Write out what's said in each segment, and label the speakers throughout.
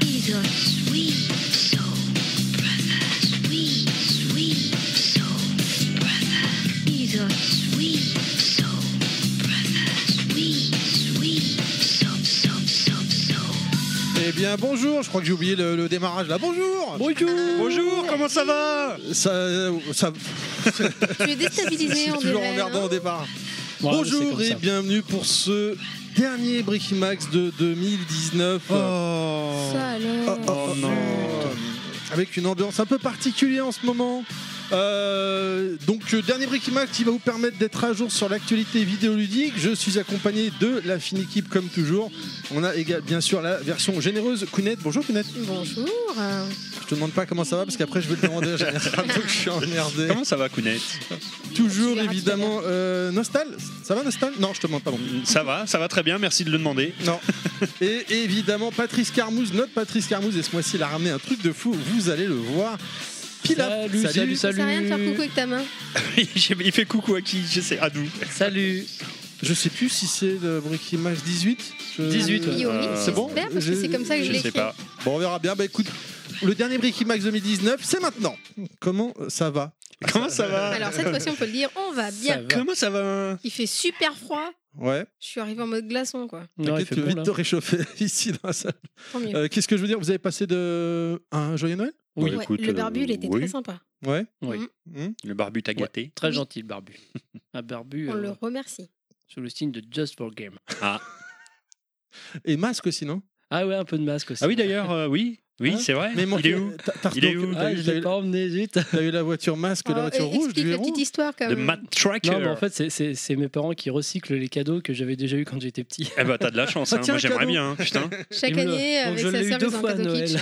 Speaker 1: He's a sweet soul, brother. Sweet, sweet soul, brother. He's a sweet soul, brother. Sweet, sweet soul, soul, soul, soul.
Speaker 2: Eh bien bonjour, je crois que j'ai oublié le, le démarrage là. Bonjour
Speaker 3: Bonjour Bonjour, comment ça va
Speaker 2: Ça, euh, ça
Speaker 4: Tu es déstabilisé
Speaker 2: c'est
Speaker 4: en
Speaker 2: toujours
Speaker 4: duel,
Speaker 2: emmerdant
Speaker 4: hein.
Speaker 2: au départ.
Speaker 3: Ouais, c'est
Speaker 2: bonjour
Speaker 3: comme
Speaker 2: et
Speaker 3: ça.
Speaker 2: bienvenue pour ce dernier Breaking Max de 2019.
Speaker 3: Oh,
Speaker 4: Ça alors.
Speaker 2: Oh non Avec une ambiance un peu particulière en ce moment. Euh, donc euh, dernier Breaking Max qui va vous permettre d'être à jour sur l'actualité vidéoludique. Je suis accompagné de la fine équipe comme toujours. On a éga- bien sûr la version généreuse Kounet. Bonjour Kounet.
Speaker 4: Bonjour.
Speaker 2: Je te demande pas comment ça va parce qu'après je vais te demander à Jeanne Errato que je suis emmerdé.
Speaker 3: Comment ça va, Kounet
Speaker 2: Toujours
Speaker 4: Tu verras
Speaker 2: évidemment euh, Nostal. Ça va Nostal Non, je te demande pas bon.
Speaker 3: Ça va, ça va très bien, merci de le demander.
Speaker 2: Non. Et évidemment, Patrice Carmouze, notre Patrice Carmouze, et ce mois-ci, il a ramené un truc de fou. Vous allez le voir. Pilaf.
Speaker 5: Salut, salut,
Speaker 4: Ça sert à rien de faire coucou avec ta main.
Speaker 3: Il fait coucou à qui Je sais, à nous.
Speaker 5: Salut.
Speaker 2: Je sais plus si c'est le Breaking Max 18. Je-
Speaker 5: 18, ouais.
Speaker 4: Yo, oui,
Speaker 3: Euh,
Speaker 2: C'est bon
Speaker 4: j'espère, parce que
Speaker 2: J'ai-
Speaker 4: c'est comme ça que je
Speaker 3: Je sais
Speaker 4: l'écris.
Speaker 3: pas.
Speaker 2: Bon, on verra bien. Bah écoute, le dernier Breaking Max 2019, c'est maintenant. Comment ça va
Speaker 3: Comment ça va
Speaker 4: Alors cette fois-ci, on peut le dire, on va
Speaker 5: Ça
Speaker 4: bien.
Speaker 5: va.
Speaker 3: Comment ça va
Speaker 4: Il fait super froid.
Speaker 2: Ouais.
Speaker 4: Je suis arrivé en mode glaçon, quoi.
Speaker 5: Non, il
Speaker 2: T'inquiète,
Speaker 5: fait
Speaker 2: tu vas
Speaker 5: bon,
Speaker 2: vite
Speaker 5: là.
Speaker 2: te réchauffer ici dans la salle.
Speaker 4: Tant mieux.
Speaker 2: Euh, Qu'est-ce que je veux dire Vous avez passé de. Un joyeux Noël
Speaker 3: Oui,
Speaker 4: Ouais,
Speaker 3: écoute,
Speaker 4: le
Speaker 3: euh,
Speaker 4: barbu, il était
Speaker 3: oui.
Speaker 4: très sympa.
Speaker 2: Ouais.
Speaker 5: Oui.
Speaker 2: Hmm
Speaker 3: Le barbu t'a gâté.
Speaker 5: Très
Speaker 4: Oui.
Speaker 5: gentil, le barbu. Un barbu
Speaker 4: On
Speaker 5: euh,
Speaker 4: le remercie.
Speaker 5: sous le signe de Just for Game.
Speaker 2: Et masque aussi, non
Speaker 5: Ah ouais, un peu de masque aussi.
Speaker 3: Ah oui, d'ailleurs, euh, oui. Oui,
Speaker 2: Hein
Speaker 3: c'est vrai.
Speaker 2: mon-
Speaker 3: Il est où
Speaker 2: t'as- t'as
Speaker 3: Il est
Speaker 2: retenu-
Speaker 3: où
Speaker 2: t'as
Speaker 5: Ah,
Speaker 2: eu-
Speaker 5: je
Speaker 2: t'as eu-
Speaker 5: l'ai pas emmené, zut.
Speaker 2: T'as eu la voiture masque, la
Speaker 4: Ah,
Speaker 2: voiture
Speaker 4: euh,
Speaker 2: rouge,
Speaker 4: explique
Speaker 2: du
Speaker 4: la
Speaker 2: héros
Speaker 4: petite histoire, quand
Speaker 3: Le
Speaker 4: même.
Speaker 3: Matt Tracker.
Speaker 5: Non, mais en fait, c'est- c'est c'est mes parents qui recyclent les cadeaux que j'avais déjà eu quand j'étais petit.
Speaker 3: Eh ben, t'as de la chance,
Speaker 2: Ah,
Speaker 3: hein.
Speaker 2: tiens,
Speaker 3: moi
Speaker 2: un
Speaker 3: j'aimerais
Speaker 2: cadeau.
Speaker 3: bien, hein, putain.
Speaker 4: Chaque
Speaker 5: Il me le-
Speaker 4: année,
Speaker 5: Donc,
Speaker 4: avec
Speaker 5: je
Speaker 4: sa
Speaker 5: l'ai eu
Speaker 4: sœur,
Speaker 5: deux
Speaker 4: ils ont un
Speaker 5: fois à
Speaker 4: cadeau
Speaker 5: Noël.
Speaker 4: kitsch.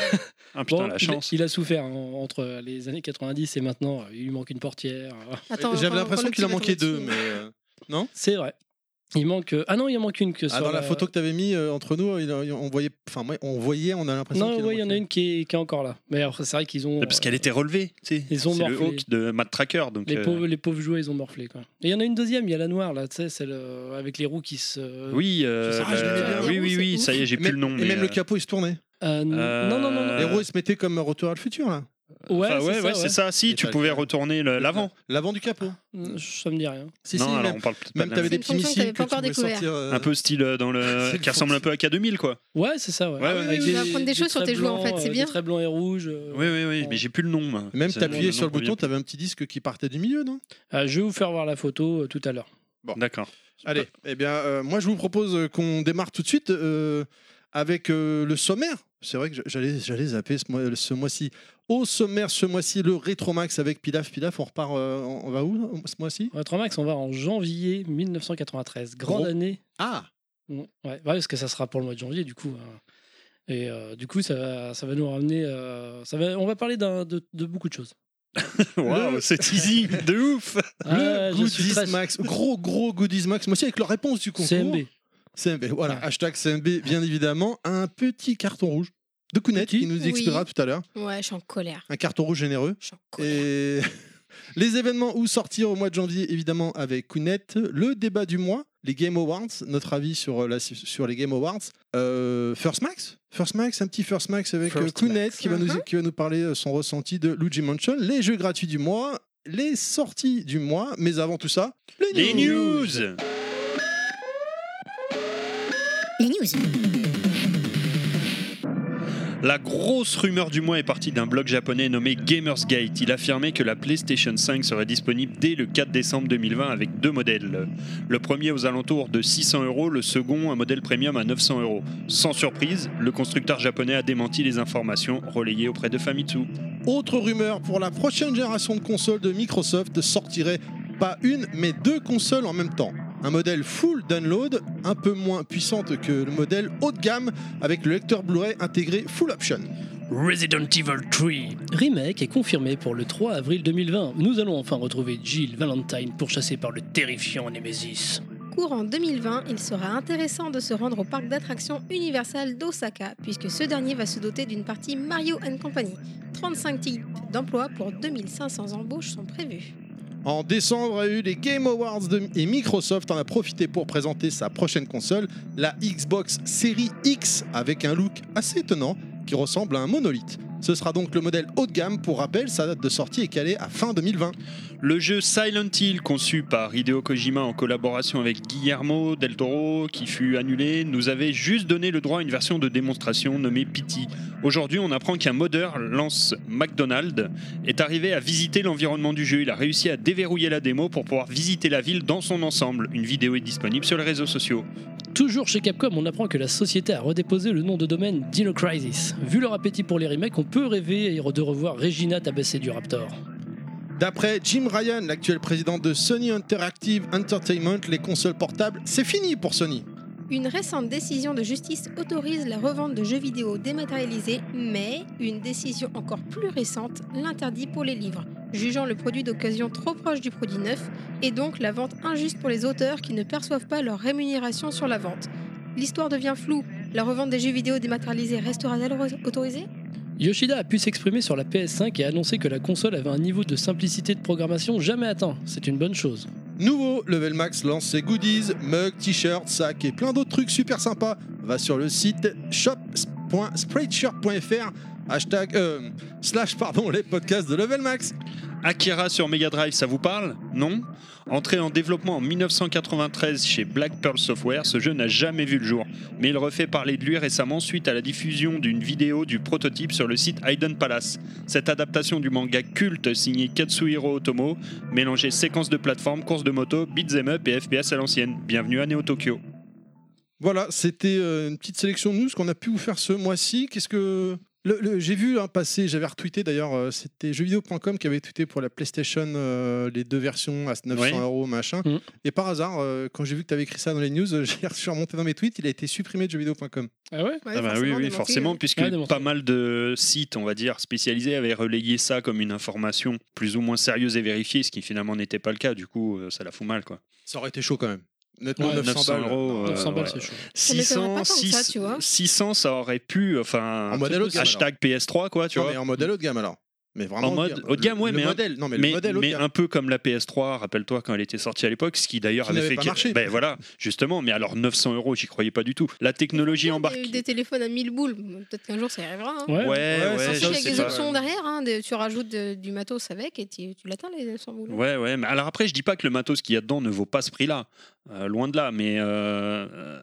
Speaker 3: Ah putain,
Speaker 5: Bon,
Speaker 3: la
Speaker 5: il-
Speaker 3: chance.
Speaker 5: Il, a souffert hein, entre les années 90 et maintenant. euh, Il lui manque une portière.
Speaker 4: Attends,
Speaker 2: J'avais
Speaker 4: attends,
Speaker 2: l'impression
Speaker 4: attends,
Speaker 2: qu'il en
Speaker 4: le petit
Speaker 2: manquait
Speaker 4: bâton
Speaker 2: deux,
Speaker 4: dessus.
Speaker 2: mais. euh,
Speaker 5: C'est vrai. Il manque. euh, Ah non, il en manque une que
Speaker 2: Ah,
Speaker 5: sur
Speaker 2: dans la photo que t'avais mis euh, entre nous, il- on voyait, enfin, moi, on voyait, on a l'impression.
Speaker 5: Non,
Speaker 2: qu'il
Speaker 5: oui, il y en a
Speaker 2: manquait.
Speaker 5: une qui est, qui est encore là. Mais après, c'est vrai qu'ils ont. euh,
Speaker 3: Parce qu'elle était relevée, tu sais.
Speaker 5: Ils ont
Speaker 3: C'est le
Speaker 5: morflé.
Speaker 3: hawk de Matt Tracker. Donc,
Speaker 5: Les
Speaker 3: euh,
Speaker 5: pauvres, les pauvres jouets, ils ont morflé. Quoi. Et il y en a une deuxième, il y a la noire, là, tu sais, celle euh, avec les roues qui se.
Speaker 3: Oui, euh,
Speaker 2: Ah, je l'aimais
Speaker 3: euh,
Speaker 2: bien.
Speaker 3: oui, oui,
Speaker 4: C'est
Speaker 3: oui,
Speaker 4: ouf.
Speaker 3: ça y est, j'ai
Speaker 2: Et
Speaker 3: plus
Speaker 2: même-
Speaker 3: le nom.
Speaker 2: Et
Speaker 3: mais,
Speaker 2: même le
Speaker 3: euh,
Speaker 2: capot, il se tournait.
Speaker 5: Euh, n-
Speaker 3: Euh,
Speaker 5: Non, non, non. non.
Speaker 3: Euh,
Speaker 2: L'héros, il se mettait comme Retour à le futur, là.
Speaker 5: Ouais,
Speaker 3: enfin, ouais,
Speaker 5: c'est
Speaker 3: ouais,
Speaker 5: ça.
Speaker 3: c'est
Speaker 5: ouais.
Speaker 3: ça. Si, tu
Speaker 2: Et
Speaker 3: pouvais
Speaker 2: t'as-
Speaker 3: retourner le- Euh, l'avant.
Speaker 2: L'avant du capot.
Speaker 5: Mm, Ça me dit rien.
Speaker 2: Si,
Speaker 3: non,
Speaker 2: si,
Speaker 3: alors
Speaker 2: même,
Speaker 3: on parle peut-être pas
Speaker 2: même
Speaker 3: de la
Speaker 2: t'avais
Speaker 3: même.
Speaker 2: des
Speaker 4: C'est une fonction
Speaker 2: petits
Speaker 4: que
Speaker 2: missiles
Speaker 4: t'avais
Speaker 2: que
Speaker 4: pas
Speaker 2: tu
Speaker 4: encore
Speaker 2: pouvais
Speaker 4: découvert.
Speaker 2: sortir. euh,
Speaker 3: Un peu style euh, dans
Speaker 2: C'est
Speaker 3: le.
Speaker 2: une
Speaker 3: qui ressemble un peu à K2000, quoi.
Speaker 5: Ouais, c'est ça. Ouais.
Speaker 3: Ouais, ouais.
Speaker 5: Avec
Speaker 4: Ah Oui, on va apprendre des choses sur
Speaker 5: traits
Speaker 4: tes jouets, en
Speaker 5: blancs,
Speaker 4: fait, c'est
Speaker 5: euh,
Speaker 4: bien.
Speaker 5: Des traits blancs et rouges. euh.
Speaker 3: Oui, oui, oui, mais j'ai plus le nom. moi.
Speaker 2: Même
Speaker 3: C'est-
Speaker 2: t'appuyais sur le
Speaker 3: nom
Speaker 2: bouton,
Speaker 3: revient.
Speaker 2: t'avais un petit disque qui partait du milieu, non
Speaker 5: Euh, je vais vous faire voir la photo euh, tout à l'heure.
Speaker 3: D'accord.
Speaker 2: Allez, eh bien, euh, moi, je vous propose euh, qu'on démarre tout de suite euh, avec euh, le sommaire. C'est vrai que je- j'allais, j'allais zapper ce, mois, ce mois-ci. Au sommaire, ce mois-ci, le Rétromax avec Pilaf. Pilaf, on repart, euh, on on va où euh, ce mois-ci
Speaker 5: Retro Max, on va en janvier 1993. Grande
Speaker 2: Gros.
Speaker 5: année.
Speaker 2: Ah
Speaker 5: Mm, Ouais, ouais, parce que ça sera pour le mois de janvier, du coup. hein. Et euh, du coup, ça va, ça va nous ramener. euh, ça va, on va parler d'un- de, de beaucoup de choses.
Speaker 3: Waouh, c'est teasing de ouf.
Speaker 5: Ah,
Speaker 2: Le
Speaker 5: je suis
Speaker 2: Goodies
Speaker 5: très-
Speaker 2: Max, gros gros Goodies Max, moi aussi avec la réponse du concours.
Speaker 5: CMB.
Speaker 2: CMB, voilà,
Speaker 5: Ouais.
Speaker 2: hashtag CMB, bien évidemment. Un petit carton rouge de Kounet
Speaker 5: Petit.
Speaker 2: qui nous
Speaker 4: Oui.
Speaker 2: expliquera tout à l'heure.
Speaker 4: Ouais, je suis en colère.
Speaker 2: Un carton rouge généreux.
Speaker 4: Je suis en colère.
Speaker 2: Et les événements où sortir au mois de janvier, évidemment, avec Kounet. Le débat du mois, les Game Awards, notre avis sur, euh, la, sur les Game Awards. Euh, First Max First Max, un petit First Max avec
Speaker 5: First
Speaker 2: euh, Kounet
Speaker 5: Max.
Speaker 2: qui, va nous,
Speaker 4: Mhm.
Speaker 2: qui va nous parler euh, son ressenti de Luigi Mansion, les jeux gratuits du mois, les sorties du mois, mais avant tout ça,
Speaker 3: Les news.
Speaker 6: Les news.
Speaker 3: La grosse rumeur du mois est partie d'un blog japonais nommé Gamersgate. Il affirmait que la PlayStation 5 serait disponible dès le 4 décembre 2020 avec deux modèles. Le premier aux alentours de 600 euros, le second un modèle premium à 900 euros. Sans surprise, le constructeur japonais a démenti les informations relayées auprès de Famitsu.
Speaker 2: Autre rumeur pour la prochaine génération de consoles de Microsoft sortirait pas une mais deux consoles en même temps. un modèle full download, un peu moins puissante que le modèle haut de gamme, avec le lecteur Blu-ray intégré full option.
Speaker 5: Resident Evil 3 Remake est confirmé pour le 3 avril 2020. Nous allons enfin retrouver Jill Valentine pourchassée par le terrifiant Nemesis.
Speaker 4: Cours en 2020, il sera intéressant de se rendre au parc d'attractions Universal d'Osaka, puisque ce dernier va se doter d'une partie Mario and Company. 35 types d'emplois pour 2500 embauches sont prévues.
Speaker 2: En décembre a eu les Game Awards de- et Microsoft en a profité pour présenter sa prochaine console, la Xbox Series X, avec un look assez étonnant qui ressemble à un monolithe. Ce sera donc le modèle haut de gamme. Pour rappel, sa date de sortie est calée à fin 2020.
Speaker 3: Le jeu Silent Hill, conçu par Hideo Kojima en collaboration avec Guillermo del Toro, qui fut annulé, nous avait juste donné le droit à une version de démonstration nommée Pity. Aujourd'hui, on apprend qu'un modeur, Lance McDonald, est arrivé à visiter l'environnement du jeu. Il a réussi à déverrouiller la démo pour pouvoir visiter la ville dans son ensemble. Une vidéo est disponible sur les réseaux sociaux.
Speaker 5: Toujours chez Capcom, on apprend que la société a redéposé le nom de domaine Dino Crisis. Vu leur appétit pour les remakes, on peut rêver de revoir Regina tabassée du Raptor.
Speaker 2: D'après Jim Ryan, l'actuel président de Sony Interactive Entertainment, les consoles portables, c'est fini pour Sony.
Speaker 4: Une récente décision de justice autorise la revente de jeux vidéo dématérialisés, mais une décision encore plus récente l'interdit pour les livres, jugeant le produit d'occasion trop proche du produit neuf et donc la vente injuste pour les auteurs qui ne perçoivent pas leur rémunération sur la vente. L'histoire devient floue. La revente des jeux vidéo dématérialisés restera-t-elle re- autorisée
Speaker 5: Yoshida a pu s'exprimer sur la PS5 et annoncer que la console avait un niveau de simplicité de programmation jamais atteint. C'est une bonne chose.
Speaker 2: Nouveau, Level Max lance ses goodies, mugs, t-shirts, sacs et plein d'autres trucs super sympas. Va sur le site shop.spreadshirt.fr hashtag euh, slash pardon les podcasts de Level Max.
Speaker 3: Akira sur Mega Drive, ça vous parle Non Entré en développement en 1993 chez Black Pearl Software, ce jeu n'a jamais vu le jour. Mais il refait parler de lui récemment suite à la diffusion d'une vidéo du prototype sur le site Hidden Palace. Cette adaptation du manga culte signé Katsuhiro Otomo mélangeait séquences de plateforme, courses de moto, beats 'em up et FPS à l'ancienne. Bienvenue à Neo Tokyo.
Speaker 2: Voilà, c'était euh, une petite sélection de news qu'on a pu vous faire ce mois-ci. Qu'est-ce que le- le- j'ai vu hein, passer, j'avais retweeté d'ailleurs, euh, c'était jeuxvideo.com qui avait tweeté pour la PlayStation euh, les deux versions à 900
Speaker 3: Ouais.
Speaker 2: euros machin.
Speaker 5: Mm.
Speaker 2: Et par hasard, euh, quand j'ai vu que tu avais écrit ça dans les news, euh, j'ai- je suis remonté dans mes tweets, il a été supprimé de jeuxvideo.com.
Speaker 5: Ah ouais
Speaker 4: Ouais,
Speaker 3: Ah bah oui, oui,
Speaker 4: démenti,
Speaker 3: forcément,
Speaker 4: euh,
Speaker 3: puisque
Speaker 5: Ouais, démenti.
Speaker 3: pas mal de sites, on va dire, spécialisés avaient relayé ça comme une information plus ou moins sérieuse et vérifiée, ce qui finalement n'était pas le cas. Du coup, euh, ça la fout mal, quoi.
Speaker 2: Ça aurait été chaud quand même. Honnêtement,
Speaker 5: Ouais,
Speaker 2: 900,
Speaker 3: 900
Speaker 2: balles.
Speaker 3: euros, euh,
Speaker 5: 900 balles,
Speaker 3: ouais.
Speaker 5: c'est chaud.
Speaker 4: Ça m'étonnerait
Speaker 3: 600,
Speaker 4: pas tant que ça,
Speaker 3: six-
Speaker 4: tu vois.
Speaker 3: 600, ça aurait pu, enfin,
Speaker 2: En modèle haut de gamme,
Speaker 3: hashtag PS3, quoi, tu
Speaker 2: Non,
Speaker 3: vois.
Speaker 2: mais en modèle haut de gamme alors. Mais vraiment
Speaker 3: En mode haut de gamme, ouais,
Speaker 2: le
Speaker 3: mais un-
Speaker 2: modèle, non mais,
Speaker 3: mais,
Speaker 2: le modèle haut de
Speaker 3: mais
Speaker 2: gamme.
Speaker 3: un peu comme la PS3, rappelle-toi quand elle était sortie à l'époque, ce qui d'ailleurs
Speaker 2: Qui
Speaker 3: avait
Speaker 2: n'avait
Speaker 3: fait
Speaker 2: pas
Speaker 3: que-
Speaker 2: marché.
Speaker 3: Ben voilà, justement, mais alors 900 euros, j'y croyais pas du tout. La technologie
Speaker 4: Il y a
Speaker 3: embarquée.
Speaker 4: eu des téléphones à 1000 boules. Peut-être qu'un jour ça y arrivera. hein.
Speaker 5: Ouais.
Speaker 3: Ouais, ouais,
Speaker 2: ça,
Speaker 4: Tu fais
Speaker 3: je
Speaker 2: ça,
Speaker 4: avec
Speaker 3: sais
Speaker 4: les
Speaker 3: pas.
Speaker 4: options derrière, hein, des- tu rajoutes de- du matos avec et tu, tu l'atteins les 100 boules.
Speaker 3: Ouais, ouais. Mais alors après, je dis pas que le matos qu'il y a dedans ne vaut pas ce prix-là. Euh, loin de là. Mais euh,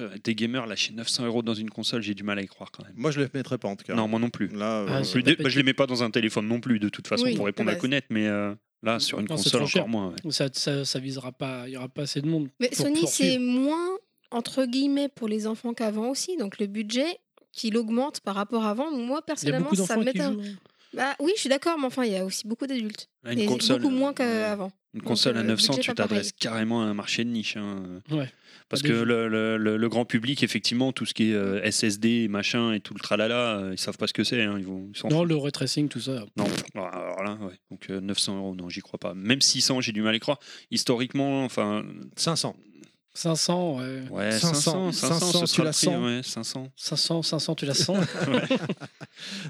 Speaker 3: euh, des gamers lâcher 900 euros dans une console, j'ai du mal à y croire quand même.
Speaker 2: Moi je le mettrais pas en tout cas.
Speaker 3: Non, moi non plus.
Speaker 2: Là,
Speaker 5: Ah,
Speaker 2: euh,
Speaker 5: c'est
Speaker 3: Plus
Speaker 5: pas
Speaker 3: dé- bah, je les mets pas dans un téléphone non plus, de toute façon,
Speaker 4: Oui, bah,
Speaker 3: pour répondre
Speaker 4: de
Speaker 3: à
Speaker 4: base.
Speaker 3: Kounet. Mais euh, là, sur une
Speaker 5: Non, c'est
Speaker 3: console,
Speaker 5: trop cher.
Speaker 3: encore moins. ouais.
Speaker 5: Ça, ça, ça visera pas, il y aura pas assez de monde.
Speaker 4: Mais
Speaker 5: pour
Speaker 4: Sony,
Speaker 5: poursuivre.
Speaker 4: c'est moins, entre guillemets, pour les enfants qu'avant aussi. Donc le budget qu'il augmente par rapport à avant, moi
Speaker 5: Il y a
Speaker 4: personnellement,
Speaker 5: beaucoup
Speaker 4: ça
Speaker 5: d'enfants qui
Speaker 4: m'étonne.
Speaker 5: jouent.
Speaker 4: Bah, oui, je suis d'accord, mais enfin, il y a aussi beaucoup d'adultes.
Speaker 3: Là, Une
Speaker 4: Et
Speaker 3: console,
Speaker 4: beaucoup moins
Speaker 3: euh,
Speaker 4: qu'avant.
Speaker 3: Une console
Speaker 4: Donc,
Speaker 3: à
Speaker 4: euh,
Speaker 3: 900,
Speaker 4: budget
Speaker 3: tu
Speaker 4: pas pareil.
Speaker 3: t'adresses carrément à un marché de niche. hein.
Speaker 5: Ouais.
Speaker 3: Parce
Speaker 5: Pas
Speaker 3: que
Speaker 5: des-
Speaker 3: le, le- le- le grand public, effectivement, tout ce qui est euh, SSD, machin et tout le tralala, euh, ils savent pas ce que c'est. hein. Ils, vont- ils s'en
Speaker 5: Non, le ray tracing, tout ça.
Speaker 3: Non, pff, alors alors là, ouais. donc euh, 900 euros, non, j'y crois pas. Même 600, j'ai du mal à y croire. Historiquement, enfin,
Speaker 2: 500.
Speaker 5: 500, ouais.
Speaker 3: ouais,
Speaker 2: 500,
Speaker 3: 500, 500,
Speaker 2: 500,
Speaker 3: ce
Speaker 2: tu
Speaker 3: sera
Speaker 2: la
Speaker 3: le prix,
Speaker 2: sens.
Speaker 3: ouais, 500.
Speaker 5: 500, 500, tu la sens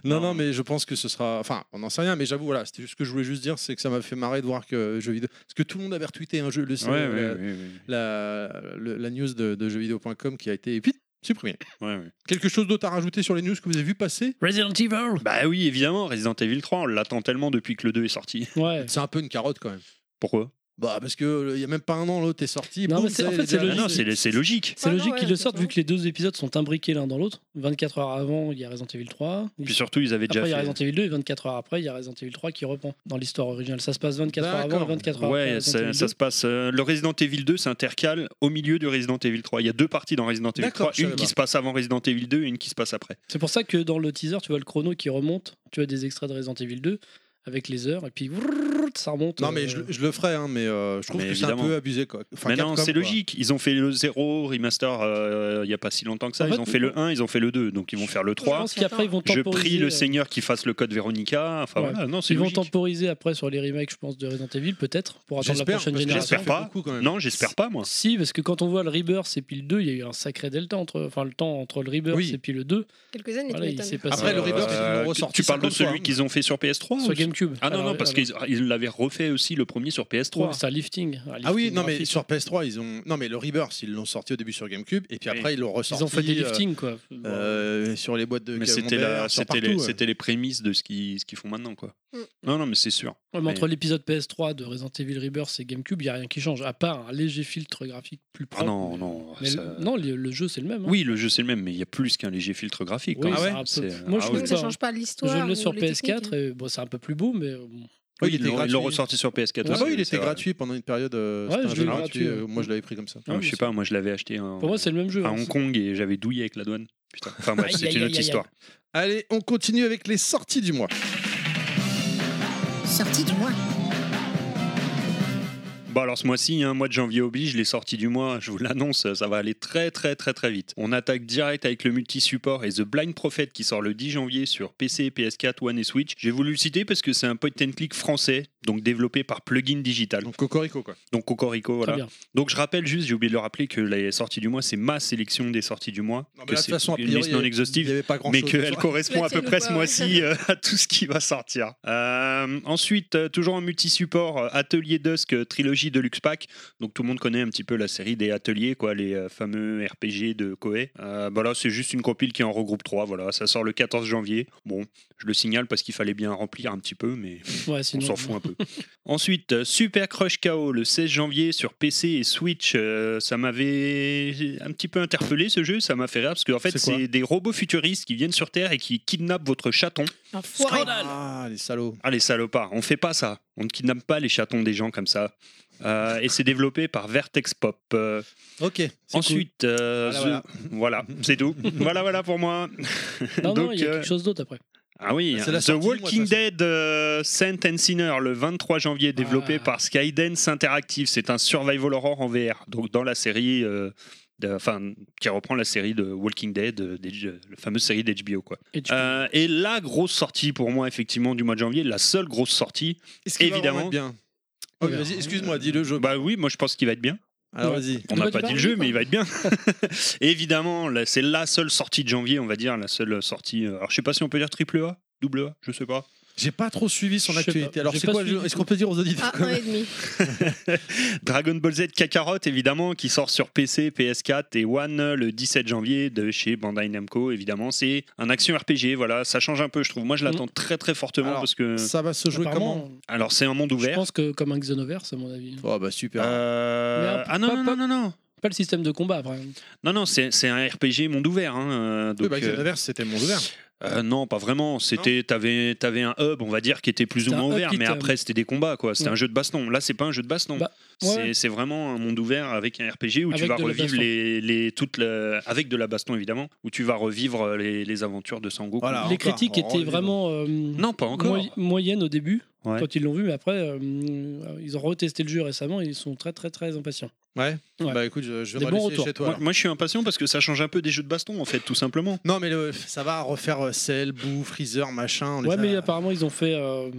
Speaker 2: Non, non,
Speaker 3: Non.
Speaker 2: mais je pense que ce sera. Enfin, on n'en sait rien, mais j'avoue, voilà, c'était juste ce que je voulais juste dire, c'est que ça m'a fait marrer de voir que jeux vidéo. Parce que tout le monde avait retweeté un jeu, le
Speaker 3: Ouais,
Speaker 2: la,
Speaker 3: ouais,
Speaker 5: euh,
Speaker 3: ouais, ouais,
Speaker 2: la- le- la news de, de jeuxvideo.com qui a été vite supprimée.
Speaker 3: ouais, ouais.
Speaker 2: Quelque chose d'autre à rajouter sur les news que vous avez vu passer
Speaker 5: Resident Evil
Speaker 3: Bah oui, évidemment, Resident Evil 3, on l'attend tellement depuis que le 2 est sorti.
Speaker 5: Ouais.
Speaker 2: C'est un peu une carotte quand même.
Speaker 3: Pourquoi
Speaker 2: Bah, parce qu'il n'y a même pas un an, l'autre est sorti.
Speaker 5: Non,
Speaker 2: boum,
Speaker 5: mais c'est-
Speaker 2: ça
Speaker 5: en
Speaker 2: y
Speaker 5: fait, c'est
Speaker 3: Ah
Speaker 5: logique.
Speaker 3: Non, c'est c'est logique.
Speaker 5: C'est
Speaker 4: Ah non,
Speaker 5: logique
Speaker 4: ouais,
Speaker 5: qu'ils le
Speaker 4: c'est
Speaker 5: sortent
Speaker 4: ça.
Speaker 5: vu que les deux épisodes sont imbriqués l'un dans l'autre. 24 heures avant, il y a Resident Evil 3.
Speaker 3: Puis surtout, ils avaient déjà
Speaker 5: Après, il y a
Speaker 3: fait-
Speaker 5: Resident Evil 2 et 24 heures après, il y a Resident Evil 3 qui reprend dans l'histoire originale. Ça se passe 24 heures avant et
Speaker 2: D'accord.
Speaker 5: 24 heures après.
Speaker 3: Ouais,
Speaker 5: Resident
Speaker 3: ça,
Speaker 5: Evil
Speaker 3: ça
Speaker 5: 2.
Speaker 3: se passe. euh, le Resident Evil 2 s'intercale au milieu du Resident Evil 3. Il y a deux parties dans Resident Evil
Speaker 2: D'accord,
Speaker 3: 3,
Speaker 2: je savais
Speaker 3: une qui
Speaker 2: pas.
Speaker 3: se passe avant Resident Evil 2 et une qui se passe après.
Speaker 5: C'est pour ça que dans le teaser, tu vois le chrono qui remonte, tu as des extraits de Resident Evil 2 avec les heures, et puis brrrr, ça remonte.
Speaker 2: Non, mais je,
Speaker 5: euh,
Speaker 2: je le ferai, hein, mais euh, je trouve
Speaker 3: Mais
Speaker 2: que c'est un
Speaker 3: évidemment.
Speaker 2: peu abusé. Quoi. Enfin,
Speaker 3: mais non,
Speaker 2: Capcom,
Speaker 3: c'est
Speaker 2: quoi.
Speaker 3: logique. Ils ont fait le 0 remaster euh, il y n'y a pas si longtemps que ça.
Speaker 5: En
Speaker 3: ils
Speaker 5: fait,
Speaker 3: ont fait le 1, ils ont fait le 2. Donc ils vont faire le
Speaker 5: Je
Speaker 3: 3.
Speaker 5: pense qu'après ils vont
Speaker 3: Je
Speaker 5: temporiser.
Speaker 3: prie le
Speaker 5: euh,
Speaker 3: Seigneur qu'il fasse le code Véronica. Enfin
Speaker 5: Ouais.
Speaker 3: voilà, non, c'est
Speaker 5: Ils vont
Speaker 3: logique.
Speaker 5: temporiser après sur les remakes, je pense, de Resident Evil, peut-être, pour attendre la
Speaker 2: J'espère,
Speaker 5: prochaine
Speaker 2: parce que
Speaker 5: génération.
Speaker 3: J'espère
Speaker 2: ça fait
Speaker 3: pas.
Speaker 2: beaucoup, quand même.
Speaker 3: Non, j'espère pas, moi.
Speaker 5: Si, parce que quand on voit le Rebirth et puis le 2, il y a eu un sacré delta entre, enfin, le temps entre le Rebirth
Speaker 2: Oui.
Speaker 5: et puis le 2.
Speaker 4: Quelques années,
Speaker 5: Voilà,
Speaker 4: tu
Speaker 5: il
Speaker 4: m'étonnes.
Speaker 5: s'est passé
Speaker 2: Après, le
Speaker 5: euh,
Speaker 2: Rebirth, ils l'ont
Speaker 3: tu-
Speaker 2: ressorti
Speaker 3: Tu parles de
Speaker 2: 50 fois,
Speaker 3: celui
Speaker 2: hein.
Speaker 3: qu'ils ont fait sur PS3
Speaker 5: sur
Speaker 3: ou-
Speaker 5: GameCube.
Speaker 3: Ah non, non, parce qu'ils ils l'avaient refait aussi le premier sur PS3.
Speaker 5: c'est un lifting. un
Speaker 2: Ah oui,
Speaker 5: lifting
Speaker 2: non, mais
Speaker 5: graphique.
Speaker 2: sur PS3, ils ont. Non, mais le Rebirth, ils l'ont sorti au début sur GameCube, et puis
Speaker 3: Oui.
Speaker 2: après, ils l'ont ressorti.
Speaker 5: Ils ont fait des
Speaker 2: euh,
Speaker 5: liftings, quoi.
Speaker 2: euh, sur les boîtes de
Speaker 3: Mais c'était
Speaker 2: camembert,
Speaker 3: la-
Speaker 2: sur
Speaker 3: c'était
Speaker 2: partout, euh.
Speaker 3: les,
Speaker 2: ouais.
Speaker 3: c'était les prémices de ce qu'ils ce qu'ils font maintenant, quoi.
Speaker 4: Mm.
Speaker 3: Non, non, mais c'est sûr.
Speaker 5: Ouais, mais
Speaker 3: mais-
Speaker 5: Entre l'épisode PS3 de Resident Evil Rebirth et GameCube, il n'y a rien qui change, à part un léger filtre graphique plus
Speaker 3: Ah
Speaker 5: propre.
Speaker 3: non, non.
Speaker 5: Mais
Speaker 3: ça-
Speaker 5: le- non, le, le jeu, c'est le même. hein.
Speaker 3: Oui, le jeu c'est le même, mais il y a plus qu'un léger filtre graphique.
Speaker 5: Oui,
Speaker 3: quand
Speaker 5: c'est
Speaker 3: même.
Speaker 5: un peu-
Speaker 3: C'est-
Speaker 5: Moi,
Speaker 3: ah
Speaker 5: je
Speaker 3: oui.
Speaker 5: trouve
Speaker 4: ça
Speaker 5: pas.
Speaker 4: change pas l'histoire.
Speaker 5: Je
Speaker 4: ou
Speaker 5: l'ai sur
Speaker 4: les techniques,
Speaker 5: PS4 et bon, c'est un peu plus beau, mais euh, bon.
Speaker 2: Oui,
Speaker 3: Oui,
Speaker 2: il
Speaker 3: ils
Speaker 2: était
Speaker 3: l'ont- ils l'ont
Speaker 2: gratuit.
Speaker 3: ressorti sur PS4.
Speaker 2: Ah bah oui,
Speaker 3: aussi,
Speaker 2: il
Speaker 3: c'est
Speaker 2: était
Speaker 3: vrai.
Speaker 2: gratuit pendant une période. euh,
Speaker 5: Ouais,
Speaker 2: c'était un
Speaker 5: je
Speaker 2: jeu
Speaker 5: l'ai eu
Speaker 2: gratuit.
Speaker 5: gratuit,
Speaker 2: euh,
Speaker 5: ouais.
Speaker 2: Moi, je l'avais pris comme ça.
Speaker 3: Ah,
Speaker 5: Oui,
Speaker 3: je sais
Speaker 5: c'est-
Speaker 3: pas, moi je l'avais acheté en-
Speaker 5: pour moi, c'est le même jeu.
Speaker 3: à
Speaker 5: hein.
Speaker 3: Hong Kong et j'avais douillé avec la douane. Putain. Enfin bref,
Speaker 5: Aïe,
Speaker 3: c'est
Speaker 5: aïe,
Speaker 3: une
Speaker 5: aïe,
Speaker 3: autre
Speaker 5: aïe,
Speaker 3: histoire.
Speaker 2: Allez, on continue avec les sorties du mois.
Speaker 6: Sortie du mois.
Speaker 3: Bon alors ce mois-ci, hein, mois de janvier oblige, les sorties du mois, je vous l'annonce, ça va aller très très très très vite. On attaque direct avec le multi-support et The Blind Prophet qui sort le 10 janvier sur PC, PS4, One et Switch. J'ai voulu le citer parce que c'est un point and click français, donc développé par Plugin Digital.
Speaker 2: Donc, Cocorico, quoi.
Speaker 3: Donc Cocorico,
Speaker 5: Très
Speaker 3: voilà.
Speaker 5: bien.
Speaker 3: Donc je rappelle juste, j'ai oublié de le rappeler que les sorties du mois, c'est ma sélection des sorties du mois,
Speaker 2: Non, mais
Speaker 3: que
Speaker 2: là, de
Speaker 3: c'est
Speaker 2: toute façon, a
Speaker 3: une
Speaker 2: priori,
Speaker 3: liste non
Speaker 2: il y- Il
Speaker 3: exhaustive
Speaker 2: n'y avait pas grand
Speaker 3: mais
Speaker 2: chose.
Speaker 3: qu'elle correspond à peu
Speaker 4: Laquelle
Speaker 3: près
Speaker 4: ou
Speaker 3: ce
Speaker 4: pas
Speaker 3: mois-ci euh, à tout ce qui va sortir. Euh, ensuite, euh, toujours en multi-support, euh, Atelier Dusk, euh, trilogie Deluxe Pack. Donc tout le monde connaît un petit peu la série des ateliers, quoi, les euh, fameux RPG de Koei. Euh, bah là, c'est juste une compile qui en regroupe trois. Voilà, ça sort le 14 janvier. Bon, je le signale parce qu'il fallait bien remplir un petit peu, mais
Speaker 5: Ouais, sinon,
Speaker 3: on s'en fout un peu. Ensuite, euh, Super Crush KO le 16 janvier sur PC et Switch. euh, ça m'avait un petit peu interpellé ce jeu, ça m'a fait rire parce qu'en fait,
Speaker 2: C'est quoi
Speaker 3: c'est des robots futuristes qui viennent sur Terre et qui kidnappent votre chaton.
Speaker 4: hein. Enfoiré.
Speaker 2: Ah, les salauds.
Speaker 3: Ah, les salopards, on fait pas ça. On ne kidnappe pas les chatons des gens comme ça. Euh, et c'est développé par Vertex Pop. Euh,
Speaker 2: Ok.
Speaker 3: ensuite, euh,
Speaker 2: Voilà,
Speaker 3: The- voilà, c'est tout. voilà, voilà pour moi.
Speaker 5: Non, non,
Speaker 3: Donc,
Speaker 5: il y a
Speaker 3: euh,
Speaker 5: quelque chose d'autre après.
Speaker 3: Ah oui,
Speaker 2: C'est
Speaker 3: hein.
Speaker 2: la
Speaker 3: The
Speaker 2: sortie, moi, de
Speaker 3: Walking
Speaker 2: toute façon.
Speaker 3: Dead euh, Saint and Sinner le 23 janvier, développé
Speaker 5: Ah.
Speaker 3: par Skydance Interactive. C'est un survival horror en VR, donc dans la série, euh, de- enfin qui reprend la série de Walking Dead, euh, des- euh, la fameuse série d'HBO quoi.
Speaker 5: Et tu-
Speaker 3: Euh, et la grosse sortie pour moi effectivement du mois de janvier, la seule grosse sortie.
Speaker 2: Est-ce qu'il va
Speaker 3: Évidemment.
Speaker 2: vraiment être bien Oh, mais Vas-y, excuse-moi, dis le jeu.
Speaker 3: Bah oui, moi je pense qu'il va être bien.
Speaker 2: Alors, vas-y.
Speaker 3: On
Speaker 5: De
Speaker 3: n'a
Speaker 5: quoi
Speaker 3: pas
Speaker 5: tu
Speaker 3: dit le
Speaker 5: parles,
Speaker 3: jeu,
Speaker 5: Nico
Speaker 3: mais il va être bien. Et évidemment, là, c'est la seule sortie de janvier, on va dire, la seule sortie. euh, Alors je sais pas si on peut dire triple A, double A, je sais pas.
Speaker 2: J'ai pas trop suivi son
Speaker 5: Je sais
Speaker 2: actualité.
Speaker 5: pas.
Speaker 2: Alors,
Speaker 5: J'ai
Speaker 2: c'est
Speaker 5: pas
Speaker 2: quoi le
Speaker 5: suivi
Speaker 2: jeu
Speaker 5: du
Speaker 2: Est-ce
Speaker 5: tout.
Speaker 2: qu'on peut dire aux auditeurs
Speaker 4: Ah, un et demi.
Speaker 3: Dragon Ball Z Kakarot, évidemment, qui sort sur PC, PS4 et One le 17 janvier de chez Bandai Namco, évidemment. C'est un action RPG, voilà, ça change un peu, je trouve. Moi, je l'attends
Speaker 5: Mm.
Speaker 3: très très fortement
Speaker 2: Alors,
Speaker 3: parce que.
Speaker 2: Ça va se jouer
Speaker 3: hein
Speaker 2: comment
Speaker 5: Apparemment,
Speaker 3: Alors, c'est un monde
Speaker 5: je
Speaker 3: ouvert.
Speaker 5: pense que comme un Xenoverse, à mon avis.
Speaker 2: Oh, bah super.
Speaker 3: Euh,
Speaker 5: Mais un-
Speaker 3: Ah non,
Speaker 5: pas-
Speaker 3: non,
Speaker 5: pas-
Speaker 3: non, non, non,
Speaker 5: Pas le système de combat après.
Speaker 3: non, non, c'est c'est un RPG monde ouvert. hein, euh,
Speaker 2: Oui,
Speaker 3: donc,
Speaker 2: bah,
Speaker 3: euh,
Speaker 2: Xenoverse, c'était mon ouvert.
Speaker 3: euh, non, pas vraiment. C'était, t'avais, t'avais un hub, on va dire, qui était plus ou
Speaker 5: C'était un
Speaker 3: moins
Speaker 5: hub
Speaker 3: ouvert,
Speaker 5: qui
Speaker 3: mais
Speaker 5: t'a-
Speaker 3: après c'était des combats, quoi. C'était
Speaker 5: Ouais.
Speaker 3: un jeu de baston. Là, c'est pas un jeu de baston.
Speaker 5: Bah,
Speaker 3: C'est-
Speaker 5: Ouais.
Speaker 3: C'est vraiment un monde ouvert avec un RPG où tu
Speaker 5: Avec
Speaker 3: vas
Speaker 5: de la
Speaker 3: revivre
Speaker 5: baston.
Speaker 3: les, les toutes le- avec de la baston évidemment où tu vas revivre les, les aventures de Sangoku.
Speaker 2: Voilà.
Speaker 5: Les
Speaker 2: Ah, encore,
Speaker 5: critiques
Speaker 2: on revient.
Speaker 5: étaient vraiment euh,
Speaker 3: Non, pas encore.
Speaker 5: moy- moyennes au début,
Speaker 3: Ouais.
Speaker 5: quand ils l'ont vu, mais après, euh, ils ont retesté le jeu récemment et ils sont très très très impatients.
Speaker 2: Ouais.
Speaker 5: Ouais.
Speaker 2: Bah, écoute, je, je vais
Speaker 5: Des
Speaker 2: me
Speaker 5: bons
Speaker 2: laisser
Speaker 5: retours.
Speaker 2: chez toi.
Speaker 3: Moi,
Speaker 2: alors.
Speaker 3: moi, je suis impatient parce que ça change un peu des jeux de baston en fait tout simplement.
Speaker 2: Non, mais le- ça va refaire euh, Cell, Boo, Freezer, machin. on les
Speaker 5: Ouais,
Speaker 2: a-
Speaker 5: mais apparemment, ils ont fait. euh,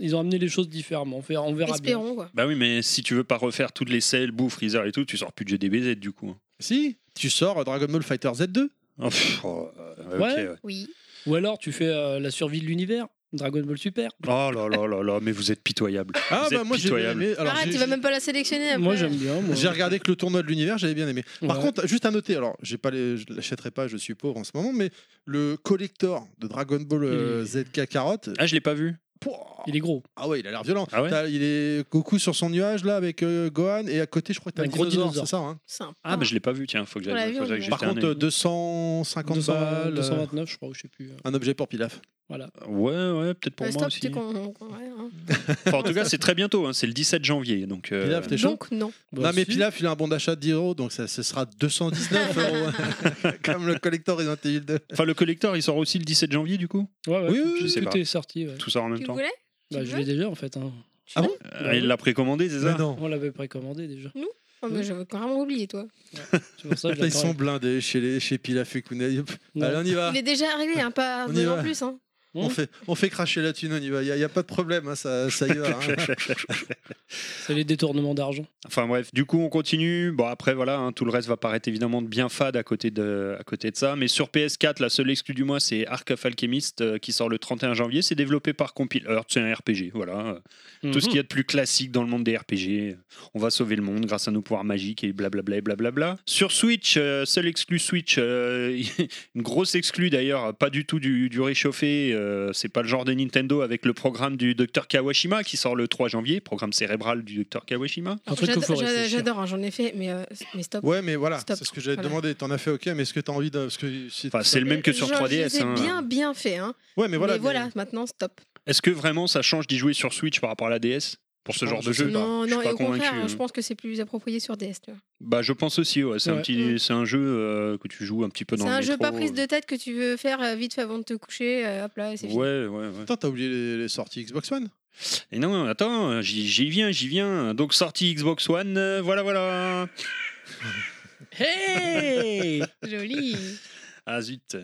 Speaker 5: ils ont amené les choses différemment. On, fait- on verra bien.
Speaker 4: Espérons, quoi.
Speaker 3: Bah oui, mais si tu veux pas refaire toutes les selles, bouffe, freezer et tout, tu sors plus de GDBZ du coup. hein.
Speaker 2: Si, tu sors euh, Dragon Ball Fighter Z2.
Speaker 3: Oh, pff, oh, euh, ok,
Speaker 5: Ouais.
Speaker 3: ouais.
Speaker 4: Oui.
Speaker 5: Ou alors, tu fais euh, la survie de l'univers, Dragon Ball Super.
Speaker 3: Oh là là là là, mais vous êtes pitoyable.
Speaker 2: Ah,
Speaker 3: vous
Speaker 2: bah,
Speaker 3: êtes
Speaker 2: moi, j'ai bien
Speaker 3: pitoyable.
Speaker 2: aimé. Alors,
Speaker 4: Arrête,
Speaker 2: j'ai-
Speaker 4: tu vas même pas la sélectionner après.
Speaker 5: Moi, j'aime bien. moi.
Speaker 2: J'ai regardé que le tournoi de l'univers, j'avais bien aimé. Par
Speaker 5: Ouais.
Speaker 2: contre, juste à noter, alors j'ai pas les- je l'achèterai pas, je suis pauvre en ce moment, mais le collector de Dragon Ball euh,
Speaker 5: Il
Speaker 2: Z Kakarot,
Speaker 3: Ah, je l'ai pas vu.
Speaker 2: pouah,
Speaker 5: il est gros.
Speaker 2: ah ouais, il a l'air violent.
Speaker 3: Ah ouais
Speaker 2: T'as- il est Goku sur son nuage là avec euh, Gohan et à côté, je crois que t'as
Speaker 5: Un
Speaker 2: un
Speaker 5: gros
Speaker 2: gros dinosaure,
Speaker 5: dinosaure.
Speaker 2: c'est ça. hein
Speaker 4: Sympa.
Speaker 3: Ah, bah je l'ai pas vu, tiens, faut que
Speaker 4: On l'a
Speaker 3: j'aille.
Speaker 4: vu,
Speaker 3: faut que
Speaker 4: on
Speaker 3: j'aille
Speaker 4: l'a
Speaker 3: jeter
Speaker 2: Par
Speaker 3: un
Speaker 2: contre,
Speaker 3: œil.
Speaker 2: euh, 250
Speaker 5: 200,
Speaker 2: balles, euh,
Speaker 5: 229, je crois, ou je sais plus. euh.
Speaker 2: un objet pour Pilaf.
Speaker 5: Voilà.
Speaker 3: Ouais, ouais, peut-être pour
Speaker 4: Euh,
Speaker 3: moi
Speaker 4: stop,
Speaker 3: aussi.
Speaker 4: t'es con. con- ouais, hein.
Speaker 3: Enfin, en tout cas, c'est très bientôt, hein, c'est le 17 janvier. Donc, euh,
Speaker 2: Pilaf, t'es chaud
Speaker 4: Donc, non.
Speaker 2: Non,
Speaker 5: Bah,
Speaker 2: mais
Speaker 5: si.
Speaker 2: Pilaf, il a un bon d'achat de 10 euros, donc ça, ce sera 219 euros, comme le collector Resident Evil 2.
Speaker 3: Enfin, le collector, il sort aussi le 17 janvier, du coup
Speaker 5: Ouais, ouais,
Speaker 2: Oui,
Speaker 5: tout-
Speaker 2: oui, oui,
Speaker 3: je
Speaker 5: tout,
Speaker 3: sais
Speaker 5: tout
Speaker 3: pas.
Speaker 5: est sorti. ouais.
Speaker 3: Tout ça en même
Speaker 4: Tu
Speaker 3: temps
Speaker 4: voulais
Speaker 5: Bah,
Speaker 4: Tu
Speaker 5: je
Speaker 4: veux
Speaker 5: l'ai déjà en fait. hein.
Speaker 4: Tu l'as
Speaker 3: Euh, il l'a précommandé, c'est
Speaker 2: Mais
Speaker 3: ça
Speaker 2: non.
Speaker 5: On l'avait précommandé déjà.
Speaker 4: Oh, mais J'avais carrément oublié, toi.
Speaker 5: C'est pour ça que je
Speaker 2: Ils
Speaker 5: l'attendais.
Speaker 2: sont blindés chez, les, chez Pilaf et Kounet. Hop.
Speaker 5: Non.
Speaker 2: Allez, on y va.
Speaker 4: Il est déjà réglé, hein, pas
Speaker 2: On y
Speaker 4: deux
Speaker 2: va.
Speaker 4: en plus. Hein.
Speaker 2: On fait, on fait cracher la thune, on y va. Il n'y a, pas de problème, hein, ça, ça y va. hein.
Speaker 5: C'est les détournements d'argent.
Speaker 3: Enfin bref, du coup on continue. Bon après voilà, hein, tout le reste va paraître évidemment de bien fade à côté de, à côté de ça. Mais sur PS4, la seule exclue du mois c'est Ark of Alchemist euh, qui sort le 31 janvier. C'est développé par Compile Earth, c'est un RPG. Voilà, Euh, tout
Speaker 5: Mmh. Mhm.
Speaker 3: ce qu'il y a de plus classique dans le monde des RPG. On va sauver le monde grâce à nos pouvoirs magiques et blablabla. blablabla. Sur Switch, euh, seule exclue Switch, euh, une grosse exclue d'ailleurs, pas du tout du, du réchauffé. euh, c'est pas le genre de Nintendo avec le programme du Dr Kawashima qui sort le 3 janvier, programme cérébral du Dr Kawashima.
Speaker 5: Un truc qu'il faut
Speaker 4: J'ado- j'a-
Speaker 5: réfléchir.
Speaker 4: J'adore, hein, j'en ai fait, mais, euh, mais stop.
Speaker 2: Ouais, mais voilà,
Speaker 4: Stop.
Speaker 2: c'est ce que j'allais te
Speaker 4: Voilà.
Speaker 2: demander. T'en as fait, ok, mais est-ce que t'as envie de. Parce que si-
Speaker 3: Enfin, c'est le même que sur
Speaker 4: Euh, Genre, je
Speaker 3: 3DS.
Speaker 4: les ai
Speaker 3: hein.
Speaker 4: bien, bien fait. Hein.
Speaker 2: Ouais, mais
Speaker 4: Mais
Speaker 2: voilà.
Speaker 4: voilà,
Speaker 2: mais-
Speaker 4: maintenant, stop.
Speaker 3: Est-ce que vraiment ça change d'y jouer sur Switch par rapport à la DS pour ce
Speaker 2: Ah,
Speaker 3: genre
Speaker 2: je
Speaker 3: de
Speaker 2: sais
Speaker 3: jeu Bah,
Speaker 2: pas.
Speaker 4: non,
Speaker 3: je suis
Speaker 4: non,
Speaker 3: pas
Speaker 4: et au contraire,
Speaker 3: convaincu,
Speaker 4: hein,
Speaker 3: hein.
Speaker 4: je pense que c'est plus approprié sur DS. tu vois.
Speaker 3: Bah, je pense aussi. ouais, c'est un
Speaker 5: Ouais.
Speaker 3: petit, c'est un jeu euh, que tu joues un petit peu dans
Speaker 4: Mm. C'est
Speaker 3: le
Speaker 4: un jeu
Speaker 3: métro, euh,
Speaker 4: pas prise de tête que tu veux faire euh, vite fait avant de te coucher. euh, hop là, et c'est fini.
Speaker 3: Ouais, ouais, ouais.
Speaker 2: Putain, t'as oublié les, les sorties Xbox One
Speaker 3: Et non, attends, j'y j'y viens, j'y viens. Donc sortie Xbox One, euh, voilà, voilà.
Speaker 5: Hey
Speaker 4: Joli.
Speaker 3: Ah zut.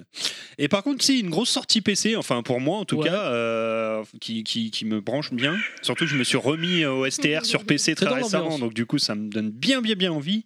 Speaker 3: Et par contre, si une grosse sortie PC, enfin pour moi en tout
Speaker 5: Ouais.
Speaker 3: cas, euh, qui, qui, qui me branche bien. Surtout que je me suis remis au STR sur PC
Speaker 5: C'est
Speaker 3: très
Speaker 5: dans
Speaker 3: récemment,
Speaker 5: l'ambiance.
Speaker 3: donc du coup ça me donne bien bien bien envie.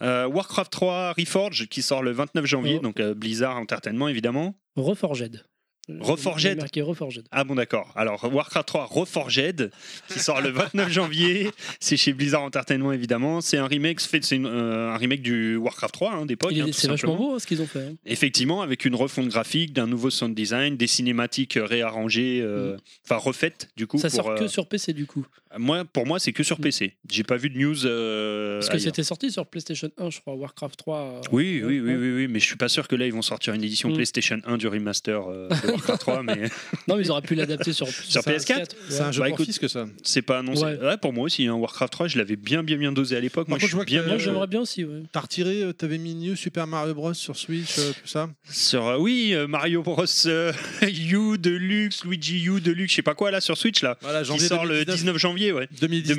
Speaker 3: Euh, Warcraft 3 Reforged qui sort le 29 janvier,
Speaker 5: Oh.
Speaker 3: donc euh, Blizzard Entertainment évidemment.
Speaker 5: Reforged.
Speaker 3: Reforged.
Speaker 5: Il est Marqué Reforged.
Speaker 3: Ah bon d'accord. Alors Warcraft 3 Reforged qui sort le 29 janvier, c'est chez Blizzard Entertainment évidemment. C'est un remake, fait- c'est une, euh, un remake du Warcraft 3 hein, d'époque.
Speaker 5: Il est-
Speaker 3: hein, tout
Speaker 5: C'est
Speaker 3: simplement.
Speaker 5: vachement beau hein, ce qu'ils ont fait. hein.
Speaker 3: Effectivement, avec une refonte graphique, d'un nouveau sound design, des cinématiques euh, réarrangées, euh, enfin refaites du coup.
Speaker 5: Mm. Ça
Speaker 3: pour,
Speaker 5: sort que
Speaker 3: euh,
Speaker 5: sur PC du coup.
Speaker 3: moi, pour moi, c'est que sur PC. J'ai pas vu de news. euh,
Speaker 5: Parce que
Speaker 3: ailleurs.
Speaker 5: c'était sorti sur PlayStation 1, je crois, Warcraft 3. euh,
Speaker 3: Oui, oui, oui,
Speaker 5: ouais.
Speaker 3: oui, oui, mais je suis pas sûr que là ils vont sortir une édition
Speaker 5: Mm.
Speaker 3: PlayStation 1 du remaster euh, de Warcraft 3, mais
Speaker 5: Non, mais ils auraient pu l'adapter sur, sur
Speaker 3: PS4.
Speaker 5: ouais.
Speaker 2: C'est un jeu
Speaker 3: Bah,
Speaker 2: pour
Speaker 3: écoute,
Speaker 2: fils que ça.
Speaker 3: c'est pas annoncé.
Speaker 5: Ouais.
Speaker 3: Ouais, pour moi aussi, hein, Warcraft 3, je l'avais bien, bien, bien dosé à l'époque.
Speaker 2: Par
Speaker 3: Moi,
Speaker 2: contre,
Speaker 3: je
Speaker 2: je vois
Speaker 3: suis
Speaker 2: que
Speaker 3: bien
Speaker 5: Moi,
Speaker 2: Euh,
Speaker 5: j'aimerais bien aussi. ouais.
Speaker 2: T'as retiré, euh, t'avais mis New Super Mario Bros sur Switch, euh, tout ça
Speaker 3: sur euh, oui euh, Mario Bros euh, U Deluxe, Luigi U Deluxe, je sais pas quoi là sur Switch là,
Speaker 2: Voilà,
Speaker 3: qui sort le 19 janvier, ouais,
Speaker 2: 2019.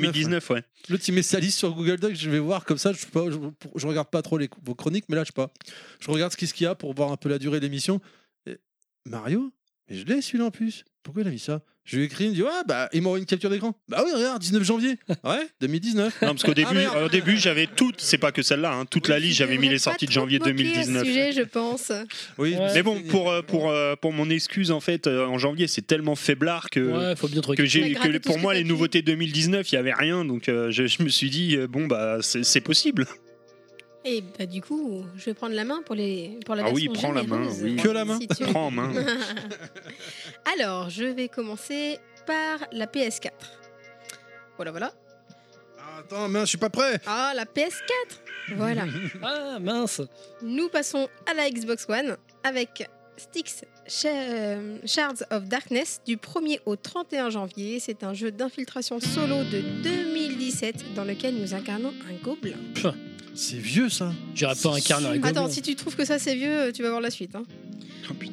Speaker 3: 2019, ouais.
Speaker 2: L'autre, il met sa liste sur Google Docs, je vais voir comme ça. Je, sais pas, je, pour- je regarde pas trop les, vos chroniques, mais là, je sais pas. Je regarde ce qu'il ce qu'il y a pour voir un peu la durée de l'émission. Et- Mario Mais je l'ai celui-là en plus. Pourquoi il a mis ça Je lui ai écrit, il me dit Ouais, bah, il m'envoie une capture d'écran. Bah oui, regarde, 19 janvier. Ouais, 2019.
Speaker 3: Non, parce qu'au début,
Speaker 2: Ah, merde.
Speaker 3: au début j'avais toutes, c'est pas que celle-là, hein, toute la
Speaker 4: Tu
Speaker 3: liste, j'avais mis
Speaker 4: devrais
Speaker 3: les
Speaker 4: pas
Speaker 3: sorties de
Speaker 4: trop
Speaker 3: janvier
Speaker 4: te moquer à ce
Speaker 3: 2019.
Speaker 4: sujet, je pense.
Speaker 2: Oui, je me
Speaker 5: Ouais.
Speaker 2: suis
Speaker 3: Mais bon,
Speaker 2: fait-
Speaker 3: pour, euh, pour, euh, pour mon excuse, en fait, euh, en janvier, c'est tellement faiblard que.
Speaker 5: Ouais, faut bien
Speaker 3: Que
Speaker 5: truc.
Speaker 3: j'ai,
Speaker 4: T'as gratté
Speaker 3: que
Speaker 4: tout ce
Speaker 3: pour
Speaker 4: que
Speaker 3: moi,
Speaker 4: t'as
Speaker 3: les
Speaker 4: pu.
Speaker 3: nouveautés 2019, il n'y avait rien. Donc, euh, je, je me suis dit, euh, bon, bah, c'est, c'est possible.
Speaker 4: Et bah, du coup, je vais prendre la main pour, les, pour la
Speaker 3: Ah oui,
Speaker 4: version
Speaker 3: prends la main,
Speaker 4: généreuse.
Speaker 3: oui.
Speaker 2: Que la main.
Speaker 4: Si tu-
Speaker 3: Prends en main.
Speaker 4: Alors, je vais commencer par la PS4. Voilà, voilà.
Speaker 2: Attends, mais je suis pas prêt.
Speaker 4: Ah, la PS4 Voilà.
Speaker 5: Ah mince
Speaker 4: Nous passons à la Xbox One avec Styx Sha- euh, Shards of Darkness du 1er au 31 janvier. C'est un jeu d'infiltration solo de 2017 dans lequel nous incarnons un gobelin.
Speaker 2: C'est vieux ça.
Speaker 5: J'irais pas incarner un
Speaker 4: Attends,
Speaker 5: gobelin.
Speaker 4: si tu trouves que ça c'est vieux, tu vas voir la suite. hein.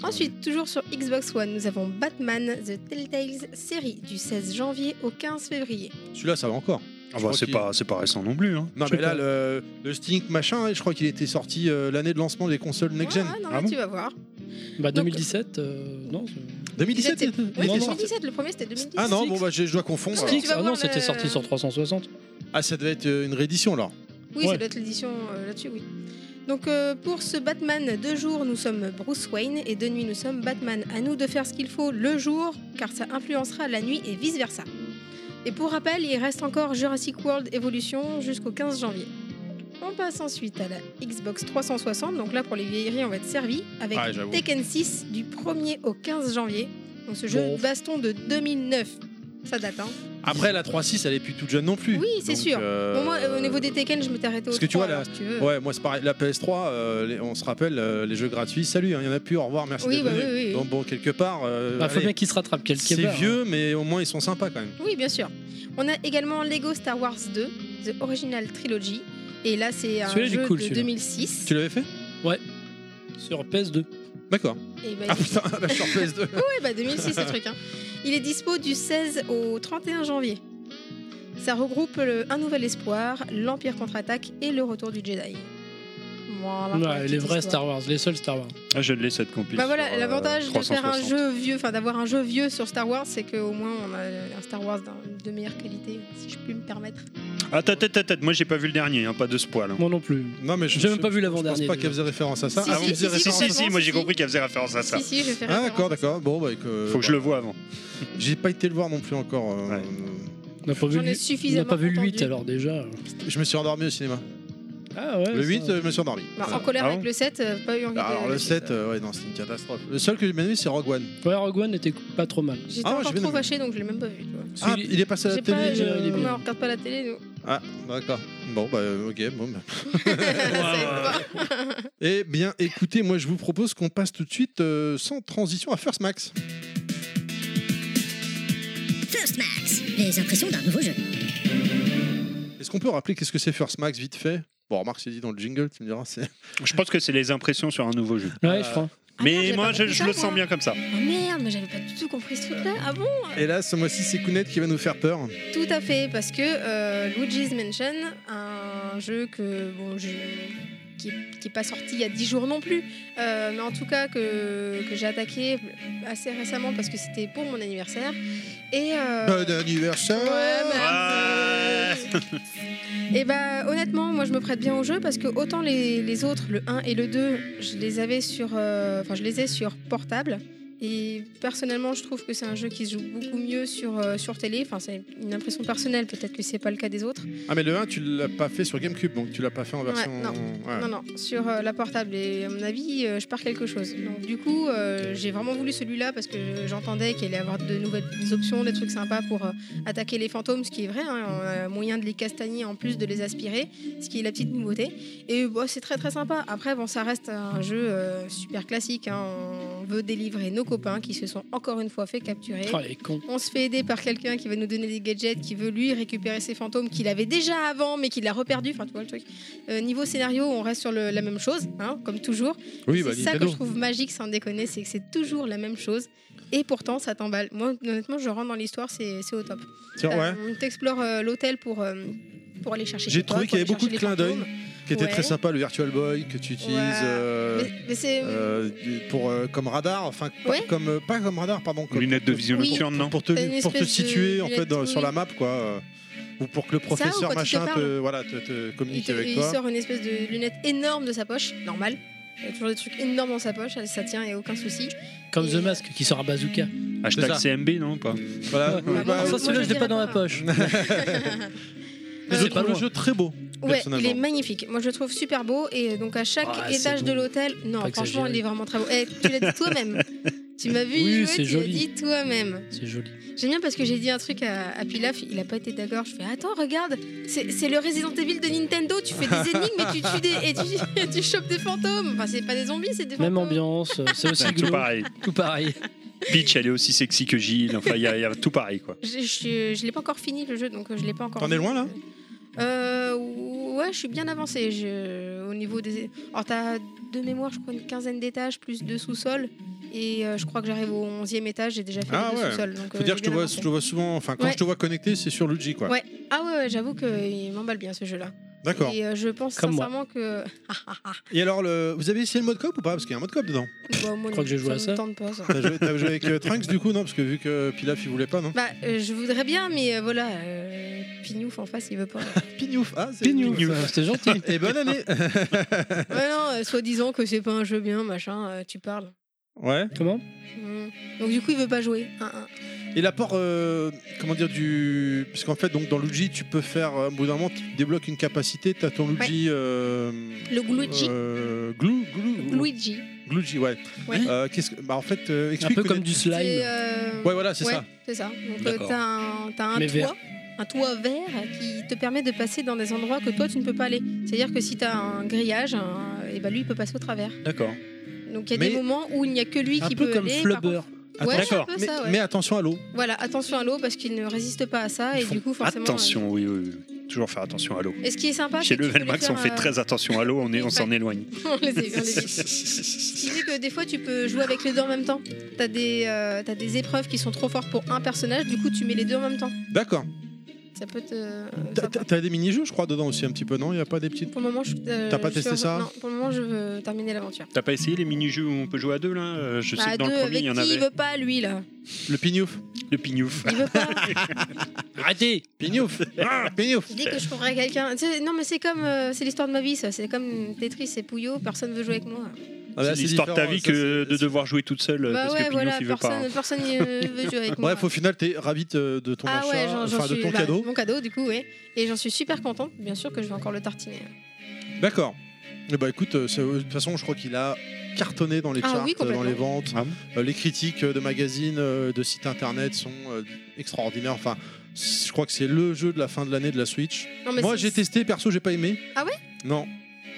Speaker 4: Ensuite, toujours sur Xbox One, nous avons Batman The Telltales série du 16 janvier au 15 février.
Speaker 2: Celui-là, ça va encore.
Speaker 3: Ah,
Speaker 2: Je
Speaker 3: bah,
Speaker 2: crois
Speaker 3: c'est,
Speaker 2: qu'il-
Speaker 3: pas, c'est pas récent non plus. hein.
Speaker 2: Non,
Speaker 5: Je
Speaker 2: mais
Speaker 5: sais
Speaker 2: là,
Speaker 5: pas.
Speaker 2: le, le Stink machin, je crois qu'il était sorti euh, l'année de lancement des consoles next-gen.
Speaker 4: Ah, non,
Speaker 3: Ah
Speaker 4: mais
Speaker 3: bon
Speaker 4: tu vas voir.
Speaker 5: Bah
Speaker 4: Donc-
Speaker 5: 2017, euh, non. c'est-
Speaker 2: 2017
Speaker 4: C'était-
Speaker 2: il était-
Speaker 4: Ouais,
Speaker 2: il
Speaker 5: non,
Speaker 2: était
Speaker 5: non.
Speaker 2: sorti.
Speaker 4: 2017, le premier c'était 2017.
Speaker 2: Ah non,
Speaker 5: Six.
Speaker 2: bon, bah, je, je dois confondre.
Speaker 4: Non,
Speaker 2: alors.
Speaker 4: tu vas
Speaker 5: Ah non,
Speaker 4: voir
Speaker 5: c'était
Speaker 4: le-
Speaker 5: sorti sur 360.
Speaker 2: Ah, ça devait être euh, une réédition alors.
Speaker 4: Oui,
Speaker 5: Ouais.
Speaker 4: ça doit être l'édition euh, là-dessus, oui. Donc euh, pour ce Batman de jour, nous sommes Bruce Wayne et de nuit, nous sommes Batman. À nous de faire ce qu'il faut le jour, car ça influencera la nuit et vice-versa. Et pour rappel, il reste encore Jurassic World Evolution jusqu'au 15 janvier. On passe ensuite à la Xbox 360, donc là pour les vieilleries on va être servi, avec
Speaker 2: Ah, j'avoue.
Speaker 4: Tekken 6 du 1er au 15 janvier. Donc ce jeu
Speaker 5: Bon.
Speaker 4: de baston de 2009, ça date hein.
Speaker 2: Après, la 3.6, elle est plus toute jeune non plus.
Speaker 4: Oui, c'est
Speaker 2: Donc,
Speaker 4: sûr.
Speaker 2: euh,
Speaker 4: Bon, moi euh, au niveau des Tekken je me arrêtée au
Speaker 2: parce que tu
Speaker 4: 3,
Speaker 2: vois, la-
Speaker 4: alors, si tu veux.
Speaker 2: Ouais, moi, c'est pareil. La PS3, euh, les- on se rappelle, euh, les jeux gratuits, salut, il y en a plus, au revoir, merci
Speaker 4: Oui,
Speaker 2: d'être
Speaker 4: bah
Speaker 2: venu.
Speaker 4: oui, oui, oui.
Speaker 2: Donc, bon, quelque part, euh,
Speaker 5: Bah, faut
Speaker 2: allez,
Speaker 5: bien qu'il se rattrape quelque
Speaker 2: c'est
Speaker 5: part, hein.
Speaker 2: vieux, mais au moins, ils sont sympas quand même.
Speaker 4: Oui, bien sûr. On a également Lego Star Wars 2, The Original Trilogy. Et là, c'est un
Speaker 5: Celui-là, il est
Speaker 4: jeu
Speaker 5: cool,
Speaker 4: de
Speaker 5: celui-là.
Speaker 4: 2006.
Speaker 2: Tu l'avais fait
Speaker 5: Sur PS2.
Speaker 2: D'accord.
Speaker 4: Et bah,
Speaker 2: Ah putain, la sur PS2.
Speaker 4: ouais, bah 2006, ce truc. hein. Il est dispo du 16 au 31 janvier. Ça regroupe le Un Nouvel Espoir, l'Empire contre-attaque et le Retour du Jedi. Voilà. pour la
Speaker 5: Ouais,
Speaker 4: petite
Speaker 5: les vrais
Speaker 4: histoire.
Speaker 5: Star Wars, les seuls Star Wars.
Speaker 3: Ah, je l'ai cette compil.
Speaker 4: Bah
Speaker 3: sur,
Speaker 4: voilà,
Speaker 3: euh,
Speaker 4: l'avantage de faire un
Speaker 3: 360.
Speaker 4: jeu vieux, enfin d'avoir un jeu vieux sur Star Wars, c'est qu'au moins on a un Star Wars d'un- de meilleure qualité, si je puis me permettre.
Speaker 3: Attends, attends, attends, moi j'ai pas vu le dernier, hein, pas de spoil. hein.
Speaker 5: Moi non plus.
Speaker 2: Non, mais je
Speaker 5: J'ai même pas vu
Speaker 2: Je
Speaker 5: l'avant-dernier,
Speaker 2: pense pas
Speaker 5: déjà.
Speaker 2: qu'elle faisait référence à ça.
Speaker 4: Si,
Speaker 2: Ah, vous
Speaker 4: si, si,
Speaker 2: faisiez
Speaker 3: Si,
Speaker 2: référence
Speaker 3: si,
Speaker 2: à ça
Speaker 3: si, moi j'ai compris qu'elle faisait référence à ça.
Speaker 4: Si, si, je fais
Speaker 2: Ah,
Speaker 4: référence
Speaker 2: d'accord,
Speaker 4: à ça.
Speaker 2: d'accord. Bon, bah, que,
Speaker 3: Faut que je le vois avant.
Speaker 2: J'ai pas été le voir non plus encore. euh,
Speaker 3: Ouais.
Speaker 5: On n'a pas vu,
Speaker 4: J'en ai
Speaker 5: le- on
Speaker 4: suffisamment.
Speaker 5: n'a pas vu le
Speaker 4: entendu.
Speaker 5: 8 alors déjà.
Speaker 2: Je me suis endormi au cinéma.
Speaker 5: Ah ouais.
Speaker 2: le
Speaker 5: ça-
Speaker 2: 8, euh, je me suis endormi.
Speaker 4: Bah,
Speaker 2: Voilà.
Speaker 4: en colère
Speaker 3: Ah
Speaker 4: avec
Speaker 3: bon
Speaker 4: le 7, euh, pas eu envie de.
Speaker 2: Alors, le 7, euh, ouais, non, c'est une catastrophe. Le seul que j'ai bien aimé, c'est Rogue One.
Speaker 5: Ouais, Rogue One n'était pas trop mal.
Speaker 4: J'étais
Speaker 2: Ah, j'ai
Speaker 4: encore
Speaker 2: bien
Speaker 4: trop
Speaker 2: aimé.
Speaker 4: vaché donc je l'ai même pas vu. tu vois.
Speaker 2: Ah,
Speaker 5: Celui-
Speaker 2: il est passé à la
Speaker 4: J'ai pas,
Speaker 2: télé.
Speaker 4: je-
Speaker 5: euh, il est
Speaker 4: on
Speaker 5: bien.
Speaker 4: ne regarde pas la télé, nous.
Speaker 2: Ah, d'accord. Bon, bah, ok. Bon, bah.
Speaker 4: Ça aide pas.
Speaker 2: Eh bien, écoutez, moi, je vous propose qu'on passe tout de suite, euh, sans transition, à First Max.
Speaker 6: First Max, les impressions d'un nouveau jeu.
Speaker 2: Est-ce qu'on peut rappeler qu'est-ce que c'est First Max, vite fait Bon, remarque, c'est dit dans le jingle, tu me diras. c'est-
Speaker 3: Je pense que c'est les impressions sur un nouveau jeu.
Speaker 5: Ouais, je crois.
Speaker 4: Ah merde,
Speaker 3: Mais
Speaker 4: j'avais
Speaker 3: moi
Speaker 4: pas
Speaker 3: je,
Speaker 4: compris
Speaker 3: je
Speaker 4: ça,
Speaker 3: le
Speaker 4: moi.
Speaker 3: sens bien comme ça.
Speaker 4: Ah merde, mais j'avais pas du tout compris ce truc-là. Ah bon
Speaker 2: Et là, ce mois-ci, c'est Kounet qui va nous faire peur.
Speaker 4: Tout à fait, parce que euh, Luigi's Mansion, un jeu que bon, je- qui n'est pas sorti il y a 10 jours non plus, euh, mais en tout cas que, que j'ai attaqué assez récemment parce que c'était pour mon anniversaire. Et, euh,
Speaker 2: Bon anniversaire
Speaker 4: Ouais, bah,
Speaker 3: Ouais.
Speaker 4: euh, Et bah honnêtement, moi je me prête bien au jeu parce que autant les, les autres, le 1 et le 2, je les avais sur, euh, enfin je les ai sur portable. Et personnellement, je trouve que c'est un jeu qui se joue beaucoup mieux sur, euh, sur télé. Enfin, c'est une impression personnelle, peut-être que c'est pas le cas des autres.
Speaker 2: Ah, mais le 1, tu l'as pas fait sur GameCube, donc tu l'as pas fait en version.
Speaker 4: non.
Speaker 2: Ouais.
Speaker 4: Non, non, sur euh, la portable. Et à mon avis, euh, je pars quelque chose. Donc du coup, euh, j'ai vraiment voulu celui-là parce que j'entendais qu'il allait avoir de nouvelles options, des trucs sympas pour euh, attaquer les fantômes, ce qui est vrai. hein. on a moyen de les castagner en plus de les aspirer, ce qui est la petite nouveauté. Et bah, c'est très très sympa. Après, bon, ça reste un jeu euh, super classique. hein. On veut délivrer nos copains qui se sont encore une fois fait capturer.
Speaker 5: Oh, les cons.
Speaker 4: On se fait aider par quelqu'un qui va nous donner des gadgets, qui veut lui récupérer ses fantômes qu'il avait déjà avant mais qu'il a reperdu. Enfin, tu vois le truc. Euh, niveau scénario, on reste sur le- la même chose, hein, comme toujours.
Speaker 2: Oui, bah,
Speaker 4: c'est ça que
Speaker 2: Nintendo.
Speaker 4: je trouve magique, sans déconner, c'est que c'est toujours la même chose. Et pourtant, ça t'emballe. Moi, honnêtement, je rentre dans l'histoire, c'est c'est au top.
Speaker 2: Tiens, ouais.
Speaker 4: Euh, on t'explore euh, l'hôtel pour, euh, pour aller chercher
Speaker 2: J'ai
Speaker 4: tes
Speaker 2: trouvé
Speaker 4: coffres,
Speaker 2: qu'il y avait
Speaker 4: pour aller
Speaker 2: beaucoup de
Speaker 4: chercher les
Speaker 2: clins d'œil.
Speaker 4: fantômes.
Speaker 2: Qui était
Speaker 4: Ouais.
Speaker 2: très sympa, le Virtual Boy que tu utilises.
Speaker 4: Ouais.
Speaker 2: euh,
Speaker 4: Mais, mais c'est.
Speaker 2: euh, du- pour euh, comme radar enfin pas
Speaker 4: Ouais.
Speaker 2: comme euh, pas comme radar pardon comme,
Speaker 3: Lunettes de vision
Speaker 4: Oui.
Speaker 3: nocturne, non
Speaker 2: pour te
Speaker 4: Une
Speaker 2: pour te
Speaker 4: espèce de
Speaker 2: situer en fait
Speaker 4: lunette,
Speaker 2: dans-
Speaker 4: oui.
Speaker 2: sur la map quoi euh, ou pour que le
Speaker 4: ou quand
Speaker 2: professeur
Speaker 4: il te
Speaker 2: machin
Speaker 4: parle.
Speaker 2: te voilà te, te
Speaker 4: Il,
Speaker 2: communique
Speaker 4: te-
Speaker 2: avec
Speaker 4: il
Speaker 2: toi
Speaker 4: sort une espèce de lunette énorme de sa poche, normal. Il y a toujours des trucs énormes dans sa poche, ça tient, il n'y a aucun souci.
Speaker 5: Comme The Mask qui sort à bazooka.
Speaker 3: Hashtag
Speaker 2: ça.
Speaker 3: CMB, non pas
Speaker 2: voilà
Speaker 5: Ouais.
Speaker 2: Ouais, bah,
Speaker 4: Ah, moi,
Speaker 5: ça, celui-là,
Speaker 4: je
Speaker 5: je l'ai
Speaker 4: dirais
Speaker 5: pas dans
Speaker 4: pas.
Speaker 5: la poche.
Speaker 2: mais je
Speaker 5: c'est pas
Speaker 2: trouve le
Speaker 5: loin.
Speaker 2: jeu très beau
Speaker 4: Ouais, il est
Speaker 2: personnellement.
Speaker 4: magnifique. Moi, je le trouve super beau. Et euh, donc, à chaque
Speaker 5: Ah, c'est
Speaker 4: étage
Speaker 5: beau.
Speaker 4: de l'hôtel, non,
Speaker 5: Pas
Speaker 4: franchement,
Speaker 5: exagéré.
Speaker 4: il est vraiment très beau. Eh, tu l'as dit toi-même. tu m'as vu y
Speaker 5: Oui,
Speaker 4: jouer,
Speaker 5: c'est
Speaker 4: tu l'as
Speaker 5: joli.
Speaker 4: dit toi-même.
Speaker 5: C'est joli.
Speaker 4: J'aime bien parce que j'ai dit un truc à, à Pilaf, il a pas été d'accord. Je fais Attends, regarde, c'est c'est le Resident Evil de Nintendo. Tu fais des énigmes et tu tues des, et tu, tu chopes des fantômes. Enfin, c'est pas des zombies, c'est des fantômes.
Speaker 5: Même ambiance, euh, c'est aussi
Speaker 3: C'est tout
Speaker 5: glauque,
Speaker 3: pareil.
Speaker 5: tout pareil.
Speaker 3: Peach, elle est aussi sexy que Gilles. Enfin, il y, a- il y a tout pareil, quoi.
Speaker 4: Je, je, je l'ai pas encore fini le jeu, donc euh, je l'ai pas encore.
Speaker 2: T'en es loin, là
Speaker 4: Euh, Ouais, je suis bien avancée. Je... Au niveau des. Alors, t'as de mémoire, je crois, une quinzaine d'étages plus deux sous-sols. Et euh, je crois que j'arrive au 11e étage, j'ai déjà fait
Speaker 2: Ah
Speaker 4: les deux
Speaker 2: ouais.
Speaker 4: sous-sols. donc,
Speaker 2: faut
Speaker 4: euh,
Speaker 2: dire
Speaker 4: j'ai
Speaker 2: que je te
Speaker 4: bien
Speaker 2: vois
Speaker 4: avancé.
Speaker 2: je te vois souvent enfin quand
Speaker 4: Ouais.
Speaker 2: je te vois connecté c'est sur Luigi quoi
Speaker 4: Ouais. Ah ouais, ouais, j'avoue qu'il m'emballe bien ce jeu-là.
Speaker 2: d'accord
Speaker 4: Et euh, je pense
Speaker 5: Comme moi.
Speaker 4: sincèrement que. euh,
Speaker 2: et alors le... vous avez essayé le mode coop ou pas parce qu'il y a un mode coop dedans
Speaker 4: Bah, moi,
Speaker 5: Je crois que j'ai joué à
Speaker 4: me
Speaker 5: ça.
Speaker 4: tente pas, ça.
Speaker 2: t'as joué, t'as joué avec euh, Trunks du coup non parce que vu que Pilaf il voulait pas non
Speaker 4: Bah, euh, je voudrais bien, mais euh, voilà, euh, Pignouf en face, il veut pas.
Speaker 2: Pignouf ah c'est
Speaker 5: Pignou, ça, c'était gentil.
Speaker 2: et bonne année
Speaker 4: ouais, non, euh, soi-disant que c'est pas un jeu bien, machin, euh, tu parles.
Speaker 2: ouais
Speaker 5: Comment
Speaker 4: Mm. Donc, du coup, il veut pas jouer. Hein, hein.
Speaker 2: Et l'apport, euh, comment dire, du. Parce qu'en fait, donc, dans Luigi, tu peux faire. euh, Au bout d'un moment, tu débloques une capacité, tu as ton Luigi. euh,
Speaker 4: Le Gluigi.
Speaker 2: euh, glou, glou,
Speaker 4: Luigi.
Speaker 2: Gluigi, ouais.
Speaker 4: Ouais.
Speaker 2: Euh, qu'est-ce que- bah, en fait, euh,
Speaker 5: Un
Speaker 2: explique.
Speaker 5: peu
Speaker 2: au
Speaker 5: comme
Speaker 2: dé-
Speaker 5: du
Speaker 4: C'est,
Speaker 5: slime.
Speaker 4: euh,
Speaker 2: Ouais, voilà, c'est
Speaker 4: ouais,
Speaker 2: ça.
Speaker 4: C'est ça. Donc euh,
Speaker 5: D'accord.
Speaker 4: t'as un, t'as un
Speaker 5: Mais
Speaker 4: toit,
Speaker 5: vert.
Speaker 4: un toit vert qui te permet de passer dans des endroits que toi tu ne peux pas aller. C'est-à-dire que si t'as un grillage, un- eh ben lui il peut passer au travers.
Speaker 5: D'accord.
Speaker 4: Donc il y a
Speaker 2: Mais-
Speaker 4: des moments où il n'y a que lui
Speaker 5: Un
Speaker 4: qui
Speaker 5: peu
Speaker 4: peut
Speaker 5: comme
Speaker 4: aller. par
Speaker 5: Flubber.
Speaker 4: contre- Ouais,
Speaker 3: D'accord.
Speaker 4: c'est un peu
Speaker 2: Mais,
Speaker 4: ça, ouais.
Speaker 2: mais attention à l'eau.
Speaker 4: Voilà, attention à l'eau parce qu'il ne résiste pas à ça
Speaker 3: Ils
Speaker 4: et
Speaker 3: font
Speaker 4: du coup forcément.
Speaker 3: Attention, oui, oui, oui. Toujours faire attention à l'eau.
Speaker 4: euh, Et ce qui est sympa,
Speaker 3: Chez
Speaker 4: c'est que tu peux
Speaker 3: Level
Speaker 4: les
Speaker 3: Max,
Speaker 4: faire,
Speaker 3: on fait
Speaker 4: euh,
Speaker 3: très attention à l'eau, on est- on
Speaker 4: Ouais.
Speaker 3: s'en éloigne.
Speaker 4: on les évite, on les évite. Ce qui fait que des fois tu peux jouer avec les deux en même temps. T'as des, euh, t'as des épreuves qui sont trop fortes pour un personnage, du coup tu mets les deux en même temps.
Speaker 2: D'accord.
Speaker 4: Ça peut te.
Speaker 2: T'as-
Speaker 4: ça-
Speaker 2: T'as t'as des mini-jeux, je crois, dedans aussi un petit peu, non Il n'y a pas des petites.
Speaker 4: Pour le moment, je. euh,
Speaker 2: T'as pas
Speaker 4: je suis
Speaker 2: testé
Speaker 4: en-
Speaker 2: ça
Speaker 4: Non, pour le moment, je veux terminer l'aventure.
Speaker 3: T'as pas essayé les mini-jeux où on peut jouer à deux là Euh, Je sais
Speaker 4: Bah,
Speaker 3: que dans
Speaker 4: deux,
Speaker 3: le premier
Speaker 4: avec
Speaker 3: il y en
Speaker 4: qui
Speaker 3: avait.
Speaker 4: il veut pas, lui, là
Speaker 2: Le pignouf.
Speaker 3: Le pignouf.
Speaker 4: Il veut pas.
Speaker 5: Arrêtez
Speaker 2: Pignouf Ah, Pignouf
Speaker 4: Dès que je trouverai quelqu'un. tu sais, Non, mais c'est comme. euh, c'est l'histoire de ma vie, ça. C'est comme Tetris et Pouillot, personne veut jouer avec moi.
Speaker 2: Ah, là,
Speaker 3: c'est l'histoire de ta
Speaker 2: différent,
Speaker 3: vie
Speaker 2: ça,
Speaker 3: que
Speaker 2: c'est-
Speaker 3: de devoir jouer toute seule euh,
Speaker 4: bah
Speaker 3: parce
Speaker 4: ouais,
Speaker 3: que Pignouf
Speaker 4: voilà,
Speaker 3: il veut pas. hein.
Speaker 4: personne, personne euh, veut jouer avec moi.
Speaker 2: Bref, au final, t'es ravite euh, de ton
Speaker 4: ah
Speaker 2: achat,
Speaker 4: ouais, j'en j'en
Speaker 2: enfin
Speaker 4: suis.
Speaker 2: de ton
Speaker 4: bah,
Speaker 2: cadeau.
Speaker 4: Mon cadeau, du coup, ouais. Et j'en suis super contente. Bien sûr que je vais encore le tartiner.
Speaker 2: D'accord. Eh bah écoute, euh, c'est- de toute façon, je crois qu'il a cartonné dans les
Speaker 4: Ah
Speaker 2: charts,
Speaker 4: oui, complètement.
Speaker 2: dans les ventes.
Speaker 3: Ah bon
Speaker 2: Euh, les critiques euh, de magazines, euh, de sites internet sont euh, extraordinaires. Enfin, c- je crois que c'est le jeu de la fin de l'année de la Switch.
Speaker 4: Non, mais
Speaker 2: Moi,
Speaker 4: c'est-
Speaker 2: j'ai testé, perso, j'ai pas aimé.
Speaker 4: Ah ouais
Speaker 2: Non.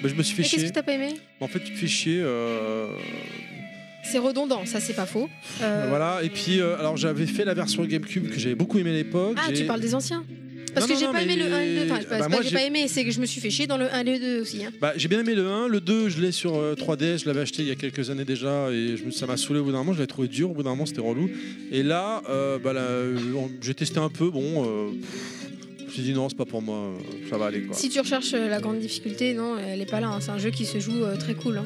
Speaker 2: Mais je me suis fait
Speaker 4: Mais qu'est-ce
Speaker 2: chier.
Speaker 4: que t'as pas aimé
Speaker 2: En fait, tu te fais chier. euh,
Speaker 4: C'est redondant, ça, c'est pas faux. Euh,
Speaker 2: Voilà. Et puis, euh, alors, j'avais fait la version GameCube que j'avais beaucoup aimé à l'époque.
Speaker 4: Ah, tu
Speaker 2: J'ai-
Speaker 4: parles des anciens Parce
Speaker 2: Non,
Speaker 4: que
Speaker 2: non,
Speaker 4: j'ai
Speaker 2: non,
Speaker 4: pas aimé
Speaker 2: mais-
Speaker 4: le 1 et le 2. Enfin, c'est
Speaker 2: Bah,
Speaker 4: pas
Speaker 2: moi,
Speaker 4: que j'ai
Speaker 2: j'ai-
Speaker 4: pas aimé, c'est que je me suis fait chier dans le 1 et le 2 aussi. hein.
Speaker 2: Bah, j'ai bien aimé le 1, le 2 je l'ai sur euh, 3DS, je l'avais acheté il y a quelques années déjà et je me- ça m'a saoulé au bout d'un moment, je l'avais trouvé dur au bout d'un moment, c'était relou. Et là, euh, bah, là, euh, j'ai testé un peu, bon, euh, je me suis dit non, c'est pas pour moi, euh, ça va aller quoi.
Speaker 4: Si tu recherches euh, la grande difficulté, non, elle est pas là. hein. C'est un jeu qui se joue euh, très cool. hein.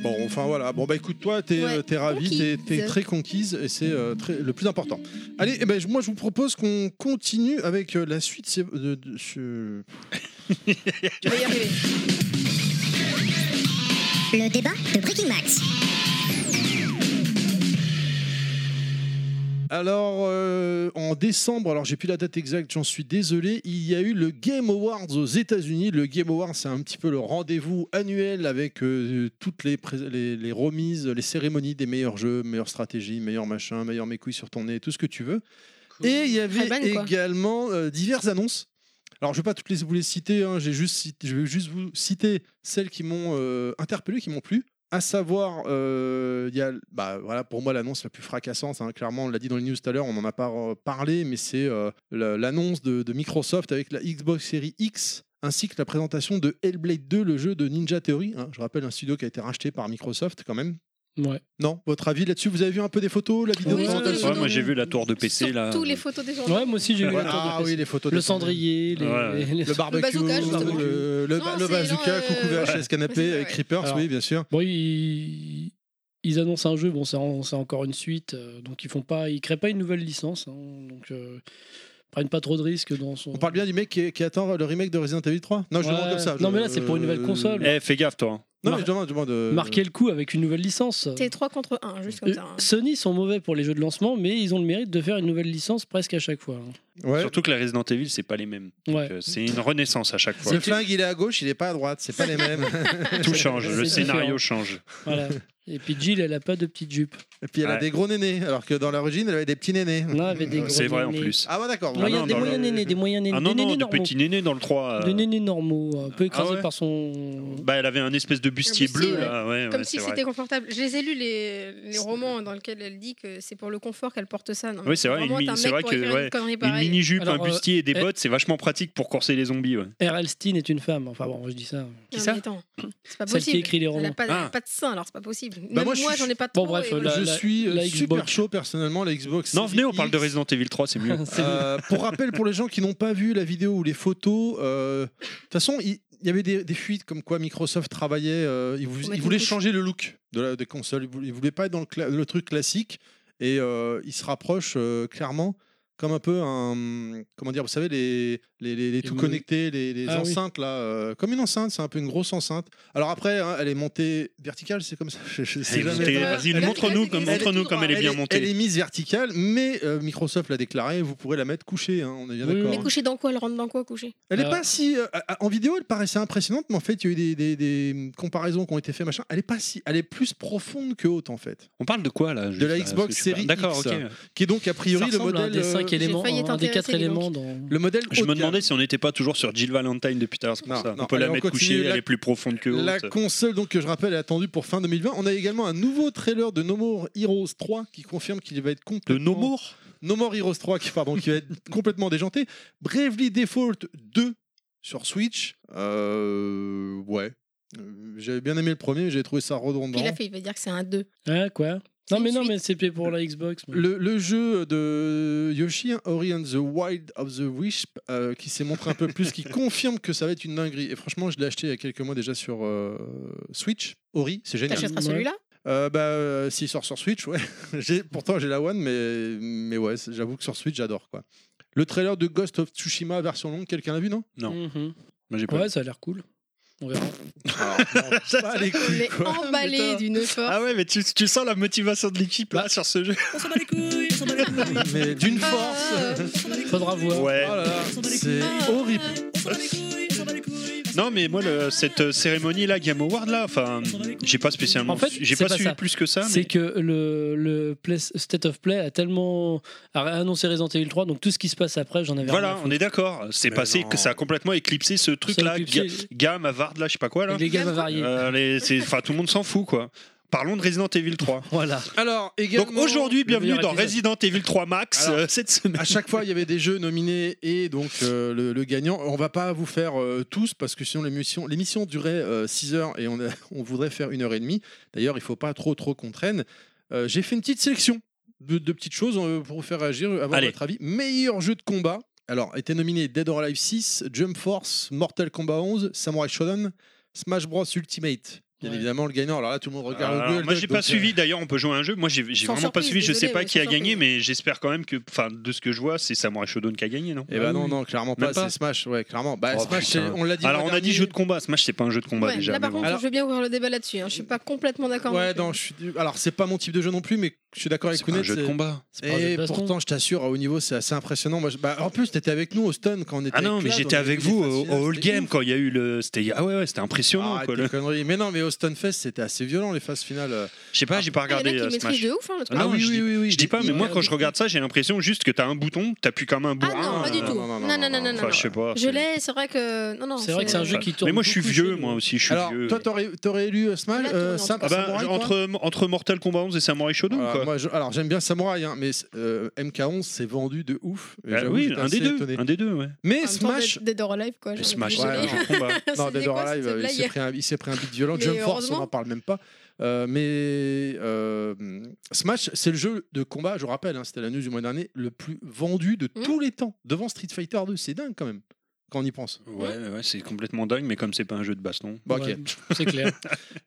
Speaker 2: Bon, enfin voilà, bon bah écoute, toi t'es
Speaker 4: Ouais,
Speaker 2: euh, t'es ravie,
Speaker 4: conquise.
Speaker 2: t'es- t'es très conquise et c'est euh, très- le plus important. Allez, eh ben, je- moi je vous propose qu'on continue avec euh, la suite. c'est- de- de- ce-
Speaker 4: Tu vas y arriver.
Speaker 6: Le débat de Breaking Max.
Speaker 2: Alors, euh, en décembre, alors j'ai plus la date exacte, j'en suis désolé, il y a eu le Game Awards aux États-Unis. Le Game Awards, c'est un petit peu le rendez-vous annuel avec euh, toutes les, pré- les, les remises, les cérémonies des meilleurs jeux, meilleures stratégies, meilleurs machins, meilleurs mécouilles sur ton nez, tout ce que tu veux. Et il y avait
Speaker 4: Ray-Ban, quoi.
Speaker 2: également euh, diverses annonces. Alors, je ne vais pas toutes les, vous les citer, hein, j'ai juste cité- je vais juste vous citer celles qui m'ont euh, interpellé, qui m'ont plu. À savoir, euh, il y a, bah, voilà, pour moi, l'annonce la plus fracassante, hein, clairement, on l'a dit dans les news tout à l'heure, on n'en a pas euh, parlé, mais c'est euh, la- l'annonce de, de Microsoft avec la Xbox Series X, ainsi que la présentation de Hellblade 2, le jeu de Ninja Theory. hein. je rappelle un studio qui a été racheté par Microsoft quand même.
Speaker 5: Ouais.
Speaker 2: Non, votre avis là-dessus Vous avez vu un peu des photos, la vidéo
Speaker 4: Oui,
Speaker 2: de
Speaker 4: surtout les
Speaker 2: présentation
Speaker 3: Ouais, moi
Speaker 4: photos.
Speaker 3: j'ai vu la tour de PC là.
Speaker 4: Surtout les photos des gens.
Speaker 5: Ouais, moi aussi j'ai vu
Speaker 2: Ouais,
Speaker 5: la tour de
Speaker 2: Ah
Speaker 5: Pise.
Speaker 2: oui, les photos.
Speaker 5: Le
Speaker 2: des photos.
Speaker 5: cendrier, les,
Speaker 3: Ouais.
Speaker 5: les- les-
Speaker 2: Le barbecue,
Speaker 4: bazooka, justement.
Speaker 2: le, le,
Speaker 4: Non,
Speaker 2: ba- le
Speaker 4: c'est dans,
Speaker 2: bazooka,
Speaker 4: euh,
Speaker 2: coucou VHS canapé,
Speaker 4: Ouais.
Speaker 2: euh, Creepers,
Speaker 5: Alors.
Speaker 2: oui, bien sûr.
Speaker 5: Bon, ils, ils annoncent un jeu, bon, c'est en- c'est encore une suite, euh, donc ils font pas, ils créent pas une nouvelle licence, hein, donc euh, ils prennent pas trop de risques dans son.
Speaker 2: On parle bien du mec qui, qui attend le remake de Resident Evil 3 Non, je
Speaker 5: Ouais.
Speaker 2: demande comme ça. je-
Speaker 5: Non, mais là, c'est pour une nouvelle console.
Speaker 3: Eh, fais gaffe toi.
Speaker 2: Non, mais je demande. Je demande euh,
Speaker 5: Marquer le coup avec une nouvelle licence.
Speaker 4: C'est 3 contre 1, juste comme
Speaker 5: Euh,
Speaker 4: ça. hein.
Speaker 5: Sony sont mauvais pour les jeux de lancement, mais ils ont le mérite de faire une nouvelle licence presque à chaque fois. hein.
Speaker 2: ouais.
Speaker 3: Surtout que les Resident Evil c'est pas les mêmes.
Speaker 5: Ouais.
Speaker 3: Euh, C'est une renaissance à chaque fois.
Speaker 2: Le flingue, il est à gauche, il est pas à droite, c'est pas les mêmes.
Speaker 3: euh, Tout change, le
Speaker 5: C'est
Speaker 3: scénario
Speaker 5: différent.
Speaker 3: change.
Speaker 5: Voilà. Et puis Jill, elle a pas de petite jupe.
Speaker 2: Et puis elle a
Speaker 3: Ouais.
Speaker 2: des gros nénés, alors que dans l'origine, elle avait des petits nénés.
Speaker 5: Non, elle avait des gros
Speaker 3: C'est vrai en
Speaker 5: nénés.
Speaker 3: plus.
Speaker 2: Ah ouais, d'accord.
Speaker 3: Ah
Speaker 5: Moyen-
Speaker 3: non,
Speaker 5: des
Speaker 3: dans
Speaker 5: moyens
Speaker 3: le-
Speaker 5: nénés, des moyens nénés,
Speaker 3: Ah non,
Speaker 5: des
Speaker 3: non,
Speaker 5: nénés
Speaker 3: du
Speaker 5: normaux.
Speaker 3: petit néné dans le 3. euh, Ah
Speaker 5: Des nénés normaux, un peu écrasés
Speaker 3: ouais
Speaker 5: par son.
Speaker 3: Bah, elle avait un espèce de bustier
Speaker 4: Un bustier,
Speaker 3: bleu là. Ouais, ouais,
Speaker 4: Comme
Speaker 3: c'est
Speaker 4: si
Speaker 3: vrai.
Speaker 4: c'était confortable. Je les ai lus, les, les romans dans lesquels elle dit que c'est pour le confort qu'elle porte ça. Non,
Speaker 3: Oui, c'est vrai,
Speaker 4: vraiment,
Speaker 3: une mi-
Speaker 4: t'as un
Speaker 3: c'est
Speaker 4: mec
Speaker 3: vrai
Speaker 4: pour
Speaker 3: que,
Speaker 4: écrire
Speaker 3: ouais,
Speaker 4: une connerie
Speaker 3: Une
Speaker 4: pareille.
Speaker 3: mini-jupe, un
Speaker 5: Alors, euh,
Speaker 3: bustier et des
Speaker 5: eh-
Speaker 3: bottes, c'est vachement pratique pour corser les zombies. Ah ouais.
Speaker 5: R.L. Stein est une femme. Enfin bon, je dis ça.
Speaker 4: Non, mais
Speaker 3: ça
Speaker 4: attends, C'est pas
Speaker 5: Celle qui
Speaker 4: possible.
Speaker 5: écrit les
Speaker 4: Elle a
Speaker 5: romans.
Speaker 4: pas, elle a
Speaker 3: Ah.
Speaker 4: pas de sein, alors c'est pas possible.
Speaker 2: Bah,
Speaker 4: Même
Speaker 2: moi,
Speaker 4: moi,
Speaker 2: je suis-
Speaker 4: j'en ai pas
Speaker 5: Bon,
Speaker 4: trop.
Speaker 5: bref,
Speaker 4: et voilà.
Speaker 5: la-
Speaker 2: je suis euh,
Speaker 5: la
Speaker 2: super
Speaker 5: Xbox.
Speaker 2: chaud personnellement, la Xbox.
Speaker 3: Non, venez, on
Speaker 2: Series
Speaker 3: parle de
Speaker 2: X.
Speaker 3: Resident Evil 3, c'est mieux.
Speaker 5: C'est
Speaker 2: Euh, pour rappel, pour les gens qui n'ont pas vu la vidéo ou les photos, euh, de toute façon, il il y avait des, des fuites comme quoi Microsoft travaillait, euh, il, vou-
Speaker 4: Pour
Speaker 2: il
Speaker 4: mettre
Speaker 2: voulait
Speaker 4: une couche.
Speaker 2: changer le look de la, des consoles, il voulait, il voulait pas être dans le, cla- le truc classique et euh, il se rapproche euh, clairement comme un peu un comment dire vous savez les les, les- les tout
Speaker 5: Une-
Speaker 2: connectés les, les
Speaker 5: Ah oui.
Speaker 2: enceintes là euh, comme une enceinte c'est un peu une grosse enceinte alors après hein, elle est montée verticale c'est comme ça je, je sais
Speaker 3: Elle est
Speaker 2: jamais.
Speaker 3: montée-
Speaker 4: Ouais.
Speaker 3: Vas-y,
Speaker 4: Elle est-
Speaker 3: montre-nous
Speaker 4: elle est-
Speaker 3: comme,
Speaker 4: elle est
Speaker 3: montre-nous
Speaker 4: tout
Speaker 3: comme elle est
Speaker 4: droit.
Speaker 3: bien
Speaker 2: elle,
Speaker 3: montée.
Speaker 2: elle est mise verticale, mais euh, Microsoft l'a déclaré, vous pourrez la mettre couchée, hein, on est bien
Speaker 5: Oui,
Speaker 2: d'accord.
Speaker 5: oui.
Speaker 4: Mais coucher dans quoi Elle rentre dans quoi coucher
Speaker 2: Elle est
Speaker 5: Ah.
Speaker 2: pas si. euh, à- à- en vidéo, elle paraissait impressionnante, mais en fait, il y a eu des, des- des comparaisons qui ont été faites, machin. Elle est pas si. Elle est plus profonde que haute, en fait.
Speaker 3: On parle de quoi là juste,
Speaker 2: la
Speaker 3: là,
Speaker 2: Xbox
Speaker 3: parce que je suis pas-
Speaker 2: Series
Speaker 3: D'accord,
Speaker 2: X.
Speaker 3: ok.
Speaker 2: Qui est donc, a
Speaker 5: Ça
Speaker 2: priori, le
Speaker 5: ressemble à un
Speaker 2: modèle.
Speaker 5: des
Speaker 2: euh,
Speaker 5: cinq éléments,
Speaker 4: failli être
Speaker 5: un des quatre
Speaker 4: intéressée, dis
Speaker 5: éléments dans.
Speaker 2: le modèle
Speaker 3: Je
Speaker 2: haut
Speaker 3: me
Speaker 2: de gamme.
Speaker 3: demandais si on n'était pas toujours sur Jill Valentine depuis tout à l'heure, c'est pour
Speaker 2: Non,
Speaker 3: ça.
Speaker 2: non,
Speaker 3: On peut la
Speaker 2: allez, on
Speaker 3: mettre
Speaker 2: continue,
Speaker 3: couchée,
Speaker 2: la-
Speaker 3: elle est plus profonde que
Speaker 2: La
Speaker 3: haute.
Speaker 2: console, donc, que je rappelle, est attendue pour fin 2020. On a également un nouveau trailer de No More Heroes 3 qui confirme qu'il va être
Speaker 3: De
Speaker 2: complètement.
Speaker 3: No More
Speaker 2: No More Heroes 3 qui, pardon, qui va être complètement déjanté. Bravely Default 2 sur Switch. Euh, ouais. Euh, J'avais bien aimé le premier, mais j'avais trouvé ça redondant.
Speaker 4: Puis là, il va dire que c'est un 2.
Speaker 5: Hein, quoi Non, mais non, mais c'était pour la Xbox. mais-
Speaker 2: Le, le jeu de Yoshi, hein, Ori and the Wild of the Wisp, euh, qui s'est montré un peu plus, qui confirme que ça va être une dinguerie. Et franchement, je l'ai acheté il y a quelques mois déjà sur euh, Switch. Ori, c'est génial.
Speaker 4: T'achèteras
Speaker 5: Ouais.
Speaker 4: celui-là
Speaker 2: Euh, bah, euh, s'il sort sur Switch, ouais. J'ai- pourtant, j'ai la One, mais, mais ouais, c'est- j'avoue que sur Switch, j'adore quoi. Le trailer de Ghost of Tsushima version longue, quelqu'un l'a vu, non
Speaker 3: Non.
Speaker 5: Mhm.
Speaker 3: Moi, j'ai pas
Speaker 5: Ouais, ça a l'air cool. On verra.
Speaker 2: Pas les couilles,
Speaker 4: On est
Speaker 2: quoi.
Speaker 4: emballé
Speaker 3: Putain.
Speaker 4: d'une force.
Speaker 3: Ah ouais, mais tu, tu sens la motivation de l'équipe là sur ce jeu.
Speaker 2: Mais d'une force
Speaker 4: Ah, euh,
Speaker 5: Faudra voir.
Speaker 3: Ouais.
Speaker 2: Oh là là, c'est
Speaker 4: Ah.
Speaker 2: horrible.
Speaker 3: Non, mais moi, le- cette euh, cérémonie là, Game Award là, enfin, j'ai pas spécialement,
Speaker 5: En fait,
Speaker 3: su- j'ai
Speaker 5: c'est
Speaker 3: pas,
Speaker 5: pas
Speaker 3: suivi
Speaker 5: ça.
Speaker 3: plus que ça.
Speaker 5: C'est
Speaker 3: Mais...
Speaker 5: que le, le play- State of Play a tellement a annoncé Resident Evil 3, donc tout ce qui se passe après, j'en avais rien à
Speaker 3: Voilà,
Speaker 5: foutre.
Speaker 3: on est d'accord. C'est
Speaker 2: Mais
Speaker 3: passé
Speaker 2: non.
Speaker 3: que ça a complètement éclipsé ce truc là,
Speaker 5: éclipsé.
Speaker 3: gamme Avard là, je sais pas quoi là.
Speaker 5: Et Les gammes variés.
Speaker 3: Euh, les- c'est- Enfin, tout le monde s'en fout quoi. Parlons de Resident Evil 3.
Speaker 5: Voilà.
Speaker 2: Alors, également.
Speaker 3: Donc aujourd'hui, bienvenue
Speaker 5: meilleur
Speaker 3: dans
Speaker 5: épisode.
Speaker 3: Resident Evil 3 Max
Speaker 2: Alors,
Speaker 3: euh, cette semaine.
Speaker 2: à chaque fois, il y avait des jeux nominés et donc euh, le, le gagnant. On va pas vous faire euh, tous parce que sinon l'émission l'émission durait 6 heures et on, a- on voudrait faire une heure et demie. D'ailleurs, il faut pas trop trop qu'on traîne. Euh, J'ai fait une petite sélection de, de petites choses euh, pour vous faire réagir, avoir
Speaker 3: Allez.
Speaker 2: votre avis. Meilleur jeu de combat. Alors, étaient nominés Dead or Alive 6, Jump Force, Mortal Kombat 11, Samurai Shodown, Smash Bros Ultimate. Bien
Speaker 5: Ouais.
Speaker 2: évidemment, le gagnant. Alors là, tout le monde regarde
Speaker 3: Alors,
Speaker 2: le Google
Speaker 3: Ah, moi
Speaker 2: Doc,
Speaker 3: j'ai pas
Speaker 2: donc, euh,
Speaker 3: suivi d'ailleurs on peut jouer à un jeu moi j'ai j'ai
Speaker 4: Sans
Speaker 3: vraiment pas
Speaker 4: surprise,
Speaker 3: suivi je sais
Speaker 4: désolé,
Speaker 3: pas
Speaker 4: mais
Speaker 3: qui a
Speaker 4: sans
Speaker 3: gagné
Speaker 4: surprise.
Speaker 3: mais j'espère quand même que enfin de ce que je vois c'est Samurai Shodown qui a gagné non
Speaker 2: Eh ben non, non, clairement
Speaker 3: Ah Même
Speaker 2: pas.
Speaker 3: pas
Speaker 2: C'est Smash, ouais, clairement. Bah,
Speaker 3: Oh,
Speaker 2: Smash,
Speaker 3: putain.
Speaker 2: c'est- on l'a dit.
Speaker 3: alors
Speaker 2: le
Speaker 3: on a dit
Speaker 2: dernier.
Speaker 3: jeu de combat Smash c'est pas un jeu de combat
Speaker 4: ouais,
Speaker 3: déjà
Speaker 4: là, par
Speaker 3: mais
Speaker 4: contre,
Speaker 3: bon.
Speaker 2: Alors-
Speaker 4: je veux bien ouvrir le débat là-dessus. hein. Je suis pas complètement d'accord.
Speaker 2: Ouais,
Speaker 4: non
Speaker 2: non, je suis... alors c'est pas mon type de jeu non plus, mais je suis d'accord avec
Speaker 3: c'est pas un
Speaker 2: Kounet.
Speaker 3: jeu de
Speaker 2: c'est-
Speaker 3: combat
Speaker 5: C'est pas un jeu de
Speaker 2: Et
Speaker 5: baston.
Speaker 2: pourtant, je t'assure, à haut niveau, c'est assez impressionnant. Moi, je- bah, en plus, t'étais avec nous au stun quand on était.
Speaker 3: Ah non, mais j'étais avec vous au, au All Game quand il y a eu le. C'était ah ouais, ouais c'était impressionnant.
Speaker 2: Ah,
Speaker 3: quoi, le-
Speaker 2: conneries. Mais non, mais au Stunfest, c'était assez violent les phases finales.
Speaker 3: Je sais pas, j'ai pas
Speaker 4: Il y en
Speaker 3: regardé
Speaker 4: a qui
Speaker 3: euh,
Speaker 4: maîtrisent
Speaker 3: Smash.
Speaker 4: de ouf. hein, le truc.
Speaker 3: Ah non,
Speaker 2: oui,
Speaker 3: je
Speaker 2: oui,
Speaker 3: dis-
Speaker 2: oui, oui.
Speaker 3: Je dis pas, mais moi quand je regarde ça, j'ai l'impression juste que t'as un bouton, t'appuies comme un bourrin.
Speaker 4: Ah non, pas du
Speaker 3: euh,
Speaker 4: tout.
Speaker 2: non, non,
Speaker 4: Non,
Speaker 2: non,
Speaker 4: non, non, non,
Speaker 3: enfin,
Speaker 4: non.
Speaker 3: je sais pas.
Speaker 4: Je l'ai, c'est vrai que. Non, non.
Speaker 5: C'est vrai que c'est un jeu qui tourne.
Speaker 3: Mais moi je suis
Speaker 5: beaucoup
Speaker 3: vieux,
Speaker 5: chez nous.
Speaker 3: moi aussi, je suis
Speaker 2: Alors,
Speaker 3: vieux.
Speaker 2: toi, t'aurais t'aurais élu euh, Smash,
Speaker 4: Là,
Speaker 2: euh,
Speaker 4: tourne en
Speaker 2: Sam-
Speaker 3: Ah bah,
Speaker 2: Samurai, toi
Speaker 3: entre, entre Mortal Kombat 11 et Samurai Shodown
Speaker 2: Voilà,
Speaker 3: quoi.
Speaker 2: Ah, moi, je- alors j'aime bien Samurai, hein, mais euh, MK11 s'est vendu de ouf. Et
Speaker 3: Ah
Speaker 2: j'avoue,
Speaker 3: oui,
Speaker 2: j'étais
Speaker 3: un des
Speaker 2: assez
Speaker 3: deux,
Speaker 2: étonné.
Speaker 3: un des deux, ouais.
Speaker 2: Mais Smash,
Speaker 4: Dead or Alive, quoi.
Speaker 3: Et
Speaker 4: j'en ai
Speaker 3: Smash,
Speaker 4: plus
Speaker 3: c'est
Speaker 2: ouais,
Speaker 4: jamais.
Speaker 3: un jeu de combat.
Speaker 2: Non,
Speaker 4: C'était
Speaker 2: Dead or
Speaker 4: quoi,
Speaker 2: Alive,
Speaker 4: cette
Speaker 2: euh, il s'est
Speaker 4: blague
Speaker 2: pris un, il s'est pris un beat violent.
Speaker 4: Mais
Speaker 2: Jump Force, on
Speaker 4: heureusement.
Speaker 2: n'en parle même pas. Euh, mais euh, Smash, c'est le jeu de combat, je vous rappelle, hein, c'était la news du mois dernier, le plus vendu de
Speaker 4: Hmm.
Speaker 2: tous les temps, devant Street Fighter 2. C'est dingue quand même, quand on y pense.
Speaker 3: Ouais, ouais, c'est complètement dingue, mais comme c'est pas un jeu de baston.
Speaker 2: Bon, ok.
Speaker 5: Ouais, C'est clair.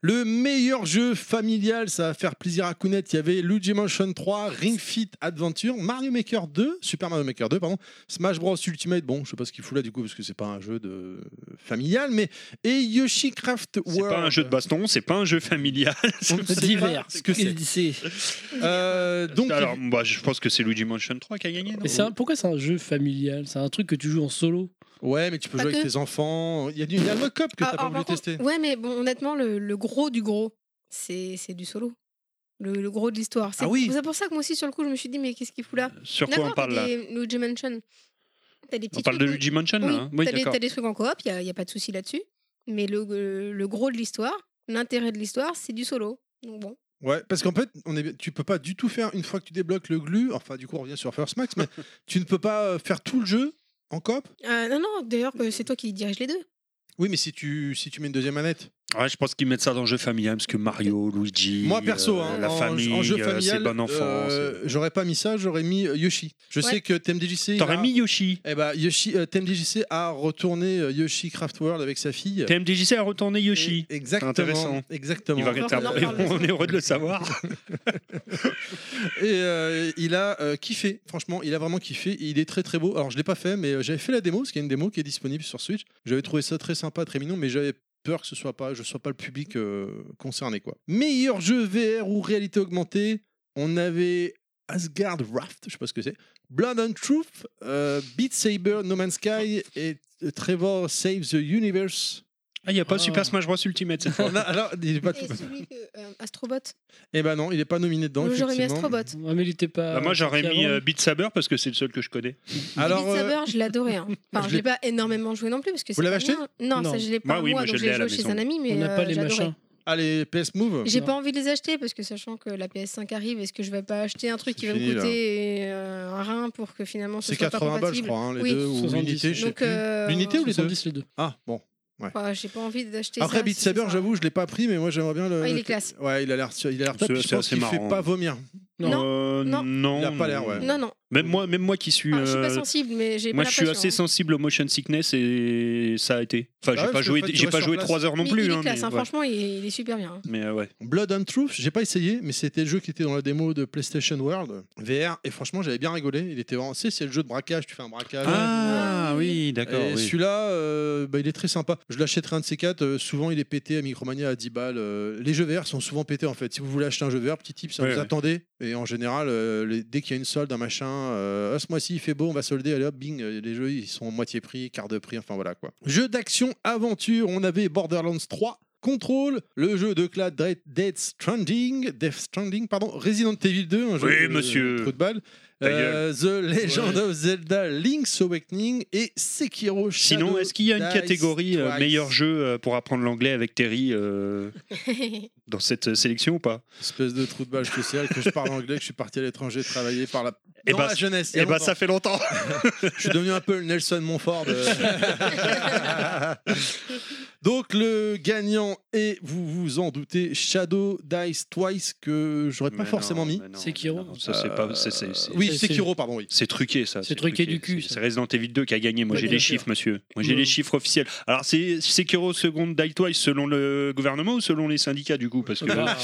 Speaker 2: Le meilleur jeu familial, ça va faire plaisir à Kounet. Il y avait Luigi Mansion 3, Ring Fit Adventure, Mario Maker 2, Super Mario Maker 2, pardon, Smash Bros Ultimate. Bon, je sais pas ce qu'il fout là du coup, parce que c'est pas un jeu de euh, familial, mais. Et Yoshi Craft World.
Speaker 3: C'est pas un jeu de baston, c'est pas un jeu familial.
Speaker 2: On ne sait pas
Speaker 5: Divers.
Speaker 2: ce que c'est.
Speaker 5: c'est
Speaker 2: Euh, donc,
Speaker 3: Alors, bah, je pense que c'est Luigi Mansion 3 qui a gagné. non
Speaker 5: Mais c'est un- pourquoi c'est un jeu familial C'est un truc que tu joues en solo
Speaker 2: ouais, mais tu peux
Speaker 4: Pas
Speaker 2: jouer avec
Speaker 4: que.
Speaker 2: tes enfants. Il y a du il y a le mock-up que
Speaker 4: Ah,
Speaker 2: t'as pas
Speaker 4: alors,
Speaker 2: voulu
Speaker 4: par contre,
Speaker 2: tester.
Speaker 4: Ouais, mais bon, honnêtement, le, le gros du gros, c'est c'est du solo. Le, le gros de l'histoire. C'est
Speaker 2: Ah oui.
Speaker 4: c'est pour ça que moi aussi, sur le coup, je me suis dit, mais qu'est-ce qu'il fout là
Speaker 3: Sur quoi on
Speaker 4: D'accord, t'as
Speaker 3: parle là
Speaker 4: des Luigi Mansion. T'as des petits
Speaker 3: On parle de
Speaker 4: trucs où-
Speaker 3: Luigi Mansion
Speaker 4: Oui,
Speaker 3: là hein Oui,
Speaker 4: t'as des,
Speaker 3: d'accord.
Speaker 4: t'as des trucs en coop, il n'y a, pas de souci là-dessus. Mais le, euh, le gros de l'histoire, l'intérêt de l'histoire, c'est du solo. Donc bon.
Speaker 2: Ouais, parce qu'en fait, on est, tu peux pas du tout faire une fois que tu débloques le glu. Enfin, du coup, on revient sur First Max, mais tu ne peux pas euh, faire tout le jeu en coop.
Speaker 4: Euh, non, non, d'ailleurs, que c'est toi qui dirige les deux.
Speaker 2: Oui, mais si tu si tu mets une deuxième manette.
Speaker 3: Ouais, je pense qu'ils mettent ça dans le jeu familial parce que Mario, Luigi,
Speaker 2: Moi perso,
Speaker 3: euh,
Speaker 2: hein,
Speaker 3: la
Speaker 2: en,
Speaker 3: famille,
Speaker 2: en jeu
Speaker 3: euh, c'est
Speaker 2: familial,
Speaker 3: bon enfant.
Speaker 2: euh, j'aurais pas mis ça, j'aurais mis euh, Yoshi. Je
Speaker 4: Ouais.
Speaker 2: sais que TMDJC.
Speaker 3: c'est-
Speaker 2: il
Speaker 3: T'aurais
Speaker 2: a-
Speaker 3: mis Yoshi.
Speaker 2: Eh ben, Yoshi, euh, TMDJC a retourné euh, Yoshi Craft World avec sa fille.
Speaker 3: TMDJC a retourné Yoshi.
Speaker 2: Et- Exactement.
Speaker 3: Intéressant.
Speaker 2: Exactement.
Speaker 3: Il va
Speaker 4: Encore,
Speaker 3: rester
Speaker 4: on en
Speaker 3: après,
Speaker 4: parle.
Speaker 3: on est heureux de le savoir.
Speaker 2: Et euh, il a euh, kiffé, franchement, il a vraiment kiffé. Il est très très beau. Alors je l'ai pas fait, mais euh, j'avais fait la démo, parce qu'il y a une démo qui est disponible sur Switch. J'avais trouvé ça très sympa, très mignon, mais j'avais peur que ce soit pas, je sois pas le public euh, concerné quoi. Meilleur jeu VR ou réalité augmentée, on avait Asgard Raft, je sais pas ce que c'est, Blood and Truth, euh, Beat Saber, No Man's Sky et euh, Trevor Saves the Universe.
Speaker 3: Ah, il n'y a pas
Speaker 5: Ah.
Speaker 3: Super Smash Bros Ultimate cette fois.
Speaker 2: On a- alors, il est pas tout.
Speaker 4: Et celui que. euh, Astrobot.
Speaker 2: Eh ben non, il est pas nominé dedans.
Speaker 4: Moi, J'aurais mis
Speaker 2: effectivement.
Speaker 4: Astrobot.
Speaker 5: Ah, mais il était pas.
Speaker 3: Bah, moi j'aurais
Speaker 5: sorti
Speaker 3: mis
Speaker 5: avant.
Speaker 3: euh, Beat Saber parce que c'est le seul que je connais.
Speaker 4: Alors,
Speaker 2: Alors, euh,
Speaker 4: je l'adorais. hein. Enfin,
Speaker 2: je
Speaker 4: je l'ai
Speaker 2: l'ai-
Speaker 4: pas énormément joué non plus. Parce que
Speaker 2: Vous
Speaker 4: c'est
Speaker 2: l'avez
Speaker 4: pas
Speaker 2: acheté
Speaker 4: bien. non,
Speaker 5: Non.
Speaker 4: ça, je l'ai
Speaker 3: Moi,
Speaker 4: pas.
Speaker 3: oui,
Speaker 4: moi,
Speaker 3: moi, je
Speaker 4: donc je
Speaker 3: l'ai à
Speaker 4: l'ai
Speaker 3: la
Speaker 4: joué chez
Speaker 3: maison.
Speaker 4: un ami, mais
Speaker 5: On n'a pas
Speaker 4: euh,
Speaker 5: les
Speaker 4: j'adorais.
Speaker 5: machins.
Speaker 2: allez, PS Move.
Speaker 4: J'ai
Speaker 5: Non.
Speaker 4: pas envie de les acheter parce que sachant que la PS5 arrive, est-ce que je vais pas acheter un truc
Speaker 2: C'est
Speaker 4: qui va
Speaker 2: fini,
Speaker 4: me
Speaker 2: là.
Speaker 4: coûter euh, un rein pour que finalement ce
Speaker 2: C'est
Speaker 4: soit pas
Speaker 2: 80 balles, je
Speaker 4: compatible
Speaker 2: crois, hein, les
Speaker 4: Oui.
Speaker 2: deux, ou
Speaker 5: 70,
Speaker 2: l'unité, je sais
Speaker 4: Donc,
Speaker 2: plus.
Speaker 4: euh,
Speaker 2: L'unité ou les deux
Speaker 5: 70, les deux.
Speaker 2: Ah, bon.
Speaker 4: Enfin, J'ai pas envie d'acheter
Speaker 2: Après,
Speaker 4: ça,
Speaker 2: Beat
Speaker 4: si c'est
Speaker 2: Saber,
Speaker 4: ça.
Speaker 2: j'avoue, je l'ai pas pris, mais moi j'aimerais bien le.
Speaker 4: Ah, il est classe.
Speaker 2: Ouais, il a l'air, il a l'air top.
Speaker 3: C'est-
Speaker 2: puis Je
Speaker 3: c'est
Speaker 2: pense
Speaker 3: assez
Speaker 2: qu'il fait
Speaker 3: marrant. hein.
Speaker 2: pas vomir.
Speaker 4: Non,
Speaker 3: Euh,
Speaker 4: non.
Speaker 2: Il a pas l'air, ouais.
Speaker 4: Non, non.
Speaker 3: Même moi, même moi qui suis.
Speaker 4: Ah, je suis pas
Speaker 3: euh,
Speaker 4: sensible, mais j'ai
Speaker 3: Moi,
Speaker 4: pas hein.
Speaker 3: je suis
Speaker 4: la passion,
Speaker 3: assez sensible au motion sickness et ça a été. Enfin,
Speaker 2: Bah
Speaker 3: j'ai
Speaker 2: ouais,
Speaker 3: pas
Speaker 2: parce que
Speaker 3: joué,
Speaker 2: en fait, tu
Speaker 3: j'ai
Speaker 2: vas
Speaker 3: pas
Speaker 2: sur
Speaker 3: joué
Speaker 2: place.
Speaker 3: trois heures non
Speaker 4: Il-
Speaker 3: plus.
Speaker 4: Il est
Speaker 3: hein,
Speaker 4: classe,
Speaker 3: mais,
Speaker 4: hein,
Speaker 3: ouais.
Speaker 4: franchement, il est, il est super bien. hein.
Speaker 3: Mais, euh, ouais.
Speaker 2: Blood and Truth, j'ai pas essayé, mais c'était le jeu qui était dans la démo de PlayStation World VR. Et franchement, j'avais bien rigolé. Il était vraiment. Tu sais, c'est le jeu de braquage, tu fais un braquage.
Speaker 3: Ah oui, d'accord.
Speaker 2: Et
Speaker 3: oui.
Speaker 2: celui-là, euh, bah, il est très sympa. Je l'achèterai un de ces quatre. Euh, souvent, il est pété à Micromania à 10 balles. Euh, les jeux VR sont souvent pétés en fait. Si vous voulez acheter un jeu VR, petit tip, ça
Speaker 3: Ouais,
Speaker 2: vous
Speaker 3: ouais.
Speaker 2: attendez. Et en général, euh, les- dès qu'il y a une solde, un machin, euh, Ah, ce mois-ci il fait beau, on va solder, allez hop, bing, euh, les jeux ils sont moitié prix, quart de prix, enfin voilà quoi. Jeu d'action aventure, on avait Borderlands 3. Control, le jeu de Clad Dead Stranding, Death Stranding, pardon, Resident Evil 2, un jeu
Speaker 3: Oui,
Speaker 2: de-
Speaker 3: monsieur.
Speaker 2: de trou de balle.
Speaker 3: Ta gueule.
Speaker 2: Euh, The Legend of Zelda Link's Awakening et Sekiro Shadow
Speaker 3: Sinon, est-ce qu'il y a une
Speaker 2: Dies
Speaker 3: catégorie euh,
Speaker 2: Twice.
Speaker 3: meilleur jeu euh, pour apprendre l'anglais avec Terry euh, dans cette euh, sélection ou pas
Speaker 2: Espèce de trou de balle spécial que je parle anglais, que je suis parti à l'étranger travailler par la,
Speaker 3: Eh
Speaker 2: dans
Speaker 3: ben,
Speaker 2: la jeunesse. il y a
Speaker 3: Eh ben,
Speaker 2: longtemps.
Speaker 3: ça fait longtemps.
Speaker 2: Je suis devenu un peu le Nelson Montfort. de- Donc le gagnant est, vous vous en doutez, Shadow Dice Twice que j'aurais pas
Speaker 3: Mais
Speaker 2: forcément
Speaker 3: non,
Speaker 2: mis. Euh,
Speaker 3: mais non,
Speaker 5: Sekiro.
Speaker 3: mais non, Ça c'est pas. c'est- c'est- c'est-
Speaker 2: Oui,
Speaker 5: C'est-
Speaker 2: Sekiro, pardon, oui.
Speaker 3: C'est truqué ça.
Speaker 5: C'est truqué du cul,
Speaker 3: C'est-
Speaker 5: ça.
Speaker 3: C'est Resident Evil 2 qui a gagné. Moi
Speaker 5: Ouais,
Speaker 3: j'ai
Speaker 5: bien
Speaker 3: les
Speaker 5: sûr.
Speaker 3: chiffres, monsieur. Moi j'ai les
Speaker 5: Mm.
Speaker 3: chiffres officiels. Alors c'est Sekiro Second Die Twice selon le gouvernement ou selon les syndicats du coup Parce que
Speaker 5: Bah,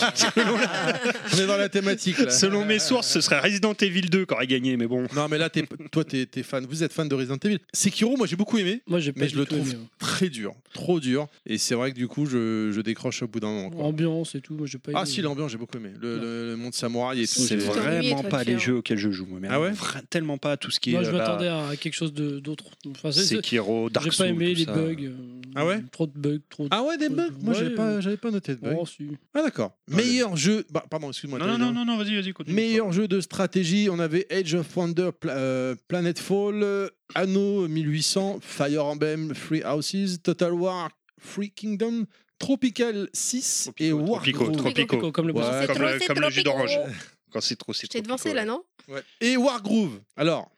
Speaker 2: On est dans la thématique là.
Speaker 3: selon mes sources, ce serait Resident Evil 2 qui aurait gagné. Mais bon.
Speaker 2: Non mais là, t'es- toi, t'es es fan, vous êtes fan de Resident Evil. Sekiro, moi j'ai beaucoup aimé.
Speaker 5: moi, j'ai pas
Speaker 2: Mais
Speaker 5: du
Speaker 2: je le
Speaker 5: tout
Speaker 2: trouve
Speaker 5: aimé, hein.
Speaker 2: très dur, trop dur. Et c'est vrai que du coup, je, je décroche au bout d'un moment. quoi.
Speaker 5: Ambiance et tout, moi, j'ai pas
Speaker 2: Ah
Speaker 5: aimé.
Speaker 2: si, l'ambiance, j'ai beaucoup aimé. Le, le- le monde samouraï et tout.
Speaker 3: C'est
Speaker 2: j'ai-
Speaker 4: vrai.
Speaker 3: vraiment
Speaker 4: toi,
Speaker 3: pas
Speaker 4: Pierre.
Speaker 3: les jeux auxquels je joue moi. mais
Speaker 2: Ah ouais
Speaker 3: vra- Tellement pas tout ce qui
Speaker 5: Moi,
Speaker 3: est.
Speaker 5: je
Speaker 3: euh, bah,
Speaker 5: m'attendais à quelque chose de- d'autre. Enfin, c'est- c'est-
Speaker 3: Sekiro, Dark
Speaker 5: j'ai
Speaker 3: Souls.
Speaker 5: pas aimé
Speaker 3: tout
Speaker 5: les
Speaker 3: ça.
Speaker 5: bugs. euh,
Speaker 2: Ah ouais
Speaker 5: Trop de bugs, trop de.
Speaker 2: Ah ouais, des bugs Moi, j'avais
Speaker 5: Ouais.
Speaker 2: pas, j'avais pas noté de bugs.
Speaker 5: Oh, si.
Speaker 2: Ah d'accord. Meilleur jeu... bah, pardon, excuse-moi.
Speaker 3: Non,
Speaker 2: t'as
Speaker 3: non,
Speaker 2: raison.
Speaker 3: non, non, non, vas-y, vas-y, continue.
Speaker 2: Meilleur jeu de stratégie, on avait Age of Wonder, Pla- euh, Planetfall, euh, Anno 1800, Fire Emblem, Free Houses, Total War, Free Kingdom, Tropical 6 et War
Speaker 3: Tropico,
Speaker 2: Groove.
Speaker 3: Tropico.
Speaker 5: Tropico, comme le
Speaker 2: Ouais.
Speaker 5: boss.
Speaker 4: C'est
Speaker 3: Comme
Speaker 4: trop,
Speaker 3: le-
Speaker 4: c'est
Speaker 3: comme le jus
Speaker 4: tropico.
Speaker 3: d'orange. Quand c'est trop, c'est
Speaker 4: Je t'ai
Speaker 3: trop
Speaker 4: devancé
Speaker 3: piquant,
Speaker 4: là,
Speaker 3: ouais.
Speaker 4: non
Speaker 2: Et War Groove. Alors,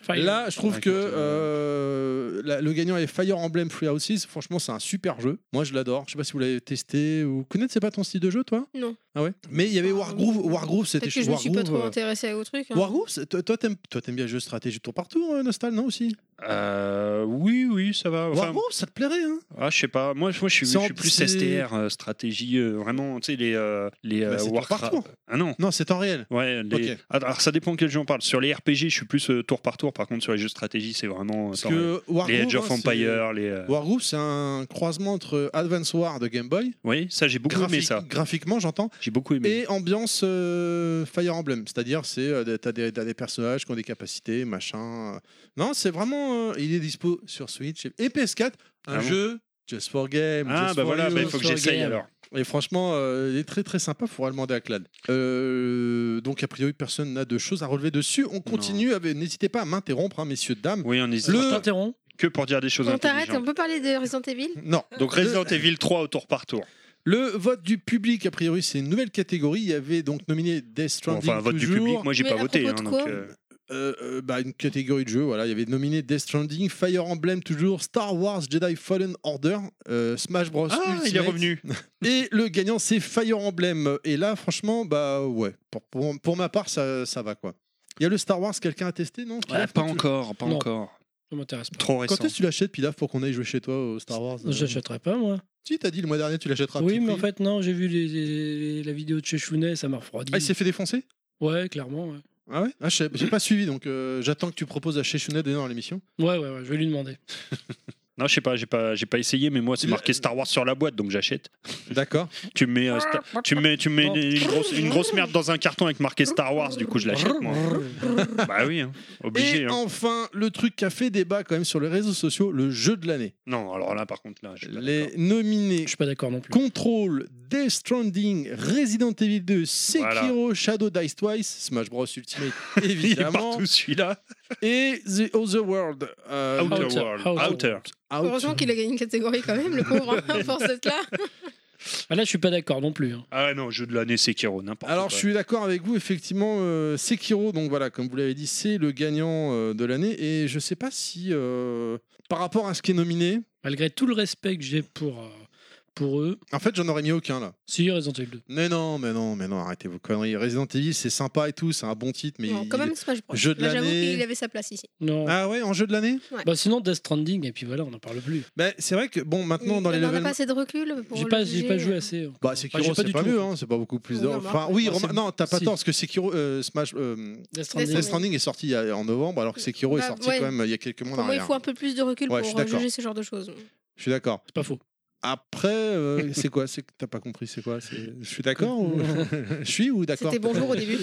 Speaker 5: Enfin,
Speaker 2: Là, je trouve
Speaker 3: Ouais,
Speaker 2: que
Speaker 3: écoute,
Speaker 2: euh, la- le gagnant est Fire Emblem Free Houses. Franchement, c'est un super jeu. Moi, je l'adore. Je sais pas si vous l'avez testé ou connaître. C'est pas ton style de jeu, toi
Speaker 4: Non.
Speaker 2: Ah ouais. Mais il y avait
Speaker 4: Ah,
Speaker 2: Wargroove. Wargroove, c'était
Speaker 4: Peut-être que
Speaker 2: chez
Speaker 4: je me suis pas
Speaker 2: Wargroove.
Speaker 4: trop
Speaker 2: euh,
Speaker 4: intéressé au truc. hein.
Speaker 2: Wargroove, c'est- toi, toi, t'aimes, toi, t'aimes bien les jeux de stratégie de tour partout, euh, Nostal, non aussi
Speaker 3: Euh, oui, oui, ça va. Enfin,
Speaker 2: Wargroove, ça te plairait, hein
Speaker 3: ah, je sais pas. Moi, je- moi, je suis,
Speaker 2: C'est
Speaker 3: je suis
Speaker 2: en-
Speaker 3: plus
Speaker 2: c'est-
Speaker 3: STR, euh, stratégie, euh, vraiment, tu sais, les, euh, les
Speaker 2: Bah,
Speaker 3: euh,
Speaker 2: c'est tour par
Speaker 3: Warcraft.
Speaker 2: tour.
Speaker 3: Ah non.
Speaker 2: Non, c'est en réel.
Speaker 3: Ouais, les-
Speaker 2: Ok.
Speaker 3: Ah, alors ça dépend quel jeu on parle. Sur les RPG, je suis plus euh, tour par tour. Par contre, sur les jeux de stratégie, c'est vraiment. euh,
Speaker 2: Parce
Speaker 3: attends,
Speaker 2: que
Speaker 3: les
Speaker 2: Wargroove,
Speaker 3: Age of
Speaker 2: hein, c'est-
Speaker 3: Empire, les. euh,
Speaker 2: Wargroove, c'est un croisement entre Advance War de Game Boy,
Speaker 3: Oui, ça, j'ai beaucoup aimé
Speaker 2: graphique-
Speaker 3: ça.
Speaker 2: graphiquement, j'entends,
Speaker 3: J'ai beaucoup aimé.
Speaker 2: Et ambiance euh, Fire Emblem, c'est-à-dire c'est euh, des- t'as des, t'as des personnages qui ont des capacités, machin. euh. Non, c'est vraiment, euh, il est dispo sur Switch et PS4, un
Speaker 3: Ah bon
Speaker 2: jeu just for game.
Speaker 3: Ah,
Speaker 2: just
Speaker 3: bah
Speaker 2: for
Speaker 3: voilà,
Speaker 2: you.
Speaker 3: bah, il faut que j'essaye
Speaker 5: Game.
Speaker 3: alors.
Speaker 2: Et franchement, euh, il est très très sympa. Faut demander à Clad. Euh, donc a priori personne n'a de choses à relever dessus. On continue. avec- N'hésitez pas à m'interrompre, hein, messieurs dames.
Speaker 3: Oui, on n'hésite
Speaker 5: Je
Speaker 2: Le-
Speaker 5: t'interromps.
Speaker 3: que pour dire des choses
Speaker 4: On t'arrête, on
Speaker 3: intelligentes.
Speaker 4: peut parler de Resident Evil
Speaker 2: Non.
Speaker 3: Donc Resident Evil 3 au tour par tour.
Speaker 2: Le vote du public, a priori, c'est une nouvelle catégorie. Il y avait donc nominé Death
Speaker 3: Bon,
Speaker 2: Stranding
Speaker 3: enfin, vote du
Speaker 2: toujours.
Speaker 3: public, moi j'ai
Speaker 4: Mais
Speaker 3: pas
Speaker 4: à
Speaker 3: voté.
Speaker 4: propos de
Speaker 3: hein,
Speaker 4: quoi
Speaker 3: donc, euh,
Speaker 2: euh, euh, bah, une catégorie de jeux. Voilà, il y avait nominé Death Stranding, Fire Emblem toujours, Star Wars Jedi Fallen Order, euh, Smash Bros.
Speaker 3: Ah, il est
Speaker 2: Ultimate.
Speaker 3: revenu.
Speaker 2: Et le gagnant c'est Fire Emblem. Et là, franchement, bah ouais, pour, pour, pour ma part, ça, ça va quoi. Il y a le Star Wars, quelqu'un a testé non Pilaf,
Speaker 3: pas
Speaker 2: tu-
Speaker 3: encore, pas
Speaker 5: Non.
Speaker 3: encore.
Speaker 5: Ça m'intéresse pas.
Speaker 3: Trop
Speaker 2: Quand
Speaker 3: récent.
Speaker 2: est-ce que tu l'achètes, Pilaf, pour qu'on aille jouer chez toi au Star Wars euh
Speaker 5: J'achèterai pas, moi.
Speaker 2: Si, t'as dit le mois dernier, tu l'achèteras. à
Speaker 5: Oui,
Speaker 2: petit
Speaker 5: mais en
Speaker 2: prix.
Speaker 5: fait, non, j'ai vu les- les- les- la vidéo de Chechounet, ça m'a refroidi.
Speaker 2: Ah, il s'est fait défoncer
Speaker 5: Ouais, clairement. Ouais,
Speaker 2: Ah ouais ah, je sais- J'ai pas suivi, donc euh, j'attends que tu proposes à chez Shunet dans l'émission.
Speaker 5: ouais, ouais, ouais, je vais lui demander.
Speaker 3: Non, je sais pas, j'ai pas, j'ai pas essayé, mais moi c'est
Speaker 2: Il-
Speaker 3: marqué Star Wars sur la boîte, donc j'achète.
Speaker 2: D'accord.
Speaker 3: Tu mets, euh, Sta- tu mets, tu mets
Speaker 5: Non.
Speaker 3: une, grosse, une grosse merde dans un carton avec marqué Star Wars, du coup je l'achète. moi. bah oui, hein. obligé.
Speaker 2: Et
Speaker 3: hein.
Speaker 2: enfin, le truc qui a fait débat quand même sur les réseaux sociaux, le jeu de l'année.
Speaker 3: Non, alors là par contre là, je suis pas
Speaker 2: Les
Speaker 3: d'accord.
Speaker 2: nominés
Speaker 5: Je suis pas d'accord non plus.
Speaker 2: Control, Death Stranding, Resident Evil 2, Sekiro,
Speaker 3: Voilà.
Speaker 2: Shadow Dice Twice, Smash Bros Ultimate,
Speaker 3: Il est
Speaker 2: évidemment,
Speaker 3: partout celui-là.
Speaker 2: et The Other World. euh,
Speaker 3: Outer,
Speaker 5: Outer,
Speaker 3: World.
Speaker 5: Outer.
Speaker 3: Outer.
Speaker 2: Out.
Speaker 4: Heureusement qu'il a gagné une catégorie quand même, le pauvre, hein, pour cette là.
Speaker 5: Ah, là, je suis pas d'accord non plus. hein.
Speaker 3: Ah non, jeu de l'année Sekiro, n'importe
Speaker 2: Alors
Speaker 3: quoi.
Speaker 2: je suis d'accord avec vous, effectivement, euh, Sekiro, donc voilà, comme vous l'avez dit, c'est le gagnant euh, de l'année, et je sais pas si, euh, par rapport à ce qui est nominé,
Speaker 5: Malgré tout le respect que j'ai pour, euh, pour eux,
Speaker 2: En fait, j'en aurais mis aucun là.
Speaker 5: si Resident Evil 2.
Speaker 2: Mais non, mais non, mais non, arrêtez vos conneries. Resident Evil, c'est sympa et tout, c'est un bon titre, mais.
Speaker 4: Bon, quand
Speaker 2: il-
Speaker 4: même Smash Bros.
Speaker 2: Jeu de
Speaker 4: Là, j'avoue
Speaker 2: l'année.
Speaker 4: qu'il avait sa place ici.
Speaker 5: Non.
Speaker 2: Ah ouais, en jeu de l'année
Speaker 5: Bah sinon Death Stranding et puis voilà, on n'en parle plus.
Speaker 2: Bah, c'est vrai que, bon, maintenant dans les
Speaker 4: on n'a
Speaker 2: levels.
Speaker 4: pas assez de recul pour
Speaker 5: J'ai
Speaker 4: le euh,
Speaker 5: pas, j'ai
Speaker 4: juger.
Speaker 5: pas joué assez. hein.
Speaker 2: Bah,
Speaker 5: Enfin,
Speaker 2: Sekiro,
Speaker 5: j'ai
Speaker 2: c'est
Speaker 5: du
Speaker 2: pas
Speaker 5: tout.
Speaker 2: mieux, hein, c'est Ah, pas beaucoup plus
Speaker 4: Oui,
Speaker 2: d'or.
Speaker 4: remarque.
Speaker 2: Enfin, oui,
Speaker 5: Enfin,
Speaker 2: rem-
Speaker 5: c'est-
Speaker 2: non, t'as pas
Speaker 5: si.
Speaker 2: tort, parce que Sekiro, euh, Smash, euh,
Speaker 4: Stranding.
Speaker 5: Death Stranding.
Speaker 2: Death Stranding est sorti il y a- en novembre, alors que Sekiro
Speaker 4: Bah,
Speaker 2: est sorti
Speaker 4: ouais.
Speaker 2: quand même euh, il y a quelques mois en
Speaker 4: Pour moi, il
Speaker 2: arrière.
Speaker 4: faut un peu plus de recul
Speaker 2: Ouais, je suis
Speaker 4: pour euh,
Speaker 2: d'accord.
Speaker 4: juger ce genre de choses.
Speaker 2: Je suis d'accord.
Speaker 5: C'est pas faux.
Speaker 2: Après, euh, c'est quoi C'est que t'as pas compris, c'est quoi C'est- Je suis d'accord ou... Je suis ou d'accord
Speaker 4: C'était bonjour au début.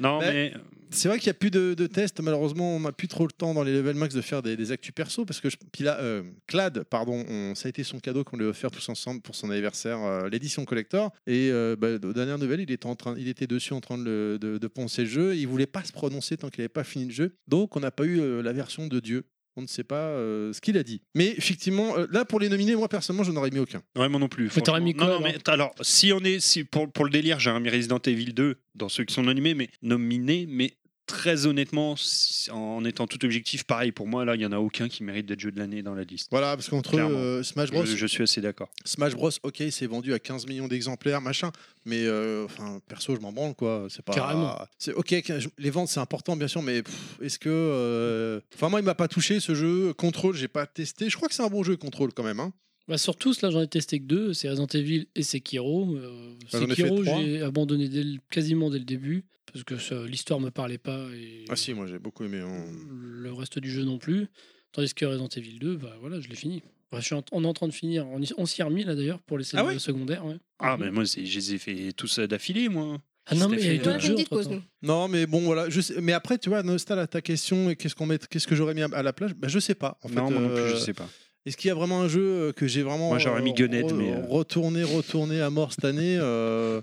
Speaker 3: Non,
Speaker 2: Bah,
Speaker 3: mais
Speaker 2: C'est vrai qu'il n'y a plus de, de tests, malheureusement, on n'a plus trop le temps dans les level max de faire des, des actus perso parce que je, puis là, euh, Clad, pardon, on- ça a été son cadeau qu'on lui a offert tous ensemble pour son anniversaire, euh, l'édition collector. Et euh, bah, aux dernières nouvelles, il était, en train, il était dessus en train de, le- de- de poncer le jeu. Il voulait pas se prononcer tant qu'il n'avait pas fini le jeu. Donc, on n'a pas eu euh, la version de Dieu. On ne sait pas euh, ce qu'il a dit. Mais effectivement, euh, là, pour les nominer, moi, personnellement, je n'aurais mis aucun.
Speaker 3: Ouais, moi non plus.
Speaker 5: Mais t'aurais
Speaker 3: franchement.
Speaker 5: mis quoi,
Speaker 3: Non, non,
Speaker 5: alors
Speaker 3: mais t- alors, si on est si, pour, pour le délire, j'ai mis Resident Evil 2 dans ceux qui sont nominés, mais nominés, mais très honnêtement, si- en étant tout objectif, pareil pour moi, là, il y en a aucun qui mérite d'être jeu de l'année dans la liste.
Speaker 2: Voilà, parce qu'entre
Speaker 3: Clairement.
Speaker 2: euh, Smash Bros.
Speaker 3: Je, je suis assez d'accord.
Speaker 2: Smash Bros, ok, c'est vendu à 15 millions d'exemplaires, machin, mais euh, enfin, perso, je m'en branle, quoi. C'est pas.
Speaker 5: Carrément.
Speaker 2: C'est ok, que- je- les ventes, c'est important, bien sûr, mais pff, est-ce que. euh, Enfin, moi, il m'a pas touché ce jeu. Control, j'ai pas testé. Je crois que c'est un bon jeu, Control, quand même. hein.
Speaker 5: Bah sur tous, là j'en ai testé que deux, c'est Resident Evil et Sekiro. Euh,
Speaker 2: Bah, j'en ai fait
Speaker 5: Sekiro,
Speaker 2: trois.
Speaker 5: j'ai abandonné dès le- quasiment dès le début parce que ça- l'histoire me parlait pas et
Speaker 2: Ah, si, moi, j'ai beaucoup aimé. hein.
Speaker 5: le reste du jeu non plus. Tandis que Resident Evil 2, bah voilà, je l'ai fini. Bah, je suis en, on est en train de finir. On, y- on s'y est remis là d'ailleurs pour les
Speaker 2: Ah
Speaker 5: scènes euh,
Speaker 2: ouais
Speaker 5: secondaires. ouais.
Speaker 3: Ah, mais moi, c'est- je les ai fait tous euh, d'affilée, moi.
Speaker 5: Ah non,
Speaker 3: C'était
Speaker 5: mais il y a eu
Speaker 3: fait,
Speaker 4: On a
Speaker 5: d'autres
Speaker 3: euh,
Speaker 4: fait
Speaker 5: jeux
Speaker 4: une petite pause,
Speaker 5: entre-temps.
Speaker 4: nous.
Speaker 2: Non, mais bon, voilà. Je sais- Mais après, tu vois, Nostal, à ta question, et qu'est-ce qu'on met... qu'est-ce que j'aurais mis à- à la plage bah, Je sais pas. En fait,
Speaker 3: non, moi non plus, je
Speaker 2: euh,
Speaker 3: sais pas.
Speaker 2: Est-ce qu'il y a vraiment un jeu euh, que j'ai vraiment.
Speaker 3: Moi, j'aurais mis
Speaker 2: euh,
Speaker 3: Gunhead,
Speaker 2: re-
Speaker 3: mais, euh.
Speaker 2: Retourné, retourné à mort cette année euh,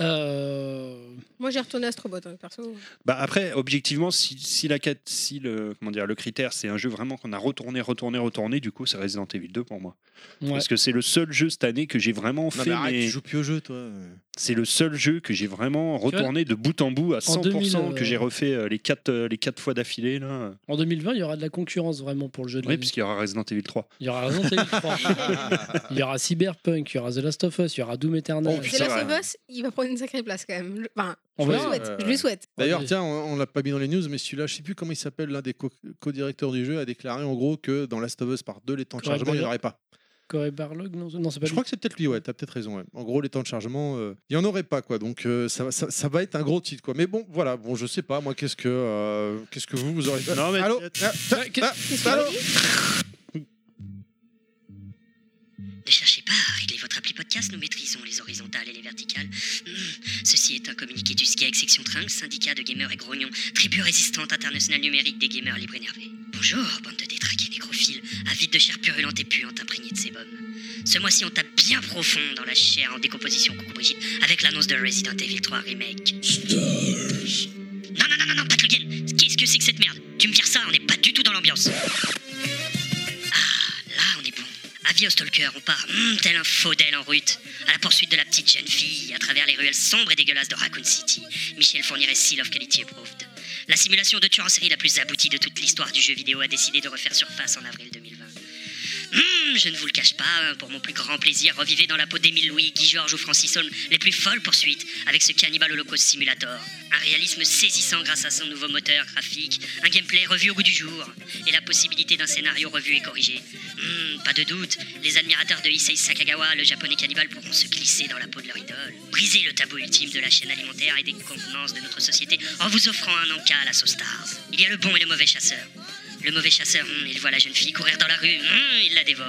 Speaker 5: Euh,
Speaker 4: Moi, j'ai retourné Astrobot, hein, perso.
Speaker 3: Bah après, objectivement, si, si la quête- si le comment dire, le critère, c'est un jeu vraiment qu'on a retourné, retourné, retourné, du coup, c'est Resident Evil 2 pour moi.
Speaker 5: ouais.
Speaker 3: Parce que c'est le seul jeu cette année que j'ai vraiment
Speaker 2: Non,
Speaker 3: fait.
Speaker 2: mais arrête,
Speaker 3: mais-
Speaker 2: tu joues plus au jeu, toi.
Speaker 3: C'est le seul jeu que j'ai vraiment retourné de bout en bout à 100%,
Speaker 5: 2000,
Speaker 3: que j'ai refait euh, les 4 les quatre fois d'affilée là.
Speaker 5: En 2020, il y aura de la concurrence vraiment pour le jeu de
Speaker 3: Oui,
Speaker 5: l'année.
Speaker 3: puisqu'il y aura Resident Evil 3.
Speaker 5: Il y aura Resident Evil 3,
Speaker 3: Ah.
Speaker 5: il y aura Cyberpunk, il y aura The Last of Us, il y aura Doom Eternal.
Speaker 2: Oh,
Speaker 4: C'est
Speaker 2: putain,
Speaker 4: Last
Speaker 3: ouais.
Speaker 4: of Us, il va prendre une sacrée place quand même. Je- Enfin,
Speaker 5: On
Speaker 4: je
Speaker 5: va- euh,
Speaker 4: le souhaite.
Speaker 2: Ouais,
Speaker 4: Je
Speaker 2: ouais.
Speaker 4: lui souhaite.
Speaker 2: D'ailleurs,
Speaker 5: Ouais.
Speaker 2: tiens, on, on l'a pas mis dans les news, mais celui-là, je sais plus comment il s'appelle, l'un des co- co-directeurs du jeu a déclaré en gros que dans Last of Us par deux, les temps de
Speaker 5: Corey
Speaker 2: chargement, il n'y en
Speaker 5: Barlog
Speaker 2: aurait pas.
Speaker 5: Corey Barlog, non, non c'est pas
Speaker 2: Je
Speaker 5: lui.
Speaker 2: crois que c'est peut-être lui, ouais, t'as peut-être raison. ouais. En gros, les temps de chargement, euh, il n'y en aurait pas, quoi. Donc, euh, ça, va- ça- ça va être un gros titre, quoi. Mais bon, voilà, bon, je sais pas, moi, qu'est-ce que, euh, qu'est-ce que vous, vous aurez.
Speaker 3: Non, mais-
Speaker 2: Allô Ah, ah, ah,
Speaker 4: Qu'est-ce qu'il a
Speaker 2: allô
Speaker 4: dit
Speaker 6: Ne cherchez pas à régler votre appli podcast, nous maîtrisons les horizontales et les verticales. Hmm, Ceci est un communiqué du SGAG section Trinx, syndicat de gamers et grognons, tribu résistante internationale numérique des gamers libres énervés. Bonjour, bande de détraqués nécrophiles, avides de chair purulente et puante imprégnée de sébum. Ce mois-ci, on tape bien profond dans la chair en décomposition, coucou Brigitte, avec l'annonce de Resident Evil 3 Remake. Non, non, non, non, non, Pat Le Guen, qu'est-ce que c'est que cette merde Tu me tires ça, on n'est pas du tout dans l'ambiance. Ah, Là, on est bon. Avis au stalker, on part, hum, tel un faux d'elle en route, à la poursuite de la petite jeune fille, à travers les ruelles sombres et dégueulasses de Raccoon City. Michel fournirait Seal of Quality Approved. La simulation de tueur en série la plus aboutie de toute l'histoire du jeu vidéo a décidé de refaire surface en avril 2020. Hum, je ne vous le cache pas, hein, pour mon plus grand plaisir, revivez dans la peau d'Émile Louis, Guy Georges ou Francis Holm les plus folles poursuites avec ce Cannibal Holocaust Simulator. Un réalisme saisissant grâce à son nouveau moteur graphique, un gameplay revu au goût du jour et la possibilité d'un scénario revu et corrigé. Hmm, pas de doute, les admirateurs de Issei Sakagawa, le japonais cannibale, pourront se glisser dans la peau de leur idole, briser le tabou ultime de la chaîne alimentaire et des convenances de notre société en vous offrant un encas à la sauce Stars. Il y a le bon et le mauvais chasseur. Le mauvais chasseur, hmm, il voit la jeune fille courir dans la rue, hmm, il la dévore.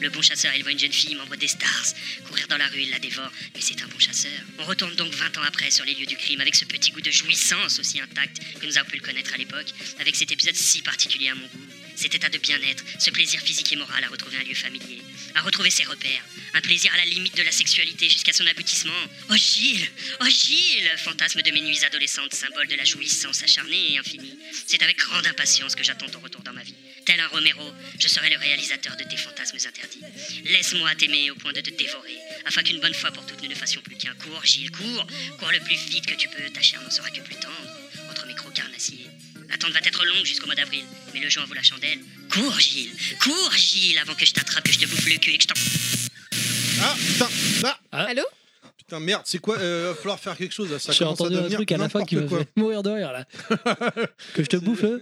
Speaker 6: Le bon chasseur, il voit une jeune fille, membre des Stars, courir dans la rue, il la dévore, mais c'est un bon chasseur. On retourne donc 20 ans après sur les lieux du crime avec ce petit goût de jouissance aussi intact que nous avons pu le connaître à l'époque, avec cet épisode si particulier à mon goût. Cet état de bien-être, ce plaisir physique et moral à retrouver un lieu familier, à retrouver ses repères, un plaisir à la limite de la sexualité jusqu'à son aboutissement. Oh Gilles Oh Gilles Fantasme de mes nuits adolescentes, symbole de la jouissance acharnée et infinie. C'est avec grande impatience que j'attends ton retour dans ma vie. Tel un Romero, je serai le réalisateur de tes fantasmes interdits. Laisse-moi t'aimer au point de te dévorer, afin qu'une bonne fois pour toutes nous ne fassions plus qu'un. Cours, Gilles, cours Cours le plus vite que tu peux, ta chair n'en sera que plus tendre, entre mes crocs carnassiers. La l'attente va être longue jusqu'au mois d'avril, mais le jeu en vaut la chandelle. Cours, Gilles Cours, Gilles, avant que je t'attrape, que je te bouffe le cul et que je t'en...
Speaker 2: Ah putain, là,
Speaker 5: ah.
Speaker 4: Allô
Speaker 2: putain, merde, c'est quoi euh, Va falloir faire quelque chose là, ça
Speaker 7: J'ai
Speaker 2: commence à
Speaker 7: entendu un
Speaker 2: devenir
Speaker 7: truc à la fin
Speaker 2: n'importe
Speaker 7: qui me
Speaker 2: quoi.
Speaker 7: fait mourir de rire là. que je te bouffe. hein.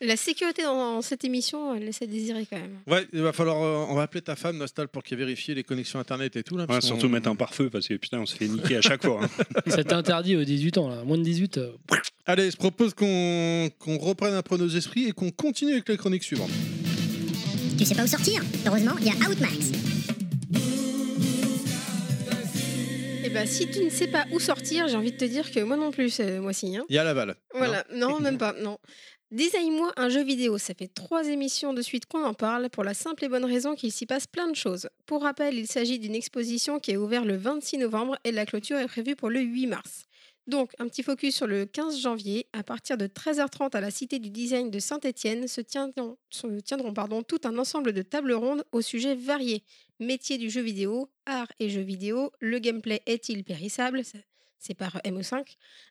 Speaker 4: La sécurité dans, dans cette émission elle laisse à désirer quand même.
Speaker 2: Ouais, il va falloir. euh, on va appeler ta femme, Nostal, pour qu'elle vérifie les connexions internet et tout. Là,
Speaker 3: Ouais,
Speaker 2: parce qu'on-
Speaker 3: surtout mettre un pare-feu parce que putain, on se fait niquer à chaque fois. hein.
Speaker 7: C'était
Speaker 5: C'était interdit aux 18 ans, là. moins de 18. euh,
Speaker 2: Allez, je propose qu'on qu'on reprenne un peu nos esprits et qu'on continue avec la chronique suivante.
Speaker 8: Tu sais pas où sortir Heureusement, il y a Outmax.
Speaker 4: Et bah si tu ne sais pas où sortir, j'ai envie de te dire que moi non plus ce mois-ci. hein.
Speaker 2: Il y a Laval.
Speaker 4: Voilà, non, même pas, non. Design-moi un jeu vidéo, ça fait trois émissions de suite qu'on en parle, pour la simple et bonne raison qu'il s'y passe plein de choses. Pour rappel, il s'agit d'une exposition qui est ouverte le 26 novembre et la clôture est prévue pour le 8 mars. Donc, un petit focus sur le 15 janvier. À partir de 13h30 à la Cité du Design de Saint-Étienne se tiendront, se tiendront, pardon, tout un ensemble de tables rondes aux sujets variés. Métier du jeu vidéo, art et jeux vidéo, le gameplay est-il périssable Ça, C'est par MO5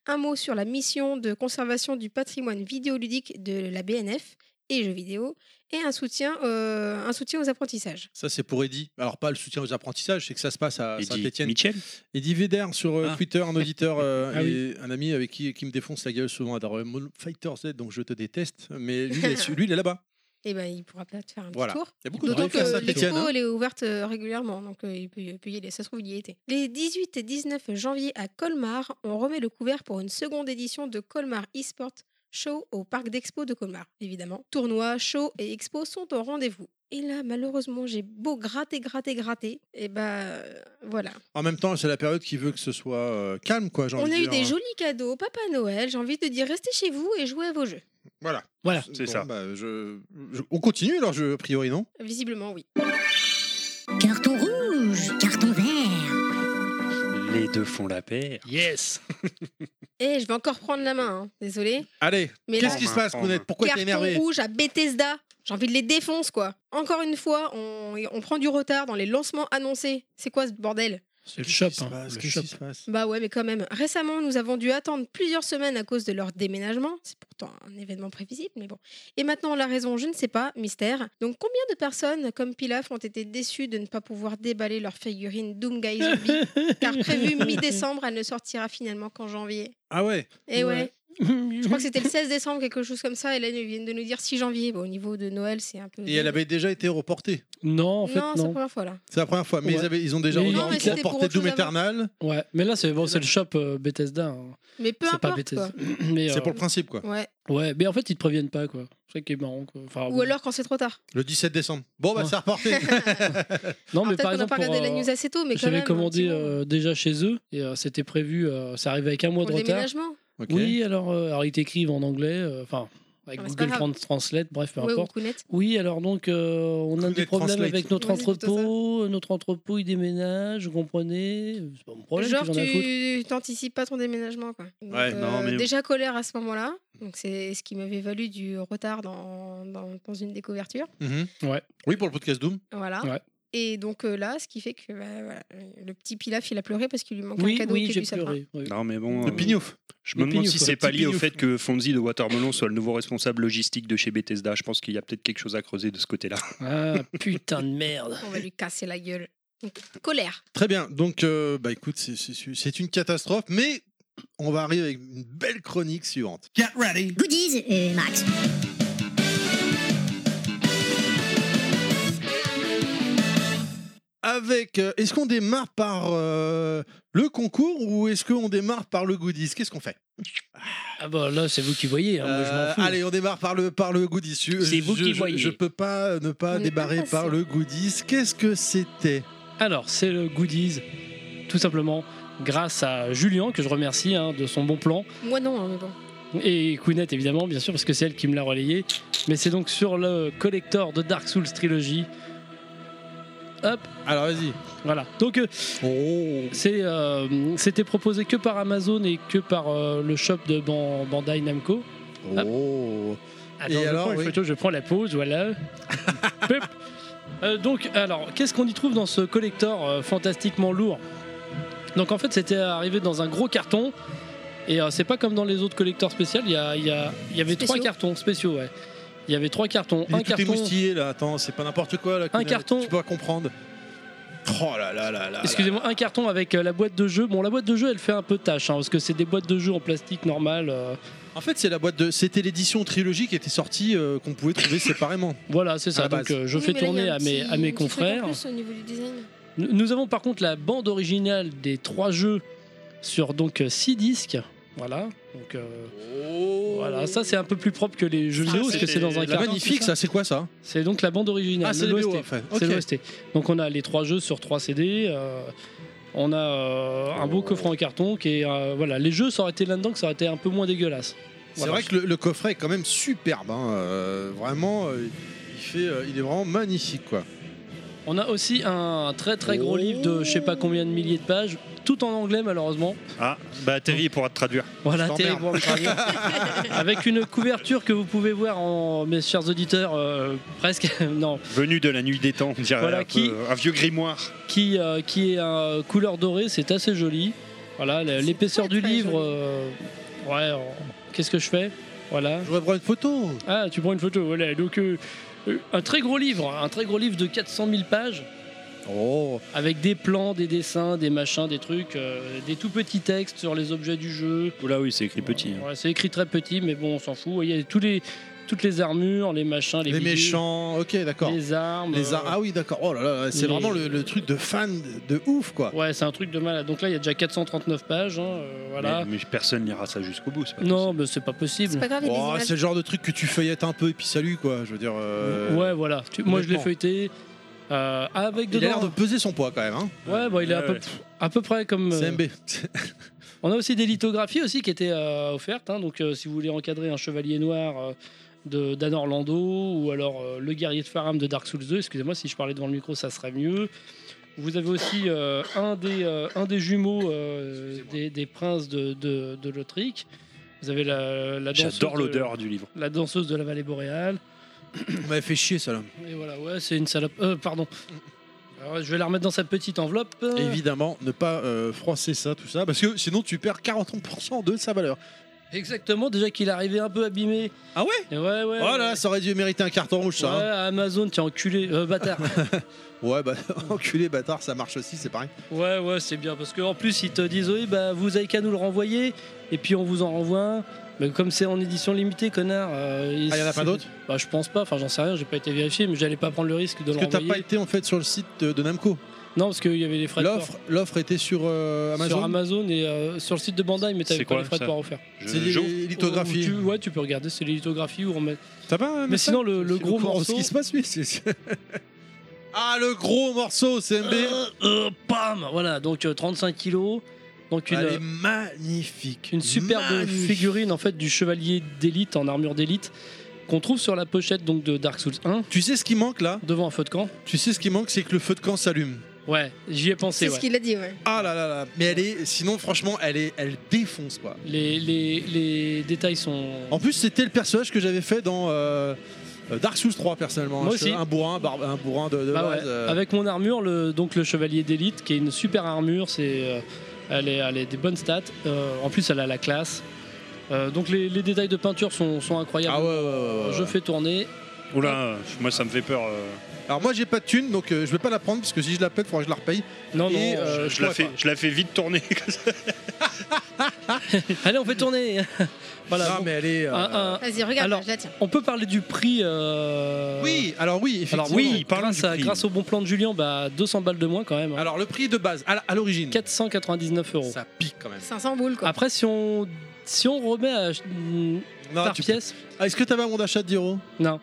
Speaker 4: un mot sur la mission de conservation du patrimoine vidéoludique de la BNF et jeux vidéo, et un soutien, euh, un soutien aux apprentissages.
Speaker 2: Ça, c'est pour Eddy. Alors, pas le soutien aux apprentissages, c'est que ça se passe à
Speaker 3: Et dit,
Speaker 2: Saint-Etienne.
Speaker 3: Mitchell
Speaker 2: Eddie Vedder sur euh,
Speaker 3: Ah.
Speaker 2: Twitter, un auditeur euh,
Speaker 5: Ah
Speaker 2: et un ami avec qui, qui me défonce la gueule souvent. Adore euh, Mon- Fighter Z, donc je te déteste, mais lui, il est, lui, il est là-bas.
Speaker 4: Et ben, il pourra peut-être faire un petit
Speaker 2: Voilà.
Speaker 4: tour.
Speaker 2: Il y a beaucoup de
Speaker 4: D'autant
Speaker 2: gens
Speaker 4: que
Speaker 2: qui font ça,
Speaker 4: l'expo,
Speaker 2: Étienne, hein.
Speaker 4: elle est ouverte euh, régulièrement, donc euh, il, peut, il peut y aller. Ça se trouve, il y était. Les 18 et 19 janvier à Colmar, on remet le couvert pour une seconde édition de Colmar eSport Show au parc d'expo de Colmar, évidemment. Tournois, show et expo sont au rendez-vous. Et là, malheureusement, j'ai beau gratter, gratter, gratter. Et ben, euh, voilà.
Speaker 2: En même temps, c'est la période qui veut que ce soit euh, calme, quoi. j'ai
Speaker 4: On
Speaker 2: envie de
Speaker 4: a eu
Speaker 2: dire,
Speaker 4: des
Speaker 2: hein.
Speaker 4: jolis cadeaux, Papa Noël, j'ai envie de dire restez chez vous et jouez à vos jeux.
Speaker 2: Voilà.
Speaker 5: Voilà.
Speaker 3: C'est ça.
Speaker 2: bah, je- je- on continue alors, je, a priori, non
Speaker 4: Visiblement oui.
Speaker 8: Carton rouge, carton vert.
Speaker 3: Les deux font la paire.
Speaker 5: Yes
Speaker 4: Et Eh, je vais encore prendre la main, hein. désolé.
Speaker 2: Allez,
Speaker 4: Mais là,
Speaker 2: qu'est-ce qui se
Speaker 3: Romain,
Speaker 2: passe,
Speaker 3: Romain.
Speaker 2: Mounette Pourquoi t'es
Speaker 4: carton
Speaker 2: énervé
Speaker 4: rouge à Bethesda. J'ai envie de les défoncer quoi. Encore une fois, on, on prend du retard dans les lancements annoncés. C'est quoi ce bordel
Speaker 5: C'est le shop, hein, le
Speaker 2: Qu'est-ce
Speaker 5: shop.
Speaker 2: qui se passe
Speaker 4: Bah ouais, mais quand même. Récemment, nous avons dû attendre plusieurs semaines à cause de leur déménagement. C'est pourtant un événement prévisible, mais bon. Et maintenant, la raison, je ne sais pas, mystère. Donc, combien de personnes, comme Pilaf, ont été déçues de ne pas pouvoir déballer leur figurine Doomguy Zombie car prévue mi-décembre, elle ne sortira finalement qu'en janvier.
Speaker 2: Ah ouais
Speaker 4: Et ouais.
Speaker 5: Ouais.
Speaker 4: je crois que c'était le 16 décembre, quelque chose comme ça, et là ils viennent de nous dire 6 janvier. Bon, au niveau de Noël, c'est un peu.
Speaker 2: Et elle
Speaker 5: Mhm.
Speaker 2: avait déjà été reportée.
Speaker 5: Non, en fait,
Speaker 4: non, c'est la
Speaker 5: non.
Speaker 4: première fois là.
Speaker 2: C'est la première fois, mais
Speaker 5: Ouais.
Speaker 2: ils, avaient- ils ont déjà
Speaker 5: Mais
Speaker 2: reporté-
Speaker 5: non, mais
Speaker 4: c'était pour
Speaker 2: reporté
Speaker 4: autre chose
Speaker 2: Doom
Speaker 4: avant.
Speaker 2: Eternal.
Speaker 5: Ouais, mais là, c'est bon, c'est le shop euh, Bethesda. hein.
Speaker 4: Mais peu
Speaker 5: C'est pas
Speaker 4: importe.
Speaker 5: Bethesda.
Speaker 4: Quoi.
Speaker 5: Mais,
Speaker 2: C'est
Speaker 5: euh,
Speaker 2: pour le principe, quoi.
Speaker 4: Ouais.
Speaker 5: Ouais, mais en fait, ils te préviennent pas, quoi. C'est ça qui est marrant, quoi. Enfin,
Speaker 4: Ou
Speaker 5: bon.
Speaker 4: alors quand c'est trop tard.
Speaker 2: Le 17 décembre. Bon, bah,
Speaker 5: Ouais.
Speaker 2: c'est reporté.
Speaker 5: Non,
Speaker 4: Alors,
Speaker 5: mais
Speaker 4: Peut-être
Speaker 5: par
Speaker 4: qu'on n'a
Speaker 5: exemple,
Speaker 4: pas regardé
Speaker 5: pour,
Speaker 4: la
Speaker 5: euh,
Speaker 4: news assez tôt, mais quand même.
Speaker 5: j'avais
Speaker 4: un
Speaker 5: commandé
Speaker 4: petit moment.
Speaker 5: euh, déjà chez eux et euh, c'était prévu, euh, ça arrivait avec un mois
Speaker 4: Pour le
Speaker 5: de retard.
Speaker 4: déménagement.
Speaker 2: Ok.
Speaker 5: Oui, alors, euh, alors ils t'écrivent en anglais, euh, enfin, avec
Speaker 4: Ah, mais c'est
Speaker 5: Google
Speaker 4: pas grave.
Speaker 5: Trans- Translate, bref, peu
Speaker 4: Ouais, ou
Speaker 5: importe.
Speaker 4: Kounet.
Speaker 5: Oui, alors donc euh, on a
Speaker 2: Google
Speaker 5: des problèmes
Speaker 2: Translate.
Speaker 5: avec notre
Speaker 4: Ouais, c'est plutôt
Speaker 5: entrepôt, euh, notre entrepôt il déménage, vous comprenez C'est pas mon problème,
Speaker 4: Genre,
Speaker 5: qu'est-ce que j'en ai à foutre.
Speaker 4: tu t'anticipes pas ton déménagement. Quoi. Donc, euh,
Speaker 3: Ouais, non, mais-
Speaker 4: Déjà colère à ce moment-là. Donc, c'est ce qui m'avait valu du retard dans, dans, dans une découverture.
Speaker 2: Mhm.
Speaker 5: Ouais.
Speaker 2: Oui, pour le podcast Doom.
Speaker 4: Voilà.
Speaker 5: Ouais.
Speaker 4: Et donc, euh, là, ce qui fait que bah, voilà, le petit Pilaf, il a pleuré parce qu'il lui manquait un
Speaker 5: Oui,
Speaker 4: cadeau
Speaker 5: oui,
Speaker 4: qui est
Speaker 5: j'ai
Speaker 4: du sapin.
Speaker 5: pleuré. oui.
Speaker 3: Non, mais bon.
Speaker 2: Le
Speaker 3: euh,
Speaker 2: pignouf.
Speaker 3: Je me
Speaker 5: Le
Speaker 3: demande
Speaker 5: pignouf,
Speaker 3: si
Speaker 5: quoi.
Speaker 3: c'est pas
Speaker 2: Petit
Speaker 3: lié au
Speaker 2: pignouf.
Speaker 3: fait que Fonzie de Watermelon soit le nouveau responsable logistique de chez Bethesda. Je pense qu'il y a peut-être quelque chose à creuser de ce côté-là.
Speaker 5: Ah putain de merde.
Speaker 4: On va lui casser la gueule. Donc, colère.
Speaker 2: Très bien. Donc, euh, bah, écoute, c'est- c'est c'est une catastrophe, mais on va arriver avec une belle chronique suivante.
Speaker 8: Goodies, euh, Max.
Speaker 2: Avec, euh, est-ce qu'on démarre par euh, le concours ou est-ce qu'on démarre par le goodies Qu'est-ce qu'on fait
Speaker 5: Ah bah là c'est vous qui voyez, hein, moi, je
Speaker 2: Euh,
Speaker 5: m'en fous.
Speaker 2: Allez, on démarre par le, par le goodies. Je-
Speaker 5: C'est vous
Speaker 2: je-
Speaker 5: qui
Speaker 2: je-
Speaker 5: voyez.
Speaker 2: Je peux pas ne pas
Speaker 4: On est
Speaker 2: démarrer
Speaker 4: impatient.
Speaker 2: par le goodies. Qu'est-ce que c'était
Speaker 5: Alors c'est le goodies, tout simplement grâce à Julien que je remercie hein, de son bon plan
Speaker 4: Moi, non, hein, mais bon.
Speaker 5: Et Kounet, évidemment, bien sûr, parce que c'est elle qui me l'a relayé. Mais c'est donc sur le collector de Dark Souls Trilogy. Hop,
Speaker 2: Alors, vas-y.
Speaker 5: voilà. Donc, euh,
Speaker 2: Oh.
Speaker 5: c'est, euh, c'était proposé que par Amazon et que par euh, le shop de Ban- Bandai Namco. Ah.
Speaker 2: Oh.
Speaker 5: Attends,
Speaker 2: Et
Speaker 5: je
Speaker 2: alors,
Speaker 5: prends une
Speaker 2: oui.
Speaker 5: photo, je prends la pause, voilà. Pep. Euh, donc, alors, qu'est-ce qu'on y trouve dans ce collector euh, fantastiquement lourd Donc, en fait, c'était arrivé dans un gros carton Et euh, c'est pas comme dans les autres collecteurs spéciaux, il y, a- il y, a- il y avait
Speaker 4: Spéciaux.
Speaker 5: trois cartons spéciaux, ouais. Il y avait trois cartons.
Speaker 2: Il
Speaker 5: un
Speaker 2: est tout
Speaker 5: carton.
Speaker 2: émoustillé là, attends, c'est pas n'importe quoi là. Kunal,
Speaker 5: carton.
Speaker 2: Tu dois comprendre. Oh là là là là.
Speaker 5: Excusez-moi, un carton avec euh, la boîte de jeu. Bon, la boîte de jeu, elle fait un peu tâche, hein, parce que c'est des boîtes de jeu en plastique normal. euh,
Speaker 2: En fait, c'est la boîte de. C'était l'édition trilogie qui était sortie euh, qu'on pouvait trouver séparément.
Speaker 5: voilà, c'est
Speaker 2: À
Speaker 5: ça.
Speaker 2: la
Speaker 5: Donc,
Speaker 2: base.
Speaker 5: euh, je
Speaker 4: Oui, mais
Speaker 5: fais
Speaker 4: là, il y
Speaker 5: tourner
Speaker 4: a un
Speaker 5: à mes,
Speaker 4: petit-
Speaker 5: à mes
Speaker 4: un petit truc en
Speaker 5: confrères.
Speaker 4: plus au niveau du design.
Speaker 5: Nous, nous avons par contre la bande originale des trois jeux sur donc 6 disques. Voilà. Donc, euh, voilà, ça c'est un peu plus propre que les jeux
Speaker 4: Ah,
Speaker 5: vidéo parce que
Speaker 3: c'était
Speaker 5: c'est dans un
Speaker 3: la
Speaker 2: La
Speaker 5: carton.
Speaker 2: magnifique, ça, Oh. c'est quoi ça
Speaker 5: C'est donc la bande originale.
Speaker 2: Ah, c'est
Speaker 5: le
Speaker 2: les BO,
Speaker 5: OST.
Speaker 2: en fait.
Speaker 5: C'est
Speaker 2: Ok.
Speaker 5: l'OST. Donc on a les trois jeux sur trois CD. euh, on a euh, un beau coffret en carton qui est euh, voilà les jeux ça aurait été là-dedans que ça aurait été un peu moins dégueulasse.
Speaker 2: C'est
Speaker 5: Voilà.
Speaker 2: vrai que le, le coffret est quand même superbe, hein, euh, vraiment. euh, il fait, euh, il est vraiment magnifique quoi.
Speaker 5: On a aussi un très très gros
Speaker 2: Oh.
Speaker 5: livre de je sais pas combien de milliers de pages, tout en anglais malheureusement.
Speaker 3: Ah, bah Terry il pourra te traduire.
Speaker 5: Voilà,
Speaker 2: Je
Speaker 5: Terry
Speaker 2: t'emmerde.
Speaker 5: Brown Jr. Avec une couverture que vous pouvez voir en mes chers auditeurs euh, presque non
Speaker 3: Venu de la nuit des temps, on dirait
Speaker 5: Voilà,
Speaker 3: un, peu-
Speaker 5: qui-
Speaker 3: un vieux grimoire.
Speaker 5: qui, euh, qui est euh, couleur dorée, c'est assez joli. Voilà, la- l'épaisseur
Speaker 4: très,
Speaker 5: du
Speaker 4: très
Speaker 5: livre.
Speaker 4: joli.
Speaker 5: euh, ouais, euh, qu'est-ce que je fais Voilà.
Speaker 2: Je voudrais voir une photo.
Speaker 5: Ah, tu prends une photo, voilà. Donc, euh, euh, un très gros livre, un très gros livre de 400 000 pages,
Speaker 2: Oh,
Speaker 5: avec des plans, des dessins, des machins, des trucs, euh, des tout petits textes sur les objets du jeu.
Speaker 3: Oula, oui, c'est écrit petit.
Speaker 5: Ouais, c'est écrit hein. très petit, mais bon, on s'en fout. Il y a tous les, toutes les armures, les machins, les,
Speaker 2: les
Speaker 5: bidules,
Speaker 2: méchants. Ok, d'accord.
Speaker 5: les armes.
Speaker 2: Les ar-
Speaker 5: euh,
Speaker 2: Ah oui, d'accord. Oh là là, c'est
Speaker 5: les-
Speaker 2: vraiment le, le truc de fan de, de ouf quoi.
Speaker 5: Ouais, c'est un truc de malade. Donc là, il y a déjà 439 pages. hein, euh, voilà.
Speaker 3: Mais, mais personne n'ira ça jusqu'au bout, c'est pas
Speaker 5: Non, mais c'est pas possible.
Speaker 4: C'est pas grave, il y a des
Speaker 2: Oh,
Speaker 4: images.
Speaker 2: c'est le genre de truc que tu feuillettes un peu et puis salut quoi. Je veux dire. euh,
Speaker 5: Ouais, voilà. Tu- moi, je l'ai
Speaker 2: honnêtement.
Speaker 5: feuilleté. euh, avec
Speaker 2: Il a l'air
Speaker 5: dedans.
Speaker 2: de peser son poids quand même. Hein.
Speaker 5: Ouais, bon, il est à
Speaker 3: Ouais,
Speaker 5: peu,
Speaker 3: ouais.
Speaker 5: à peu près comme. euh,
Speaker 2: CMB.
Speaker 5: On a aussi des lithographies aussi qui étaient euh, offertes. hein. donc, euh, si vous voulez encadrer un chevalier noir euh, de Dan Orlando ou alors euh, le guerrier de Faram de Dark Souls 2, excusez-moi si je parlais devant le micro, ça serait mieux. Vous avez aussi euh, un, des, euh, un des jumeaux euh, des, des princes de, de, de Lothric. Vous avez la, la danseuse
Speaker 3: J'adore
Speaker 5: de-
Speaker 3: l'odeur du livre.
Speaker 5: La danseuse de la vallée boréale.
Speaker 2: On m'avait fait chier ça là.
Speaker 5: Et voilà, ouais, c'est une salope. Euh, pardon. Alors, je vais la remettre dans sa petite enveloppe.
Speaker 2: Évidemment, ne pas euh, froisser ça, tout ça, parce que sinon tu perds 40% de sa valeur.
Speaker 5: Exactement, déjà qu'il est arrivé un peu abîmé.
Speaker 2: Ah ouais
Speaker 5: Et ouais, ouais.
Speaker 2: Oh là, là, ça aurait dû mériter un carton rouge
Speaker 5: ouais,
Speaker 2: ça. hein.
Speaker 5: Amazon, t'es enculé, euh, bâtard.
Speaker 2: Ouais, bah enculé bâtard, ça marche aussi, c'est pareil.
Speaker 5: ouais, ouais, c'est bien parce qu'en plus ils te disent oui, bah vous avez qu'à nous le renvoyer et puis on vous en renvoie un. Mais comme c'est en édition limitée, connard. euh, et
Speaker 2: Ah, y en a
Speaker 5: c'est-
Speaker 2: pas d'autres
Speaker 5: Bah, je pense pas. Enfin, j'en sais rien. J'ai pas été vérifié, mais j'allais pas prendre le risque de le
Speaker 2: Parce que t'as
Speaker 5: renvoyer.
Speaker 2: pas été en fait sur le site de, de Namco.
Speaker 5: Non, parce qu'il y avait les frais de port
Speaker 2: L'offre, l'offre était sur euh, Amazon.
Speaker 5: sur Amazon et euh, sur le site de Bandai, mais
Speaker 3: C'est
Speaker 5: t'avais pas
Speaker 3: quoi,
Speaker 5: les frais
Speaker 3: ça
Speaker 5: de port offerts.
Speaker 3: Je-
Speaker 2: C'est
Speaker 3: j'ouvre.
Speaker 2: les
Speaker 5: Ou
Speaker 2: lithographies.
Speaker 5: tu- ouais, tu peux regarder, c'est les lithographies où on met-
Speaker 2: T'as pas un
Speaker 5: Mais
Speaker 2: message
Speaker 5: sinon, le, le
Speaker 2: Je suis au
Speaker 5: gros
Speaker 2: courant de
Speaker 5: morceau.
Speaker 2: ce qui se passe, oui. c'est- c'est- ah, le gros morceau CMB.
Speaker 5: Euh, euh, pam Voilà, donc euh, 35 kilos. Donc une,
Speaker 2: Elle
Speaker 5: euh,
Speaker 2: est magnifique.
Speaker 5: une superbe
Speaker 2: Magnifique.
Speaker 5: figurine en fait du chevalier d'élite en armure d'élite qu'on trouve sur la pochette donc de Dark Souls 1
Speaker 2: Tu sais ce qui manque là
Speaker 5: devant un feu de camp.
Speaker 2: Tu sais ce qui manque, c'est que le feu de camp s'allume.
Speaker 5: Ouais, j'y ai pensé.
Speaker 4: C'est
Speaker 5: ouais.
Speaker 4: ce qu'il a dit, ouais.
Speaker 2: Ah là là là. Mais elle est, sinon franchement, elle est, elle défonce quoi.
Speaker 5: Les, les, les détails sont.
Speaker 2: En plus, c'était le personnage que j'avais fait dans euh, Dark Souls 3 personnellement.
Speaker 5: Moi
Speaker 2: Je suis
Speaker 5: aussi.
Speaker 2: Un bourrin, barbe- un bourrin de, de
Speaker 5: Bah ouais,
Speaker 2: base, euh,
Speaker 5: Avec mon armure, le, donc le chevalier d'élite qui est une super armure, c'est euh, elle, est, elle est des bonnes stats. Euh, en plus, elle a la classe. Euh, donc les, les détails de peinture sont, sont incroyables.
Speaker 2: Ah ouais, ouais, ouais, ouais, ouais.
Speaker 5: Je fais tourner.
Speaker 3: Oula,
Speaker 4: Ah.
Speaker 3: moi ça me fait peur. euh.
Speaker 2: Alors moi, j'ai pas de thune, donc euh, je vais pas la prendre parce que si je la pète, faudra que je la repaye.
Speaker 5: Non,
Speaker 2: Et,
Speaker 5: non.
Speaker 2: euh,
Speaker 3: Je,
Speaker 2: je
Speaker 3: la
Speaker 2: pourrais
Speaker 3: fais,
Speaker 2: pas.
Speaker 3: je la fais vite tourner.
Speaker 5: Allez, on fait tourner. voilà.
Speaker 2: non,
Speaker 5: bon.
Speaker 2: mais elle est. euh,
Speaker 5: Un- un-
Speaker 4: Vas-y, regarde,
Speaker 5: Alors-
Speaker 4: je la tiens.
Speaker 5: on peut parler du prix. euh,
Speaker 2: Oui, alors oui, effectivement.
Speaker 5: Alors oui,
Speaker 3: Effectivement, parlons
Speaker 5: grâce,
Speaker 3: du
Speaker 5: à-
Speaker 3: prix. Ah.
Speaker 5: grâce au bon plan de Julien, bah 200 balles de moins quand même. hein.
Speaker 2: Alors le prix de base à la- à l'origine.
Speaker 5: 499 euros.
Speaker 2: Ça pique quand même.
Speaker 4: 500 boules, quoi.
Speaker 5: Après, si on si on remet à,
Speaker 2: Non,
Speaker 5: par
Speaker 2: tu-
Speaker 5: pièce,
Speaker 2: Ah, Est-ce que t'avais un bon d'achat de 10 euros
Speaker 5: non.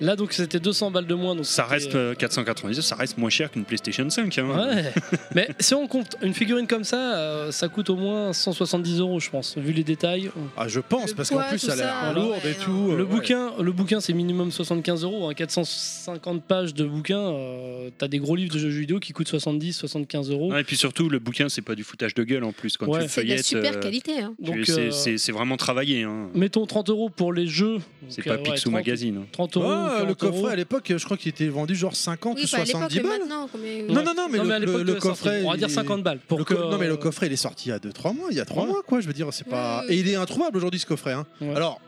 Speaker 5: Là donc c'était 200 balles de moins donc
Speaker 3: ça
Speaker 5: c'était-
Speaker 3: reste euh, 499, ça reste moins cher qu'une PlayStation 5. hein.
Speaker 5: Ouais. Mais si on compte une figurine comme ça, euh, ça coûte au moins 170 euros, je pense, vu les détails.
Speaker 2: Ah, je pense,
Speaker 4: Le
Speaker 2: parce qu'en
Speaker 4: poids,
Speaker 2: plus,
Speaker 4: tout
Speaker 2: elle a
Speaker 4: ça,
Speaker 2: l'air
Speaker 4: alors,
Speaker 2: lourde et
Speaker 4: ouais,
Speaker 2: tout.
Speaker 3: Oh,
Speaker 2: euh,
Speaker 5: Le
Speaker 2: ouais.
Speaker 5: bouquin, le bouquin, c'est minimum 75 euros, hein, 450 pages de bouquin. euh, T'as des gros livres de jeux vidéo qui coûtent 70, 75 euros.
Speaker 3: Ouais, et puis surtout, le bouquin, c'est pas du foutage de gueule en plus. Quand
Speaker 5: Ouais.
Speaker 3: tu le
Speaker 4: C'est de la
Speaker 3: feuillettes,
Speaker 4: super
Speaker 3: euh,
Speaker 4: qualité, hein.
Speaker 3: tu-
Speaker 5: Donc,
Speaker 3: c'est-
Speaker 5: euh,
Speaker 3: c'est c'est vraiment travaillé. hein.
Speaker 5: mettons 30 euros pour les jeux.
Speaker 3: C'est
Speaker 5: Donc,
Speaker 3: pas
Speaker 5: euh, ouais,
Speaker 3: Picsou
Speaker 5: 30
Speaker 3: Magazine. hein.
Speaker 5: 30 euros,
Speaker 2: Ouais, moi, euh, le
Speaker 5: 40 euros.
Speaker 2: coffret à l'époque, je crois qu'il était vendu genre 50
Speaker 4: Oui,
Speaker 2: ou
Speaker 4: pas à l'époque,
Speaker 2: 70
Speaker 4: mais
Speaker 2: balles.
Speaker 4: maintenant. Combien...
Speaker 2: Non, non, non, mais,
Speaker 5: non,
Speaker 2: le,
Speaker 5: mais à l'époque,
Speaker 2: le-
Speaker 5: de
Speaker 2: le
Speaker 5: la sortie,
Speaker 2: coffret.
Speaker 5: On va
Speaker 2: il
Speaker 5: dire
Speaker 2: est-
Speaker 5: 50 balles. Pour
Speaker 2: le
Speaker 5: que...
Speaker 2: co- Non, mais le coffret, il est sorti il y a 2-3 mois. Il y a 3
Speaker 5: Euh, Ouais.
Speaker 2: mois, quoi. Je veux dire, c'est pas.
Speaker 4: Ouais, ouais.
Speaker 2: Et il est introuvable aujourd'hui, ce coffret. hein.
Speaker 5: Ouais.
Speaker 2: Alors,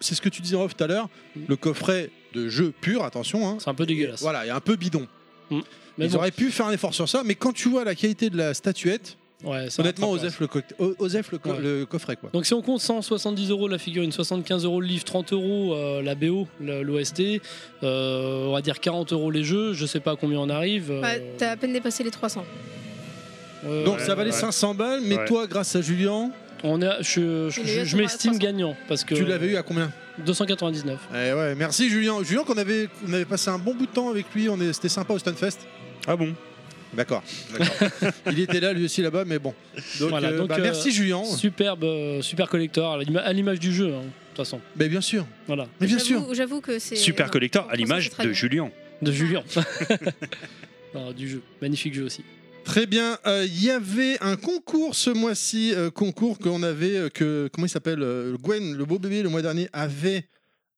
Speaker 2: c'est ce que tu disais off tout à l'heure.
Speaker 5: Mm.
Speaker 2: Le coffret de jeu pur, attention. hein.
Speaker 5: C'est un peu dégueulasse.
Speaker 2: Voilà, il est un peu bidon.
Speaker 5: Mais
Speaker 2: Ils
Speaker 5: bon,
Speaker 2: auraient pu faire un effort sur ça, mais quand tu vois la qualité de la statuette,
Speaker 5: ouais, ça
Speaker 2: honnêtement,
Speaker 5: rattrape,
Speaker 2: Osef le, co- o- Osef le, co-
Speaker 5: Ouais.
Speaker 2: le coffret, quoi.
Speaker 5: Donc si on compte 170 euros la figurine, 75 euros le livre, 30 euros euh, la BO, le- l'OST, euh, on va dire 40 euros les jeux, je sais pas à combien on arrive. euh,
Speaker 4: Bah, T'as à peine dépassé les 300.
Speaker 5: ouais,
Speaker 2: Donc
Speaker 5: ouais.
Speaker 2: ça valait
Speaker 3: ouais.
Speaker 2: 500 balles, mais
Speaker 3: Ouais.
Speaker 2: toi, grâce à Julien,
Speaker 5: On est à- je je-
Speaker 4: Il est
Speaker 5: je-
Speaker 4: à
Speaker 5: je m'estime
Speaker 4: 300.
Speaker 5: gagnant parce que
Speaker 2: tu l'avais eu à combien
Speaker 5: 299.
Speaker 2: Eh ouais, merci Julien. Julien, qu'on avait, on avait passé un bon bout de temps avec lui, on est- c'était sympa au Stunfest.
Speaker 3: Ah bon
Speaker 2: D'accord. Il était là, lui aussi là-bas, mais bon. Donc,
Speaker 5: Voilà,
Speaker 2: euh,
Speaker 5: donc,
Speaker 2: bah,
Speaker 5: euh,
Speaker 2: merci Julien.
Speaker 5: Superbe, euh, super collector à l'ima- à l'image du jeu hein, de toute façon.
Speaker 2: Mais bien sûr.
Speaker 5: Voilà,
Speaker 2: Mais bien
Speaker 4: J'avoue-
Speaker 2: sûr.
Speaker 4: J'avoue que c'est. euh,
Speaker 3: Super collector à l'image de
Speaker 4: Julie.
Speaker 3: Julien.
Speaker 5: de Julien. Non, du jeu, magnifique jeu aussi.
Speaker 2: Très bien. Euh, Il y avait un concours ce mois-ci, euh, concours qu'on avait, euh, que comment il s'appelle euh, Gwen, le beau bébé, le mois dernier avait.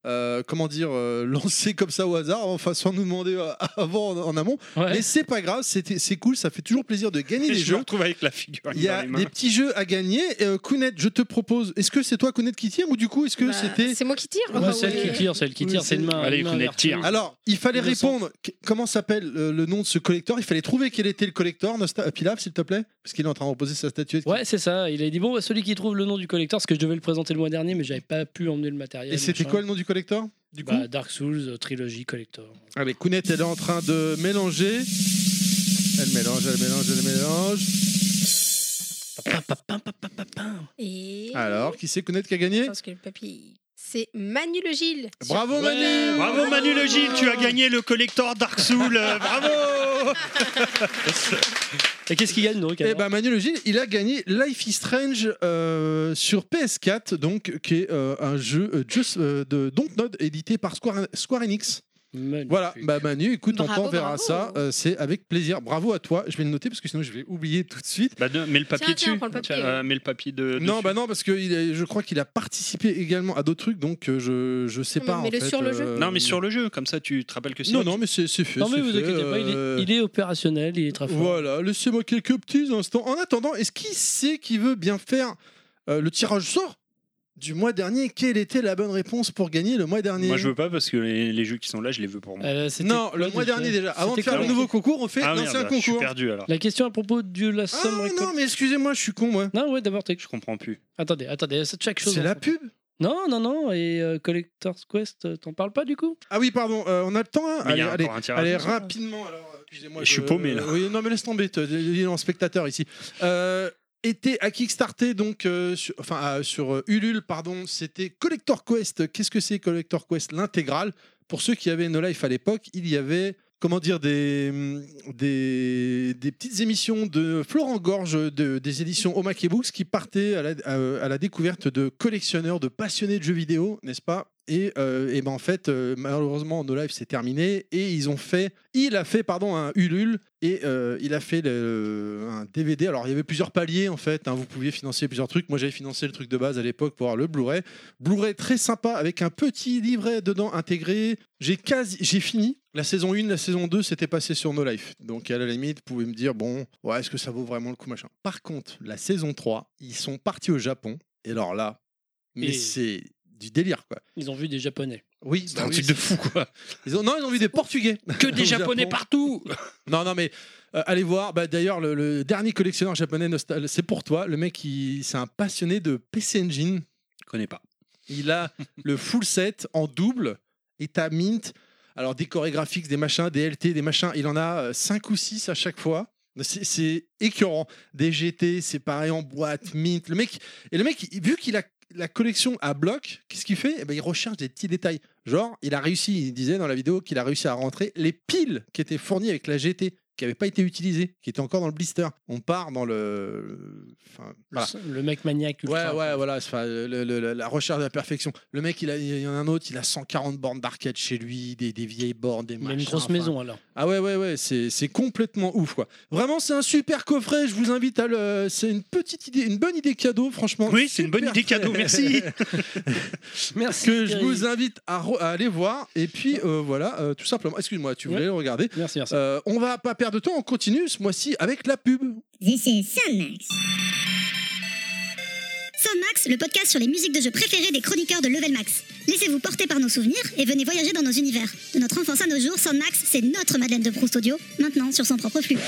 Speaker 2: euh, comment dire, euh, lancé comme ça au hasard, enfin sans nous demander euh, avant en, en amont.
Speaker 5: Ouais.
Speaker 2: Mais c'est pas grave, c'était- c'est cool, ça fait toujours plaisir de gagner des
Speaker 3: je me
Speaker 2: jeux.
Speaker 3: retrouve avec la figure.
Speaker 2: Il y a des petits jeux à gagner. Euh, Kounet, je te propose, est-ce que c'est toi Kounet qui tire ou du coup est-ce que
Speaker 4: Bah,
Speaker 2: c'était...
Speaker 4: C'est moi qui tire
Speaker 5: Ouais,
Speaker 4: Ah
Speaker 5: celle
Speaker 4: ouais.
Speaker 5: qui tire, celle qui
Speaker 2: Oui,
Speaker 5: tire,
Speaker 2: c'est-
Speaker 5: c'est une main.
Speaker 3: Allez,
Speaker 5: une main
Speaker 3: Kounet,
Speaker 5: vertueuse.
Speaker 3: tire.
Speaker 2: Alors, il fallait
Speaker 5: Innocent.
Speaker 2: répondre, qu- comment s'appelle euh, le nom de ce collector Il fallait trouver quel était le collector, Nosta- euh, Pilaf, s'il te plaît, parce qu'il est en train de reposer sa statuette.
Speaker 5: Ouais, c'est ça. Il a dit bon, bah, celui qui trouve le nom du collector, parce que je devais le présenter le mois dernier, mais j'avais pas pu emmener le matériel.
Speaker 2: Et c'était
Speaker 5: machin.
Speaker 2: quoi le nom du collector Du coup
Speaker 5: Bah, Dark Souls, euh, trilogie, collector.
Speaker 2: Allez, Kounet, elle est en train de mélanger. Elle mélange, elle mélange, elle mélange.
Speaker 4: Et.
Speaker 2: Alors, qui c'est Kounet qui a gagné
Speaker 4: Je pense que le papy. C'est Manu le Gilles.
Speaker 2: Bravo
Speaker 5: Ouais.
Speaker 2: Manu
Speaker 3: Bravo Manu Le Gilles, tu as gagné le collector Dark Soul. euh,
Speaker 2: Oh
Speaker 3: Bravo
Speaker 5: Et qu'est-ce qu'il gagne donc
Speaker 2: Et
Speaker 5: alors
Speaker 2: ben Manu Le Gilles, il a gagné Life is Strange euh, sur PS4, donc qui est euh, un jeu euh, just, euh, de Dontnod édité par Square, Square Enix.
Speaker 5: Magnifique.
Speaker 2: Voilà, bah Manu, écoute,
Speaker 4: Bravo,
Speaker 2: on t'en verra
Speaker 4: bravo.
Speaker 2: ça, euh, c'est avec plaisir. Bravo à toi, je vais le noter parce que sinon je vais oublier tout de suite.
Speaker 3: Bah, non, mets le
Speaker 4: Tiens,
Speaker 3: papier
Speaker 4: tiens,
Speaker 3: dessus.
Speaker 4: prends le papier.
Speaker 3: Euh, mets le papier de.
Speaker 2: Non,
Speaker 3: dessus.
Speaker 2: bah non, parce que il est- je crois qu'il a participé également à d'autres trucs, donc euh, je, je sais
Speaker 4: Non,
Speaker 2: pas.
Speaker 4: mais mets-le
Speaker 2: en fait,
Speaker 4: sur le jeu.
Speaker 2: euh,
Speaker 3: Non, mais sur le jeu, comme ça tu te rappelles que c'est.
Speaker 2: Non, non, mais c'est c'est fait.
Speaker 5: Non mais
Speaker 2: c'est
Speaker 5: vous
Speaker 2: fait,
Speaker 5: inquiétez pas, il
Speaker 2: euh,
Speaker 5: est, il est opérationnel, il est très fort.
Speaker 2: Voilà, laissez-moi quelques petits instants. En attendant, est-ce qui c'est qui veut bien faire euh, le tirage au sort du mois dernier Quelle était la bonne réponse pour gagner le mois dernier
Speaker 3: Moi je veux pas parce que les, les jeux qui sont là, je les veux pour moi.
Speaker 5: Euh, c'était
Speaker 2: Non,
Speaker 5: quoi
Speaker 2: le mois
Speaker 5: déjà
Speaker 2: dernier déjà. Avant de
Speaker 5: C'était
Speaker 2: faire le
Speaker 5: quoi
Speaker 2: nouveau concours, on fait
Speaker 3: ah
Speaker 2: l'ancien
Speaker 3: merde, je suis
Speaker 2: concours.
Speaker 3: perdu alors.
Speaker 5: La question à propos de la
Speaker 2: Ah
Speaker 5: somme récolte-
Speaker 2: non, mais excusez-moi, je suis con, moi.
Speaker 5: Non, ouais, d'abord, t'es-
Speaker 3: Je comprends plus.
Speaker 5: attendez, attendez, c'est chaque chose.
Speaker 2: C'est
Speaker 5: en
Speaker 2: la
Speaker 5: fait.
Speaker 2: pub
Speaker 5: Non, non, non, et euh, Collector's Quest, euh, t'en parles pas du coup
Speaker 2: Ah oui, pardon, euh, on a le temps. hein
Speaker 3: Mais il y
Speaker 2: allez,
Speaker 3: a
Speaker 2: allez,
Speaker 3: encore un tirage.
Speaker 2: allez, rapidement. Alors, excusez-moi,
Speaker 3: Je suis paumé, là.
Speaker 2: Oui, non, mais laisse tomber, t'es- il est en spectateur ici. Euh, était à Kickstarter, donc, euh, sur, enfin, euh, sur euh, Ulule, pardon, c'était Collector Quest. Qu'est-ce que c'est Collector Quest L'intégrale. Pour ceux qui avaient No Life à l'époque, il y avait. Comment dire des, des, des petites émissions de Florent Gorge de, des éditions Omake Books qui partaient à la, à- à la découverte de collectionneurs, de passionnés de jeux vidéo, n'est-ce pas et, euh, eh ben en fait, euh, malheureusement, No Life c'est terminé et ils ont fait, il a fait pardon un Ulule et euh, il a fait le- un DVD. Alors il y avait plusieurs paliers en fait. hein. vous pouviez financer plusieurs trucs. Moi j'avais financé le truc de base à l'époque pour avoir le Blu-ray. Blu-ray très sympa avec un petit livret dedans intégré. J'ai quasi, j'ai fini. La saison 1, la saison 2, c'était passé sur No Life. Donc à la limite, vous pouvez me dire bon, ouais, est-ce que ça vaut vraiment le coup machin. Par contre, la saison 3, ils sont partis au Japon. Et alors là, mais
Speaker 5: Et-
Speaker 2: c'est du délire quoi.
Speaker 5: Ils ont vu des Japonais.
Speaker 2: Oui,
Speaker 3: C'est
Speaker 2: bah
Speaker 3: un
Speaker 2: oui,
Speaker 3: truc
Speaker 2: c'est-
Speaker 3: de fou quoi.
Speaker 2: Ils ont- non, ils ont vu des Portugais.
Speaker 3: Que
Speaker 2: des Au Japonais Japon.
Speaker 3: partout
Speaker 2: Non, non, mais euh, allez voir. Bah, D'ailleurs, le, le dernier collectionneur japonais, nostal- c'est pour toi. Le mec, il- c'est un passionné de PC Engine.
Speaker 3: Je connais pas.
Speaker 2: Il a le full set en double et t'as Mint. Alors, des chorégraphies, des machins, des LT, des machins. Il en a 5 ou 6 à chaque fois. C'est- C'est écœurant. Des GT, c'est pareil en boîte, Mint. Le mec, et le mec, il- vu qu'il a la collection à bloc, qu'est-ce qu'il fait Eh ben, Il recherche des petits détails. Genre, il a réussi, il disait dans la vidéo qu'il a réussi à rentrer les piles qui étaient fournies avec la GT. qui n'avait pas été utilisé, qui était encore dans le blister. On part dans le. Enfin, voilà.
Speaker 5: Le mec maniaque
Speaker 2: Ouais,
Speaker 5: ultra.
Speaker 2: ouais, voilà, c'est pas- le- le- la recherche de la perfection. Le mec, il, a, il y en a un autre, il a 140 bornes d'arcade chez lui, des, des vieilles bornes, des
Speaker 5: Il a
Speaker 2: machins,
Speaker 5: une grosse
Speaker 2: enfin.
Speaker 5: maison alors.
Speaker 2: Ah ouais, ouais, ouais, c'est c'est complètement ouf, quoi. Vraiment, c'est un super coffret, je vous invite à le... C'est une petite idée, une bonne idée cadeau, franchement.
Speaker 3: Oui, c'est une bonne
Speaker 2: Super
Speaker 3: idée cadeau,
Speaker 2: fait.
Speaker 3: merci.
Speaker 5: Merci.
Speaker 2: que je
Speaker 5: Thierry.
Speaker 2: vous invite à, re- à aller voir. Et puis, euh, voilà, euh, tout simplement. Excuse-moi, tu voulais
Speaker 5: Ouais.
Speaker 2: le regarder
Speaker 5: Merci, merci.
Speaker 2: Euh, on va pas perdre de temps, on continue ce mois-ci avec la pub.
Speaker 8: This is Sonmax. Sonmax, le podcast sur les musiques de jeux préférées des chroniqueurs de Level Max. Laissez-vous porter par nos souvenirs et venez voyager dans nos univers. De notre enfance à nos jours, Sonmax, c'est notre Madeleine de Proust audio, maintenant sur son propre flux.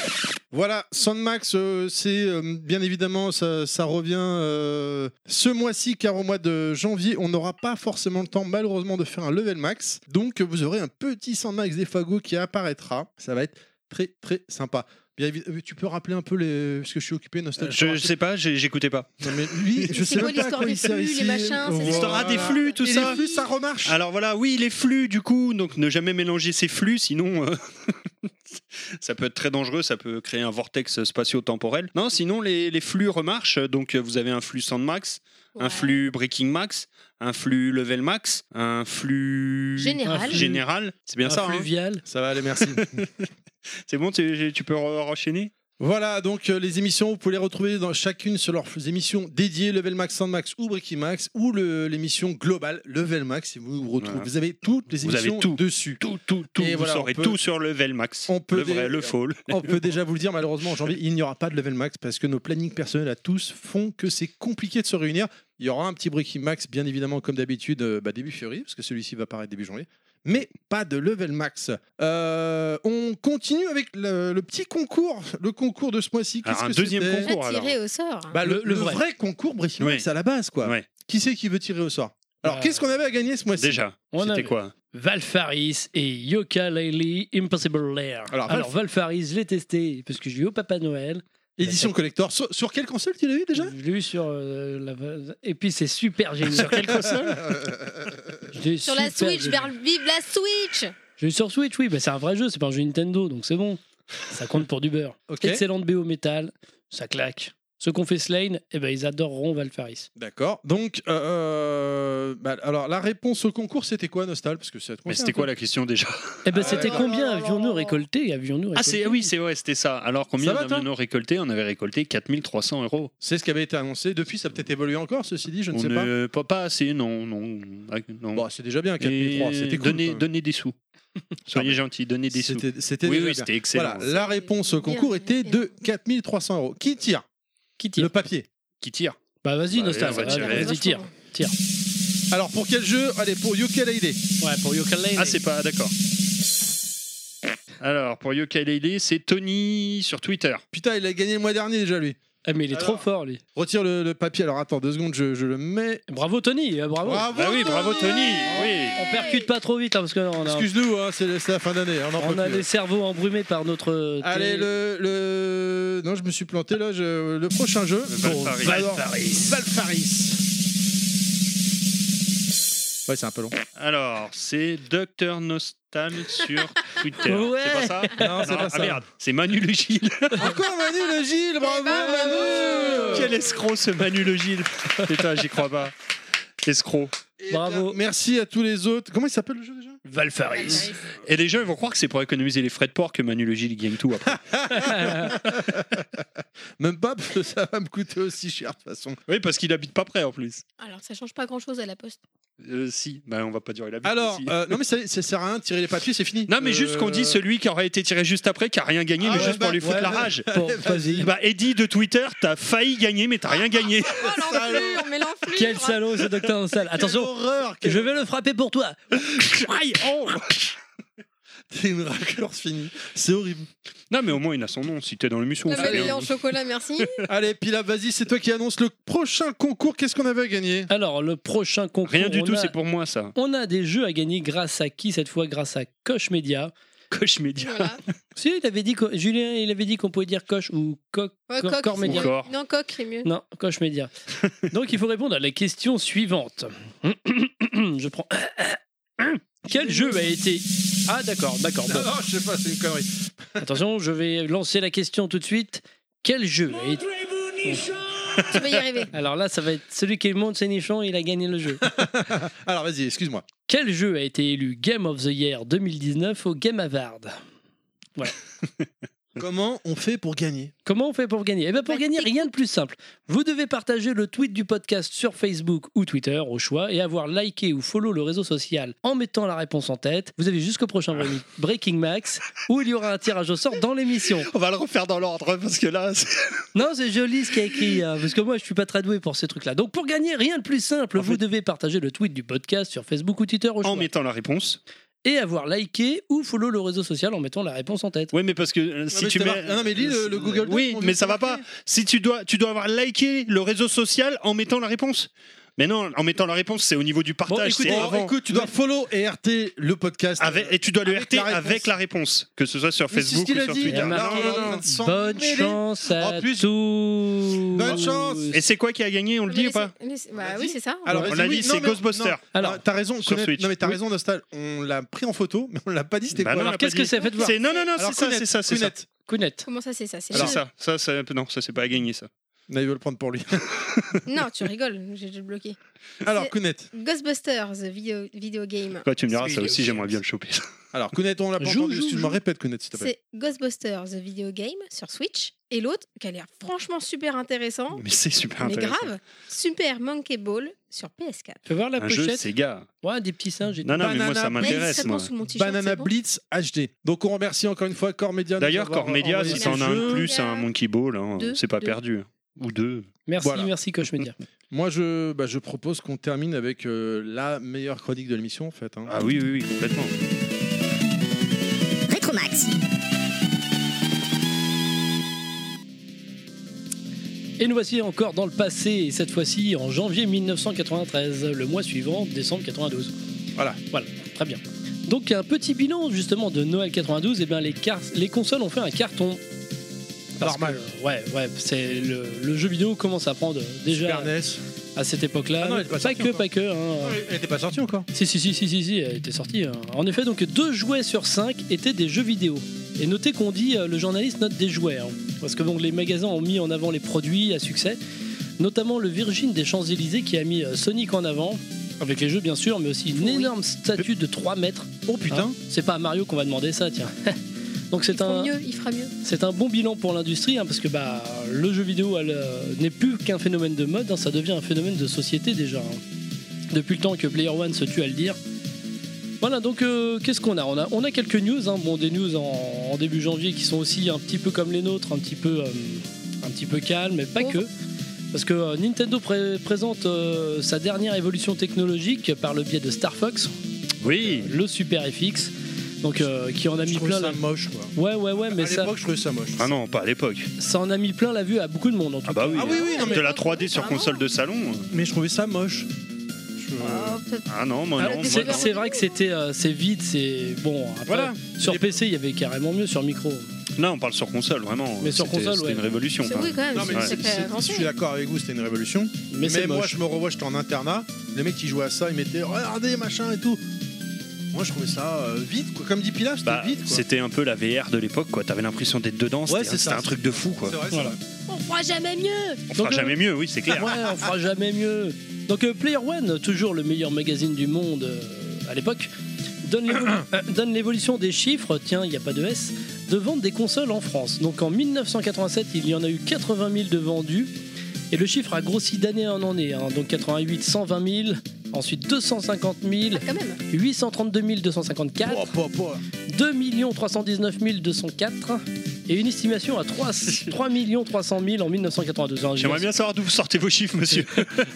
Speaker 2: Voilà, Soundmax, euh, c'est euh, bien évidemment, ça, ça revient euh, ce mois-ci, car au mois de janvier, on n'aura pas forcément le temps, malheureusement, de faire un level max. Donc, euh, vous aurez un petit Soundmax des fagots qui apparaîtra. Ça va être très, très sympa. Bien évi- euh, tu peux rappeler un peu les. Parce que je suis occupé, nostalgique.
Speaker 3: Euh, Je sais pas, j'ai- j'écoutais pas.
Speaker 2: Non, mais lui, je
Speaker 4: C'est
Speaker 2: sais
Speaker 4: quoi
Speaker 2: même pas à
Speaker 4: l'histoire
Speaker 2: quoi
Speaker 4: des
Speaker 2: il sert
Speaker 4: flux, les
Speaker 2: ici.
Speaker 4: machins, c'est
Speaker 3: L'histoire ah, des flux, tout
Speaker 2: Et
Speaker 3: ça.
Speaker 2: Les flux, ça remarche.
Speaker 3: Alors voilà, oui, les flux, du coup, donc ne jamais mélanger ces flux, sinon euh, ça peut être très dangereux, ça peut créer un vortex spatio-temporel. Non, sinon les, les flux remarchent, donc euh, vous avez un flux Sandmax, un
Speaker 4: Ouais.
Speaker 3: flux Breaking Max, un flux Level Max, un flux
Speaker 4: Général.
Speaker 3: Général. c'est bien
Speaker 5: Un
Speaker 3: ça, hein
Speaker 5: fluvial.
Speaker 2: Ça va aller, merci.
Speaker 3: c'est bon, tu, tu peux re- enchaîner
Speaker 2: Voilà, donc euh, les émissions, vous pouvez les retrouver dans chacune sur leurs émissions dédiées, Level Max, Sandmax ou Bricky Max, ou le- l'émission globale Level Max. Et vous, vous retrouvez,
Speaker 3: Voilà.
Speaker 2: vous avez toutes les
Speaker 3: Vous avez
Speaker 2: émissions
Speaker 3: tout.
Speaker 2: dessus.
Speaker 3: Tout, tout, tout,
Speaker 2: Et
Speaker 3: vous
Speaker 2: voilà, on
Speaker 3: saurez
Speaker 2: peut-
Speaker 3: tout sur Level Max,
Speaker 2: on peut
Speaker 3: le vrai,
Speaker 2: dé-
Speaker 3: le faux. le-
Speaker 2: On peut déjà vous le dire, malheureusement, en janvier, il n'y aura pas de Level Max parce que nos plannings personnels à tous font que c'est compliqué de se réunir. Il y aura un petit Bricky Max, bien évidemment, comme d'habitude, euh, bah, début février, parce que celui-ci va paraître début janvier. Mais pas de level max. Euh, on continue avec le, le petit concours, le concours de ce mois-ci.
Speaker 3: Alors,
Speaker 2: Qu'est-ce
Speaker 3: un
Speaker 2: que
Speaker 3: deuxième
Speaker 2: c'était
Speaker 3: concours.
Speaker 4: Je tirais au sort.
Speaker 2: Bah, le,
Speaker 5: Le- le
Speaker 2: le vrai.
Speaker 5: vrai.
Speaker 2: concours Breaking
Speaker 3: Oui.
Speaker 2: Max à la base, quoi.
Speaker 3: Ouais,
Speaker 2: Qui c'est qui veut tirer au sort Alors,
Speaker 5: Euh,
Speaker 2: qu'est-ce qu'on avait à gagner ce mois-ci
Speaker 3: déjà,
Speaker 5: On
Speaker 3: c'était
Speaker 5: avait-
Speaker 3: quoi
Speaker 5: Valfaris et Yoka Laylee Impossible Lair.
Speaker 2: Alors,
Speaker 5: Alors, Valfaris, je l'ai testé parce que j'ai eu au Papa Noël.
Speaker 2: Édition collector. Sur, sur quelle console tu l'as eu déjà
Speaker 5: Je l'ai eu sur euh, la. Et puis c'est super génial.
Speaker 3: Sur quelle console
Speaker 2: Euh,
Speaker 5: Je l'ai
Speaker 4: Sur la
Speaker 5: super
Speaker 4: Switch,
Speaker 5: génial.
Speaker 4: vers vive la Switch
Speaker 5: Je l'ai eu sur Switch, oui, bah, c'est un vrai jeu, c'est pas un jeu Nintendo, donc c'est bon. Ça compte pour du beurre.
Speaker 2: Ok,
Speaker 5: Excellente BO métal, ça claque. Ceux qu'on fait Slane, eh ben, ils adoreront Valfaris.
Speaker 2: d'accord. Donc, euh, bah, alors la réponse au concours, c'était quoi, Nostal Parce que ça te
Speaker 3: Mais
Speaker 2: concerne,
Speaker 3: c'était quoi
Speaker 2: toi.
Speaker 3: la question déjà
Speaker 5: Eh ben,
Speaker 2: Ah,
Speaker 5: c'était
Speaker 2: ouais.
Speaker 5: combien avions-nous récolté, avions-nous
Speaker 3: Ah c'est
Speaker 5: récolté
Speaker 3: oui c'est vrai c'était ça. Alors
Speaker 2: Ça
Speaker 3: combien
Speaker 2: va, toi
Speaker 3: d'avions récolté On avait récolté 4300 euros.
Speaker 2: C'est ce qui avait été annoncé. Depuis, ça a peut-être évolué encore, ceci dit, je ne
Speaker 3: On
Speaker 2: sais pas.
Speaker 3: ne- pas. pas assez non non. ah, non.
Speaker 2: Bon, c'est déjà bien,
Speaker 3: Et
Speaker 2: 4003. C'était cool.
Speaker 3: donnez,
Speaker 2: quand même.
Speaker 3: donnez des sous. Soyez gentils, donnez des sous.
Speaker 2: C'était c'était
Speaker 3: Oui
Speaker 2: déjà
Speaker 3: oui
Speaker 2: bien.
Speaker 3: c'était excellent.
Speaker 2: Voilà, la réponse au concours était de 4300 euros. Qui tire
Speaker 5: Qui tire
Speaker 2: Le papier.
Speaker 3: Qui tire
Speaker 5: Bah vas-y,
Speaker 3: Bah,
Speaker 5: Nostal,
Speaker 3: allez, on va
Speaker 5: vas-y,
Speaker 3: tirer.
Speaker 5: vas-y, tire.
Speaker 2: Alors, pour quel jeu Allez, pour Ukulele.
Speaker 5: Ouais, pour Yoka Laylee.
Speaker 3: Ah c'est pas d'accord. Alors pour Yokalele c'est Tony sur Twitter.
Speaker 2: Putain, il a gagné le mois dernier déjà, lui.
Speaker 5: Ah, mais il est trop
Speaker 2: Alors.
Speaker 5: fort, lui.
Speaker 2: Retire le, le papier. Alors attends deux secondes, je, je le mets.
Speaker 5: Bravo, Tony, euh, bravo.
Speaker 2: Bravo.
Speaker 3: Ah oui bravo Tony. Oui.
Speaker 5: On percute pas trop vite, hein, parce que là, on a,
Speaker 2: Excuse-nous, hein, c'est c'est la fin d'année. hein, on en peut
Speaker 5: on a
Speaker 2: plus.
Speaker 5: des cerveaux embrumés par notre. euh,
Speaker 2: Allez,
Speaker 5: télé.
Speaker 2: le, le- Non, je me suis planté là. je- Le prochain jeu.
Speaker 3: Valfaris.
Speaker 2: alors,
Speaker 3: Valfaris.
Speaker 2: Valfaris. Ouais, c'est un peu long.
Speaker 3: Alors c'est Docteur Nostal sur Twitter.
Speaker 5: Ouais.
Speaker 3: C'est pas ça
Speaker 2: Non, c'est pas
Speaker 3: ah
Speaker 2: ça.
Speaker 3: merde c'est Manu Le Gilles.
Speaker 2: Encore Manu le Gilles, bravo
Speaker 4: ben,
Speaker 2: Manu
Speaker 3: Quel escroc ce Manu Le Gilles. Putain j'y crois pas. Escroc.
Speaker 2: Et
Speaker 5: Bravo.
Speaker 2: bien, Merci à tous les autres. Comment il s'appelle le jeu déjà
Speaker 5: Valfaris.
Speaker 3: Et les gens ils vont croire que c'est pour économiser les frais de port que Manu Le Gilles gagne tout après.
Speaker 2: Même pas, parce que ça va me coûter aussi cher de toute façon.
Speaker 3: oui, parce qu'il habite pas près en plus.
Speaker 4: Alors, ça change pas grand-chose à la poste.
Speaker 3: Euh, si, bah, on va pas durer la vie.
Speaker 2: Alors,
Speaker 3: si.
Speaker 2: euh, non mais ça, ça sert à rien de tirer les papiers, c'est fini. Euh,
Speaker 3: Non, mais juste qu'on dit
Speaker 2: celui
Speaker 3: celui qui aurait été tiré juste après, qui a rien gagné,
Speaker 2: Ah
Speaker 3: mais
Speaker 2: ouais,
Speaker 3: juste
Speaker 2: bah,
Speaker 3: pour lui foutre
Speaker 2: ouais,
Speaker 3: la
Speaker 2: bah.
Speaker 3: rage.
Speaker 5: Bon, vas-y.
Speaker 3: Bah, Eddie de Twitter, t'as failli gagner, mais t'as rien gagné.
Speaker 4: Oh, l'enflure, mais l'enflure
Speaker 5: Quel
Speaker 3: hein.
Speaker 5: salaud, ce docteur Nostal. Attention,
Speaker 2: horreur
Speaker 5: je vais le frapper pour toi.
Speaker 3: Aïe, oh.
Speaker 2: T'es une raclure finie. C'est horrible.
Speaker 3: non, mais au moins il a son nom. Si t'es dans l'émission,
Speaker 4: Le
Speaker 3: on fait
Speaker 4: réveillé
Speaker 3: bien.
Speaker 4: en chocolat, merci.
Speaker 2: Allez, Pilaf, vas-y, c'est toi qui annonce le prochain concours. Qu'est-ce qu'on avait à gagner
Speaker 5: Alors, le prochain concours.
Speaker 3: Rien du
Speaker 5: on
Speaker 3: tout,
Speaker 5: a-
Speaker 3: c'est pour moi ça.
Speaker 5: On a des jeux à gagner grâce à qui cette fois Grâce à Coche Media.
Speaker 3: Coche média.
Speaker 4: Voilà.
Speaker 5: Si, il avait dit, que- Julien, il avait dit qu'on pouvait dire Coche ou Coq.
Speaker 4: Ouais,
Speaker 5: Cor-
Speaker 4: coq,
Speaker 5: corps
Speaker 4: c'est
Speaker 5: média.
Speaker 4: mieux.
Speaker 3: Corps.
Speaker 4: Non, coq, c'est mieux.
Speaker 5: Non, Coche Média. Donc il faut répondre à la question suivante. Je prends. Quel jeu a été. Ah, d'accord, d'accord. bon.
Speaker 2: je sais pas, c'est une connerie.
Speaker 5: Attention, je vais lancer la question tout de suite. Quel jeu a été-
Speaker 4: Tu vas y arriver.
Speaker 5: Alors là, ça va être celui qui monte ses nichons, il a gagné le jeu.
Speaker 2: Alors vas-y, excuse-moi.
Speaker 5: Quel jeu a été élu Game of the Year 2019 au Game Award
Speaker 2: Comment on fait pour gagner
Speaker 5: Comment on fait pour gagner Eh bien, pour
Speaker 4: Bah,
Speaker 5: gagner,
Speaker 4: t'écoutes.
Speaker 5: rien de plus simple. Vous devez partager le tweet du podcast sur Facebook ou Twitter, au choix, et avoir liké ou follow le réseau social en mettant la réponse en tête. Vous avez jusqu'au prochain
Speaker 2: Ah.
Speaker 5: bre- Breaking Max, où il y aura un tirage au sort dans l'émission.
Speaker 3: On va le refaire dans l'ordre hein, parce que là,
Speaker 5: Non, c'est joli ce qu'il a écrit, hein, parce que moi, je suis pas très doué pour ces trucs-là. Donc, pour gagner, rien de plus simple.
Speaker 3: En
Speaker 5: vous
Speaker 3: fait-
Speaker 5: devez partager le tweet du podcast sur Facebook ou Twitter, au choix,
Speaker 3: en mettant la réponse.
Speaker 5: et avoir liké ou follow le réseau social en mettant la réponse en tête.
Speaker 3: Oui, mais parce que euh, si
Speaker 2: mais
Speaker 3: tu
Speaker 2: c'était
Speaker 3: mets.
Speaker 2: mar- non, mais lis le- le Google Doc,
Speaker 3: Oui,
Speaker 2: mon vieux,
Speaker 3: mais ça
Speaker 2: c'est
Speaker 3: va pas.
Speaker 2: marqué.
Speaker 3: Si tu dois, tu dois avoir liké le réseau social en mettant la réponse. Mais non, en mettant la réponse, c'est au niveau du partage.
Speaker 5: écoute,
Speaker 3: c'est
Speaker 5: bon,
Speaker 3: avant.
Speaker 2: écoute, tu dois follow et RT le podcast.
Speaker 3: Avec- et tu dois le
Speaker 2: avec
Speaker 3: RT
Speaker 2: la réponse.
Speaker 3: avec la réponse, que ce soit sur
Speaker 2: Mais c'est ce
Speaker 3: Facebook
Speaker 2: qu'il
Speaker 3: ou
Speaker 2: a
Speaker 3: sur
Speaker 2: dit. hein.
Speaker 3: Twitter.
Speaker 2: Là,
Speaker 5: Marc-
Speaker 2: on est en train de s'en
Speaker 5: Bonne
Speaker 2: mêler.
Speaker 5: chance à
Speaker 2: En plus-
Speaker 5: tous.
Speaker 2: Bonne chance.
Speaker 3: Et c'est quoi qui a gagné On le dit ou pas
Speaker 4: Mais laissez-
Speaker 2: On l'a
Speaker 4: Bah oui,
Speaker 2: dit.
Speaker 4: c'est ça.
Speaker 2: Alors,
Speaker 3: On
Speaker 2: vas-y,
Speaker 3: l'a
Speaker 2: oui,
Speaker 3: dit,
Speaker 2: non,
Speaker 3: c'est
Speaker 2: mais-
Speaker 3: Ghostbuster.
Speaker 5: Alors,
Speaker 2: Alors, t'as raison,
Speaker 3: sur
Speaker 2: Conan-
Speaker 3: Switch.
Speaker 2: non mais t'as
Speaker 3: Oui.
Speaker 2: raison Nostal, on l'a pris en photo, mais on l'a pas dit c'était quoi.
Speaker 3: Bah non, on
Speaker 5: Alors
Speaker 3: l'a
Speaker 5: qu'est-ce
Speaker 3: pas
Speaker 5: que
Speaker 3: dit.
Speaker 5: c'est Faites voir.
Speaker 3: C'est non, non, non,
Speaker 2: Alors,
Speaker 3: c'est ça,
Speaker 2: Kounet,
Speaker 3: c'est ça, c'est ça.
Speaker 2: Kounet.
Speaker 5: Kounet.
Speaker 4: Comment ça, c'est ça C'est
Speaker 3: C'est
Speaker 4: ça.
Speaker 3: ça, ça, ça- non, ça c'est pas à gagner ça.
Speaker 2: Là, ils veulent prendre pour lui.
Speaker 4: Non, tu rigoles, j'ai j'ai bloqué.
Speaker 2: Alors
Speaker 4: C'est-
Speaker 2: Kounet.
Speaker 4: Ghostbusters, the video, video game.
Speaker 3: Quoi, tu me diras,
Speaker 5: C'est
Speaker 3: ça aussi
Speaker 5: idiot.
Speaker 3: j'aimerais bien le choper.
Speaker 2: Alors Kounet, on l'a pas
Speaker 5: Joue,
Speaker 2: entendu,
Speaker 5: joue,
Speaker 2: excuse-moi,
Speaker 5: joue.
Speaker 2: répète Kounet s'il te plaît.
Speaker 4: C'est Ghostbusters, the video game sur Switch. Et l'autre, qui a l'air franchement super intéressant,
Speaker 3: Mais c'est super
Speaker 4: mais
Speaker 3: intéressant.
Speaker 4: grave, Super Monkey Ball sur PS4.
Speaker 5: Tu peux voir la
Speaker 3: Un jeu,
Speaker 5: pochette
Speaker 3: c'est gars.
Speaker 5: Ouais, des petits singes. et tout.
Speaker 3: Non, non, mais moi
Speaker 2: Banana
Speaker 3: ça
Speaker 4: Ouais,
Speaker 3: m'intéresse.
Speaker 4: discrètement
Speaker 3: moi.
Speaker 4: sous mon t-shirt,
Speaker 2: Banana
Speaker 4: c'est bon
Speaker 2: Blitz HD. Donc on remercie encore une fois Core Media. de nous
Speaker 3: D'ailleurs,
Speaker 2: avoir
Speaker 3: Core Media,
Speaker 2: envoyé
Speaker 3: si
Speaker 4: ce
Speaker 3: ça en a un
Speaker 2: jeu.
Speaker 3: de plus, un Monkey Ball, hein,
Speaker 4: Deux,
Speaker 3: c'est pas
Speaker 4: deux.
Speaker 3: perdu. Ou deux.
Speaker 5: Merci,
Speaker 2: Voilà.
Speaker 5: merci, Coach Media.
Speaker 2: Moi, je, bah, je propose qu'on termine avec euh, la meilleure chronique de l'émission, en fait. hein.
Speaker 3: Ah oui, oui, oui, complètement.
Speaker 8: Rétromax.
Speaker 5: Et nous voici encore dans le passé, et cette fois-ci en janvier 1993, le mois suivant, décembre 92.
Speaker 2: Voilà.
Speaker 5: Voilà, très bien. Donc un petit bilan justement de Noël 92, et bien les, car- les consoles ont fait un carton. Parce
Speaker 2: Normal.
Speaker 5: que, ouais, ouais, c'est le, le jeu vidéo commence à prendre euh, déjà
Speaker 2: Super NES.
Speaker 5: à cette époque-là.
Speaker 2: Ah non, il est pas
Speaker 5: pas
Speaker 2: sorti
Speaker 5: que,
Speaker 2: encore. Ah
Speaker 5: pas que. hein.
Speaker 2: Non, Elle n'était pas sortie encore.
Speaker 5: Si, si, si, si, si, si, elle était sortie. hein. En effet, donc deux jouets sur cinq étaient des jeux vidéo. Et notez qu'on dit, euh, le journaliste note des jouets, hein. parce que bon, les magasins ont mis en avant les produits à succès, notamment le Virgin des Champs-Élysées qui a mis euh, Sonic en avant, avec les jeux bien sûr, mais aussi une énorme statue de 3 mètres.
Speaker 2: Oh
Speaker 5: hein.
Speaker 3: Ah.
Speaker 5: C'est pas à Mario qu'on va demander ça, tiens. donc
Speaker 4: Il
Speaker 5: c'est
Speaker 4: fera
Speaker 5: un,
Speaker 4: mieux, il fera mieux.
Speaker 5: c'est un bon bilan pour l'industrie, hein, parce que bah, le jeu vidéo elle, euh, n'est plus qu'un phénomène de mode, hein, ça devient un phénomène de société déjà. hein. Depuis le temps que Player One se tue à le dire. Voilà, donc euh, qu'est-ce qu'on a, on a On a quelques news, hein, bon, des news en, en début janvier qui sont aussi un petit peu comme les nôtres, un petit peu, euh, un petit peu calmes, mais pas que. Parce que euh, Nintendo pré- présente euh, sa dernière évolution technologique par le biais de Star Fox,
Speaker 3: Oui.
Speaker 5: le Super FX, donc, euh, qui en a
Speaker 2: Je
Speaker 5: mis
Speaker 2: trouve
Speaker 5: plein
Speaker 2: ça
Speaker 5: la...
Speaker 2: moche, quoi.
Speaker 5: Ouais, ouais, ouais, mais
Speaker 2: à
Speaker 5: ça,
Speaker 2: l'époque, je trouvais ça moche.
Speaker 3: Ah non, pas à l'époque.
Speaker 5: ça en a mis plein la vue à beaucoup de monde en tout
Speaker 3: Ah bah oui.
Speaker 2: Ah oui, oui, non, mais,
Speaker 3: De la 3D sur console de salon.
Speaker 2: mais je trouvais ça moche. Je-
Speaker 4: Oh, peut-être
Speaker 3: Ah non, moi
Speaker 5: Ah,
Speaker 3: non.
Speaker 4: c'est-
Speaker 3: Moi,
Speaker 5: c'est
Speaker 3: non.
Speaker 5: c'est vrai que c'était euh, c'est vide, c'est bon. après,
Speaker 2: Voilà.
Speaker 5: Sur
Speaker 2: Les-
Speaker 5: PC, il y avait carrément mieux sur micro.
Speaker 3: Non, on parle sur console, vraiment.
Speaker 5: Mais sur
Speaker 3: C'était-
Speaker 5: console,
Speaker 3: c'était
Speaker 5: ouais.
Speaker 3: une révolution.
Speaker 4: C'est
Speaker 3: quoi.
Speaker 4: oui, quand même,
Speaker 2: Non, mais
Speaker 4: c'est une
Speaker 2: c'est-
Speaker 4: sacrée
Speaker 2: c'est- je
Speaker 4: avancée.
Speaker 2: suis d'accord avec vous, c'était une révolution.
Speaker 5: Mais c'est
Speaker 2: moi,
Speaker 5: moche.
Speaker 2: je me revois, j'étais en internat. Les mecs qui jouaient à ça, ils mettaient regardez, machin et tout. Moi, je trouvais ça euh, vide, quoi. Comme dit Pilaf, c'était
Speaker 3: Bah,
Speaker 2: vide, quoi.
Speaker 3: c'était un peu la VR de l'époque, quoi. T'avais l'impression d'être dedans.
Speaker 2: Ouais,
Speaker 3: c'était
Speaker 2: c'est
Speaker 3: c'était
Speaker 2: ça. Ah,
Speaker 3: un truc de fou, quoi.
Speaker 2: C'est vrai, c'est
Speaker 5: Voilà.
Speaker 2: vrai.
Speaker 4: On fera jamais mieux.
Speaker 3: On fera
Speaker 5: Donc, euh,
Speaker 3: jamais mieux, oui, c'est clair.
Speaker 5: Ouais, on fera jamais mieux. Donc euh, Player One, toujours le meilleur magazine du monde euh, à l'époque, donne l'évo- euh, donne l'évolution des chiffres, tiens, il n'y a pas de S, de vente des consoles en France. Donc en 1987, il y en a eu 80 000 de vendus, et le chiffre a grossi d'année en année. hein. Donc 88, 120 000, ensuite 250 000,
Speaker 4: Ah, quand même.
Speaker 5: 832 254.
Speaker 2: Pouah, pouah, pouah.
Speaker 5: 2 319 204 et une estimation à 3, 3 300 000 en 1992. Hein,
Speaker 3: J'aimerais bien savoir d'où vous sortez vos chiffres, monsieur.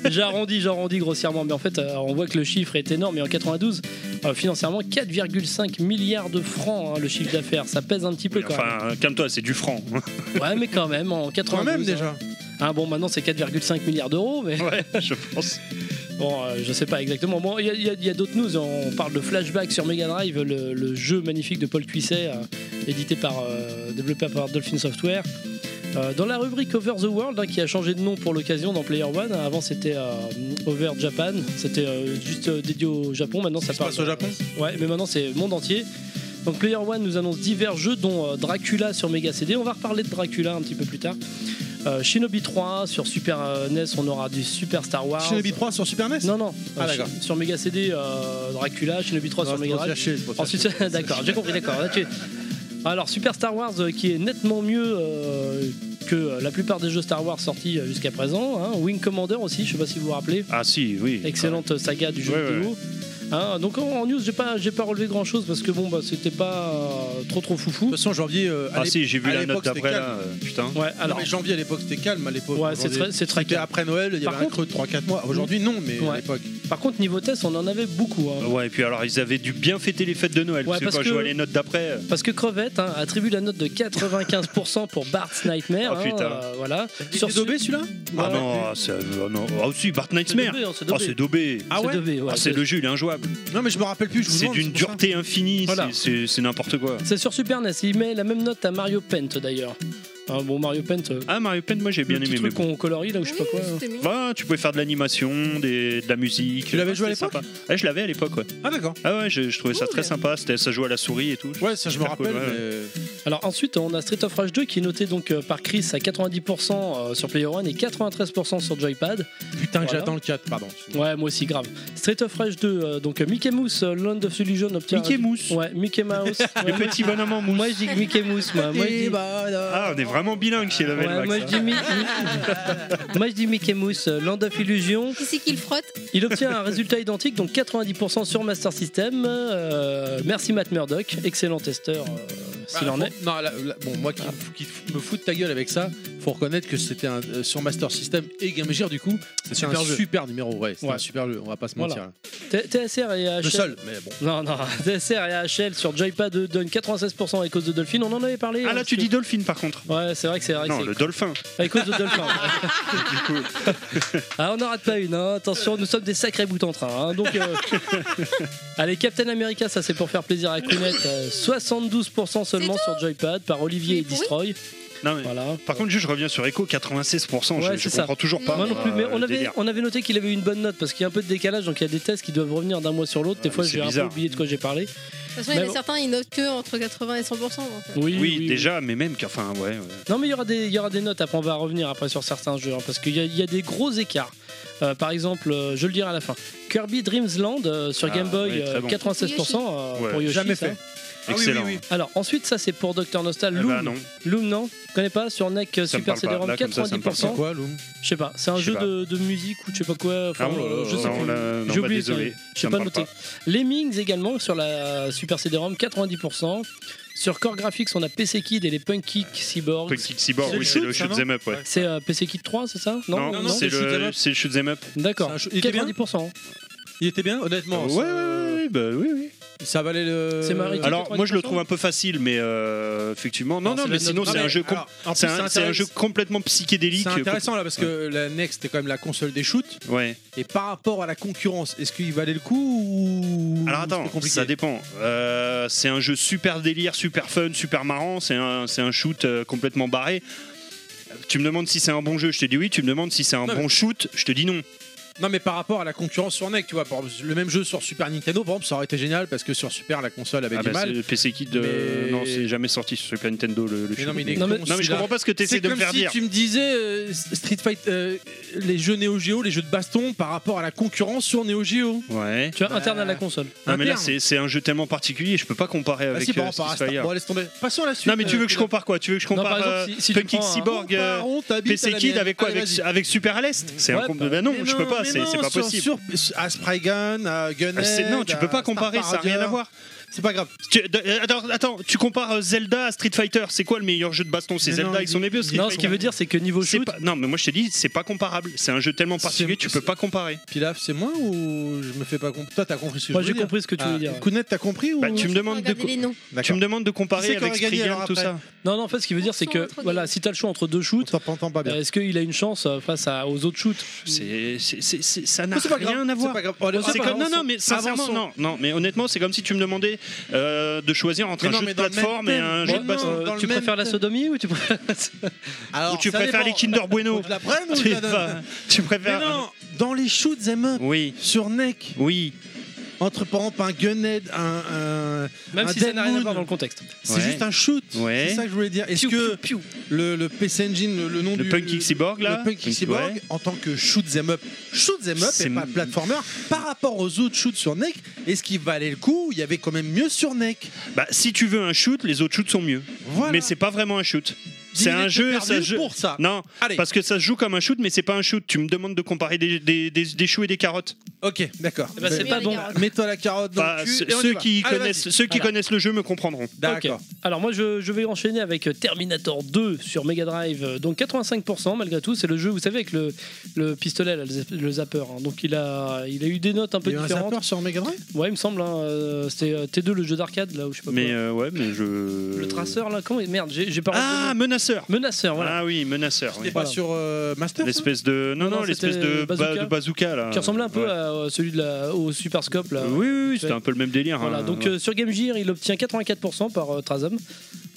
Speaker 5: J'arrondis, j'arrondis grossièrement, mais en fait, euh, on voit que le chiffre est énorme. Et en 92, euh, financièrement, 4,5 milliards de francs hein, le chiffre d'affaires. Ça pèse un petit peu quand
Speaker 3: Enfin, euh, calme-toi, c'est du franc.
Speaker 5: même. Ouais, mais quand même, en 92.
Speaker 2: Quand même,
Speaker 5: hein.
Speaker 2: déjà.
Speaker 5: Ah bon, maintenant c'est 4,5 milliards d'euros, mais
Speaker 3: Ouais, je pense.
Speaker 5: bon, euh, je sais pas exactement. Bon, il y a- il y a, il y a d'autres news. On parle de Flashback sur Mega Drive, le, le jeu magnifique de Paul Cuisset, euh, édité par, euh, développé par Dolphin Software. Euh, dans la rubrique Over the World, hein, qui a changé de nom pour l'occasion dans Player One, hein, avant c'était euh, Over Japan, c'était euh, juste euh, dédié au Japon, maintenant ça
Speaker 2: se
Speaker 5: parle.
Speaker 2: passe au Japon
Speaker 5: Ouais, mais maintenant c'est monde entier. Donc Player One nous annonce divers jeux dont euh, Dracula sur Mega CD. On va reparler de Dracula un petit peu plus tard. Euh, Shinobi 3 sur Super euh, NES, on aura du Super Star Wars.
Speaker 2: Shinobi 3 sur Super NES
Speaker 5: Non non.
Speaker 2: Ah, d'accord.
Speaker 5: sur- Sur Mega CD euh, Dracula, Shinobi 3
Speaker 2: Non,
Speaker 5: sur
Speaker 2: c'est
Speaker 5: Mega
Speaker 2: pour te
Speaker 5: Drive.
Speaker 2: faire chier, c'est pour te faire
Speaker 5: Ensuite, d'accord, j'ai compris, d'accord. Là, tu- Alors, Super Star Wars euh, qui est nettement mieux euh, que euh, la plupart des jeux Star Wars sortis euh, jusqu'à présent. hein. Wing Commander aussi, je sais pas si vous vous rappelez.
Speaker 3: Ah si, oui.
Speaker 5: Excellente euh, saga du jeu
Speaker 3: Ouais, ouais,
Speaker 5: vidéo. Hein, donc en, en news, j'ai pas, j'ai pas relevé grand chose parce que bon, bah, c'était pas euh, trop trop
Speaker 2: De
Speaker 5: foufou.
Speaker 2: toute façon, janvier. euh, à
Speaker 3: Ah
Speaker 2: l'ép-
Speaker 3: si, j'ai vu
Speaker 2: à
Speaker 3: la
Speaker 2: l'époque,
Speaker 3: note
Speaker 2: c'était
Speaker 3: d'après
Speaker 2: calme.
Speaker 3: là. euh, Putain.
Speaker 5: Ouais,
Speaker 2: Alors,
Speaker 5: alors.
Speaker 2: janvier à l'époque c'était calme à l'époque.
Speaker 5: Ouais, c'est
Speaker 2: Aujourd'hui,
Speaker 5: très, c'est très
Speaker 2: C'était
Speaker 5: clair.
Speaker 2: après Noël, il y
Speaker 5: Par
Speaker 2: avait un
Speaker 5: contre-
Speaker 2: creux de 3-4 mois. Aujourd'hui non, mais
Speaker 5: Ouais.
Speaker 2: à l'époque.
Speaker 5: Par contre, niveau test, on en avait beaucoup. hein.
Speaker 3: Ouais, et puis alors ils avaient dû bien fêter les fêtes de Noël.
Speaker 5: Ouais,
Speaker 3: parce que
Speaker 5: parce
Speaker 3: quand je
Speaker 5: que-
Speaker 3: vois les notes d'après. euh,
Speaker 5: Parce que Crevette hein, attribue la note de 95% pour Bart's Nightmare.
Speaker 3: Ah,
Speaker 5: hein,
Speaker 3: putain.
Speaker 5: euh, voilà.
Speaker 2: Sur Dobé celui-là
Speaker 3: Ah
Speaker 5: Ouais.
Speaker 3: non, ah, c'est- ah non. Ah aussi, Bart
Speaker 5: C'est
Speaker 3: Nightmare.
Speaker 5: Dobé, hein, c'est
Speaker 3: Ah
Speaker 5: Dobé.
Speaker 3: c'est dobé.
Speaker 2: Ah
Speaker 5: C'est
Speaker 2: ouais
Speaker 5: Dobé, ouais,
Speaker 3: Ah,
Speaker 5: c'est-
Speaker 3: c'est le jeu, il est injouvable.
Speaker 2: Non mais je me rappelle plus, je vous
Speaker 3: C'est
Speaker 2: demande,
Speaker 3: d'une
Speaker 2: pour ça.
Speaker 3: dureté infinie,
Speaker 5: Voilà.
Speaker 3: c'est- c'est c'est n'importe quoi.
Speaker 5: C'est sur Super NES, il met la même note à Mario Paint d'ailleurs. Ah, bon, Mario Paint, euh,
Speaker 3: Ah Mario Paint, moi j'ai bien
Speaker 5: le petit
Speaker 3: aimé. Mais
Speaker 5: truc
Speaker 3: bon.
Speaker 5: qu'on colorie là ou je sais pas quoi. hein.
Speaker 4: c'était mignon.
Speaker 3: Bah, tu pouvais faire de l'animation, des- de la musique. euh,
Speaker 2: Tu l'avais joué à
Speaker 3: C'était
Speaker 2: l'époque
Speaker 3: sympa. Ouais, je l'avais à l'époque. Ouais.
Speaker 2: Ah d'accord.
Speaker 3: Ah ouais, je, je trouvais ça
Speaker 4: Cool.
Speaker 3: très sympa. C'était ça jouait à la souris et tout.
Speaker 2: Ouais, ça je me
Speaker 3: Super cool,
Speaker 2: rappelle.
Speaker 3: ouais,
Speaker 2: mais- euh,
Speaker 5: Alors ensuite, on a Street of Rage 2 qui est noté donc euh, par Chris à 90% euh, sur Player One et 93% sur Joypad.
Speaker 2: Putain, que
Speaker 5: Voilà.
Speaker 2: j'attends le 4, pardon.
Speaker 5: Ouais, moi aussi, grave. Street of Rage 2, euh, donc euh, Mickey Mouse, euh, Land of Illusion obtient.
Speaker 3: Mickey Mouse.
Speaker 5: Ouais, Mickey Mouse. Ouais,
Speaker 3: Le petit bonhomme en mousse.
Speaker 5: moi je dis Mickey Mouse, bah, moi. Moi je dis,
Speaker 2: bah,
Speaker 3: Ah, on est vraiment bilingue chez hein. la
Speaker 5: Ouais, moi, je dis Mi- Mi- Moi, je dis Mickey Mouse, euh, Land of Illusion.
Speaker 4: Qui c'est qu'il frotte
Speaker 5: Il obtient un résultat identique, donc 90% sur Master System. Euh, merci Matt Murdock, excellent testeur euh,
Speaker 2: Bah,
Speaker 5: s'il en est.
Speaker 2: Non, là, là, bon, moi qui, qui me fous de ta gueule avec ça, faut reconnaître que c'était un, euh, sur Master System et Game Gear, du coup, c'était un
Speaker 5: super jeu.
Speaker 2: super numéro. Ouais, c'était
Speaker 5: Ouais.
Speaker 2: un super jeu, on va pas se
Speaker 5: Voilà.
Speaker 2: mentir. hein.
Speaker 5: T- TSR et HL.
Speaker 2: Le seul, mais bon.
Speaker 5: Non, non, TSR et AHL sur Joypad donnent 96% à cause de Dolphin, on en avait parlé.
Speaker 3: Ah
Speaker 5: hein,
Speaker 3: là, tu
Speaker 5: parce
Speaker 3: dis Dolphin par contre.
Speaker 5: que- Ouais, c'est vrai que c'est vrai. que
Speaker 3: Non, le dolphin.
Speaker 5: c'est... À cause de Dolphin. ah, on n'en rate pas une, hein. attention, nous sommes des sacrés bouts en train. hein. Donc, euh, Allez, Captain America, ça c'est pour faire plaisir à Kounet. euh, 72% seulement sur Joypad par Olivier et
Speaker 4: Mais oui.
Speaker 5: Destroy.
Speaker 3: Non, mais-
Speaker 5: Voilà.
Speaker 3: Par contre, juste, je reviens sur Echo, 96%.
Speaker 5: Ouais,
Speaker 3: je je
Speaker 5: c'est ça.
Speaker 3: comprends toujours pas.
Speaker 5: Moi non
Speaker 3: moi,
Speaker 5: plus, mais
Speaker 3: euh,
Speaker 5: on
Speaker 3: le
Speaker 5: avait,
Speaker 3: délire.
Speaker 5: on avait noté qu'il avait eu une bonne note parce qu'il y a un peu de décalage, donc il y a des tests qui doivent revenir d'un mois sur l'autre. Des
Speaker 3: Ouais,
Speaker 5: fois,
Speaker 3: mais Ah, c'est
Speaker 5: j'ai un peu
Speaker 3: bizarre.
Speaker 5: oublié de quoi j'ai parlé.
Speaker 4: De toute façon,
Speaker 3: Bah
Speaker 5: Mais
Speaker 4: il y en
Speaker 5: bon.
Speaker 4: a certains, ils notent que entre 80 et 100%. donc, euh.
Speaker 5: Oui,
Speaker 3: Oui, déjà, mais même qu'enfin,
Speaker 2: Ah
Speaker 3: ouais. ouais.
Speaker 5: Non, mais il y aura des, il y aura des notes. Après, on va revenir après sur certains jeux hein, parce qu'il y, a- il y a des gros écarts. Euh, par exemple, euh, je le dirai à la fin. Kirby Dreams Land euh, sur
Speaker 3: Ah,
Speaker 5: Game Boy,
Speaker 3: ouais, très
Speaker 5: euh,
Speaker 3: bon.
Speaker 5: 96% euh,
Speaker 3: Ouais,
Speaker 5: pour Yoshi.
Speaker 2: jamais
Speaker 5: ça.
Speaker 2: fait. Ah oui,
Speaker 3: Excellent.
Speaker 2: oui, oui.
Speaker 5: Alors ensuite, ça c'est pour Dr Nostal.
Speaker 3: Eh
Speaker 5: Loom,
Speaker 3: ben, non.
Speaker 5: Loom, non Connais pas Sur NEC euh,
Speaker 3: Ça me
Speaker 5: Super
Speaker 3: parle pas.
Speaker 5: CD-ROM
Speaker 3: Là, comme ça, ça me parle pas.
Speaker 2: C'est
Speaker 5: 90%.
Speaker 2: quoi, Loom
Speaker 5: Je sais pas, c'est un
Speaker 3: Je sais
Speaker 5: jeu
Speaker 3: pas.
Speaker 5: de, de musique ou je sais pas quoi. Enfin,
Speaker 3: Ah, oh là
Speaker 5: euh,
Speaker 3: là,
Speaker 5: je sais
Speaker 3: non,
Speaker 5: plus.
Speaker 3: là, non,
Speaker 5: J'ai
Speaker 3: bah,
Speaker 5: oublié,
Speaker 3: désolé. ça
Speaker 5: Je sais
Speaker 3: me
Speaker 5: pas
Speaker 3: parle
Speaker 5: noté.
Speaker 3: pas.
Speaker 5: Lemmings également sur la Super CD-ROM, 90%. Sur Core Graphics, on a PC Kid et les Punk Kick Cyborg.
Speaker 3: Punk Kick Cyborg,
Speaker 2: C'est
Speaker 3: oui,
Speaker 2: le
Speaker 3: c'est
Speaker 2: shoot,
Speaker 3: le
Speaker 2: ça,
Speaker 3: shoot
Speaker 2: non
Speaker 3: them up, ouais.
Speaker 2: Ouais.
Speaker 5: C'est euh, PC Kid 3, c'est ça Non,
Speaker 3: Non,
Speaker 2: non, c'est
Speaker 3: c'est
Speaker 2: le shoot 'em
Speaker 3: le
Speaker 2: up.
Speaker 3: c'est le shoot them up.
Speaker 5: D'accord.
Speaker 2: C'est un shoot- il était bien
Speaker 5: 90%.
Speaker 2: Il était bien, honnêtement.
Speaker 3: ouais,
Speaker 2: ça-
Speaker 3: ouais, ouais, ouais, bah oui, oui.
Speaker 2: Ça valait le.
Speaker 5: C'est Marie.
Speaker 3: Alors, moi, je le
Speaker 5: 90%?
Speaker 3: trouve un peu facile, mais euh, effectivement. Non,
Speaker 5: Non,
Speaker 3: non,
Speaker 5: c'est
Speaker 3: mais
Speaker 5: la
Speaker 3: sinon,
Speaker 5: note-
Speaker 3: c'est
Speaker 2: Non,
Speaker 3: un
Speaker 2: mais
Speaker 3: jeu. com-
Speaker 2: alors, en
Speaker 3: C'est
Speaker 2: plus,
Speaker 3: un, c'est un
Speaker 2: intéress-
Speaker 3: jeu complètement psychédélique. euh,
Speaker 2: C'est intéressant là parce que la Next c'était quand même la console des shoots
Speaker 3: Ouais.
Speaker 2: et par rapport à la concurrence, est-ce qu'il valait le coup ou
Speaker 3: Alors attends,
Speaker 2: c'était compliqué
Speaker 3: ça dépend. Euh, c'est un jeu super délire, super fun, super marrant. C'est un, c'est un shoot euh, complètement barré. Tu me demandes si c'est un bon jeu, je te dis oui. Tu me demandes si c'est un
Speaker 2: Non,
Speaker 3: bon shoot, je te dis non.
Speaker 2: Non mais par rapport à la concurrence sur NEC, tu vois, par exemple, le même jeu sur Super Nintendo, par exemple, ça aurait été génial parce que sur Super la console avait
Speaker 3: Ah
Speaker 2: du
Speaker 3: bah, c'est
Speaker 2: mal.
Speaker 3: le PC Kid, euh,
Speaker 2: Mais-
Speaker 3: non, c'est jamais sorti sur Super Nintendo le, le shoot.
Speaker 2: non, mais il est
Speaker 3: non,
Speaker 5: Non, mais-
Speaker 2: con,
Speaker 3: mais je
Speaker 2: celui-là.
Speaker 3: comprends pas ce que tu essaies
Speaker 2: C'est
Speaker 3: de me
Speaker 2: comme
Speaker 3: faire
Speaker 2: si
Speaker 3: dire.
Speaker 2: tu me disais euh, Street Fight, euh, les jeux Neo Geo, les jeux de baston par rapport à la concurrence sur Neo Geo.
Speaker 3: Ouais.
Speaker 5: Tu as
Speaker 2: Bah,
Speaker 5: interne à la console.
Speaker 3: Non, mais là,
Speaker 2: Interne.
Speaker 3: c'est c'est un jeu tellement particulier, je peux pas comparer
Speaker 2: Ah,
Speaker 3: avec
Speaker 2: si, par
Speaker 3: euh,
Speaker 2: rapport à
Speaker 3: Street
Speaker 2: Star-
Speaker 3: Fighter.
Speaker 2: Bon, laisse tomber. Passons à la suite. Euh,
Speaker 3: Non, mais tu veux que je compare quoi Tu veux que je
Speaker 5: Non, par
Speaker 3: compare
Speaker 5: exemple,
Speaker 3: euh,
Speaker 5: si- si tu
Speaker 3: Funky
Speaker 5: prends un-
Speaker 3: Cyborg euh, PC Kid avec
Speaker 2: Ah,
Speaker 3: quoi avec, avec Super à l'Est C'est
Speaker 5: Ouais,
Speaker 3: un compte
Speaker 5: bah,
Speaker 3: de ben non, je peux pas, c'est c'est pas possible.
Speaker 2: à Spray Gun, à
Speaker 3: Ah, c'est-
Speaker 2: euh, Gunhead,
Speaker 3: non, tu peux
Speaker 2: à
Speaker 3: pas
Speaker 2: Star
Speaker 3: comparer, ça n'a rien à
Speaker 2: Parodier.
Speaker 3: voir.
Speaker 2: C'est pas grave.
Speaker 3: Tu- d- euh, attends, attends, tu compares euh, Zelda à Street Fighter, c'est quoi le meilleur jeu de baston C'est
Speaker 2: Mais
Speaker 3: Zelda
Speaker 2: non,
Speaker 3: avec son épée ou Street
Speaker 5: Non, ce
Speaker 3: Fighter
Speaker 5: qui veut dire, c'est que niveau
Speaker 3: C'est
Speaker 5: shoot,
Speaker 3: pas- non, mais moi je t'ai dit, c'est pas comparable. C'est un jeu tellement particulier,
Speaker 2: C'est-
Speaker 3: tu peux pas comparer.
Speaker 2: Pilaf, c'est moi ou je me fais pas comprendre Toi, t'as compris ce que
Speaker 5: moi
Speaker 2: je veux
Speaker 5: j'ai
Speaker 2: dire
Speaker 5: compris ce que tu
Speaker 2: Ah,
Speaker 5: veux dire.
Speaker 2: Kounet, t'as compris ou
Speaker 3: Bah, tu me demandes de,
Speaker 4: Regardez les noms.
Speaker 3: co- tu me demandes de comparer
Speaker 2: Qui c'est qui
Speaker 3: avec
Speaker 2: aurait gagné,
Speaker 3: Spriggan,
Speaker 2: alors,
Speaker 3: tout
Speaker 2: après
Speaker 3: ça.
Speaker 5: Non, non, en fait, ce qui veut dire, c'est que
Speaker 4: Pourcent entre
Speaker 5: voilà,
Speaker 4: guillemets.
Speaker 5: si t'as le choix entre deux
Speaker 2: On
Speaker 5: shoots,
Speaker 2: t'en- on t'entend pas bien.
Speaker 5: est-ce qu'il a une chance euh, face à- aux autres shoots
Speaker 3: C'est- c'est- c'est- c'est- ça n'a
Speaker 2: Mais c'est pas grave,
Speaker 3: rien à voir.
Speaker 2: C'est pas grave. Allez,
Speaker 3: C'est
Speaker 2: on
Speaker 3: comme,
Speaker 2: avance.
Speaker 3: non, non, mais sincèrement,
Speaker 2: Avançons.
Speaker 3: non, non, mais honnêtement, c'est comme si tu me demandais euh, de choisir entre
Speaker 2: Mais
Speaker 3: un
Speaker 2: non,
Speaker 3: jeu de
Speaker 2: mais dans le même
Speaker 3: plateforme et un
Speaker 2: thème. Mais
Speaker 3: jeu de
Speaker 2: non,
Speaker 3: baston.
Speaker 5: Euh,
Speaker 2: dans
Speaker 5: Tu
Speaker 2: le même
Speaker 5: préfères la
Speaker 2: thème.
Speaker 5: sodomie ou tu préfères
Speaker 2: Alors,
Speaker 3: Ou tu
Speaker 2: ça
Speaker 3: préfères les
Speaker 2: dépend.
Speaker 3: Kinder Bueno
Speaker 2: Faut que je la prenne ou je
Speaker 3: Tu
Speaker 2: la donne
Speaker 3: vas- Tu
Speaker 2: Mais
Speaker 3: préfères.
Speaker 2: non, dans les shoots em up
Speaker 3: Oui,
Speaker 2: sur NEC,
Speaker 3: oui.
Speaker 2: entre par exemple un Gunhead, un, un-
Speaker 5: Même
Speaker 2: Un
Speaker 5: si ça
Speaker 2: Dead
Speaker 5: n'a rien à
Speaker 2: Moon.
Speaker 5: voir dans le contexte.
Speaker 2: c'est
Speaker 3: Ouais.
Speaker 2: juste un shoot.
Speaker 3: Ouais.
Speaker 2: C'est ça que je voulais dire. Est-ce
Speaker 5: Piou,
Speaker 2: que
Speaker 5: piou, piou.
Speaker 2: le, le PC Engine, le, le nom
Speaker 3: Le
Speaker 2: du
Speaker 3: Punky Cyborg, là
Speaker 2: le Punky Cyborg
Speaker 3: Ouais.
Speaker 2: en tant que shoot them up, shoot them up
Speaker 3: C'est-
Speaker 2: et pas platformer par rapport aux autres shoots sur Neck, est-ce qu'il valait le coup Il y avait quand même mieux sur Neck.
Speaker 3: Bah, si tu veux un shoot, les autres shoots sont mieux.
Speaker 2: Voilà.
Speaker 3: Mais c'est pas vraiment un shoot.
Speaker 2: Dix
Speaker 3: C'est
Speaker 2: minutes
Speaker 3: un
Speaker 2: de
Speaker 3: jeu,
Speaker 2: perdu
Speaker 3: ça se joue-
Speaker 2: pour ça.
Speaker 3: Non,
Speaker 2: Allez,
Speaker 3: parce que ça se joue comme un shoot, mais c'est pas un shoot. Tu me demandes de comparer des, des, des- des choux et des carottes.
Speaker 2: ok, d'accord.
Speaker 5: Eh ben, c'est
Speaker 2: Mais-
Speaker 5: pas bon.
Speaker 2: Mets-toi la carotte dans
Speaker 3: Bah,
Speaker 2: le cul.
Speaker 3: ceux
Speaker 2: et on y
Speaker 3: ceux
Speaker 2: va.
Speaker 3: qui
Speaker 2: Allez,
Speaker 3: connaissent,
Speaker 2: vas-y.
Speaker 3: ceux qui
Speaker 5: Voilà.
Speaker 3: connaissent le jeu me comprendront.
Speaker 2: D'accord.
Speaker 5: Ok. Alors moi je, je vais enchaîner avec euh, Terminator 2 sur Mega Drive. Euh, Donc 85% malgré tout, c'est le jeu, vous savez, avec le, le pistolet, là, le zap- le zapper. hein. Donc il a, il a eu des notes un peu
Speaker 2: Il y a eu un
Speaker 5: différentes.
Speaker 2: zapper sur Mega Drive
Speaker 5: Ouais, il me semble. hein, euh, C'était euh, T2 le jeu d'arcade là où je sais pas
Speaker 3: Mais
Speaker 5: quoi.
Speaker 3: euh, ouais, mais je.
Speaker 5: Le traceur là, comment Merde, j'ai j'ai pas.
Speaker 3: Ah,
Speaker 5: retenu
Speaker 3: menaceur.
Speaker 5: le nom. menaceur, voilà.
Speaker 3: Ah oui, menaceur. oui.
Speaker 2: C'était pas
Speaker 5: Voilà.
Speaker 2: sur euh, Master ça
Speaker 3: L'espèce de. Non,
Speaker 5: Non,
Speaker 3: non,
Speaker 5: non,
Speaker 3: l'espèce
Speaker 5: c'était
Speaker 3: de ba-
Speaker 5: bazooka.
Speaker 3: de bazooka, là.
Speaker 5: Qui ressemblait un peu
Speaker 3: Ah, Ouais.
Speaker 5: à euh, celui de la, au Super Scope là.
Speaker 3: Euh, Oui, oui, oui, c'était un peu le même délire.
Speaker 5: Voilà,
Speaker 3: hein.
Speaker 5: donc euh, sur Game Gear, il obtient 84% par euh, Trasm.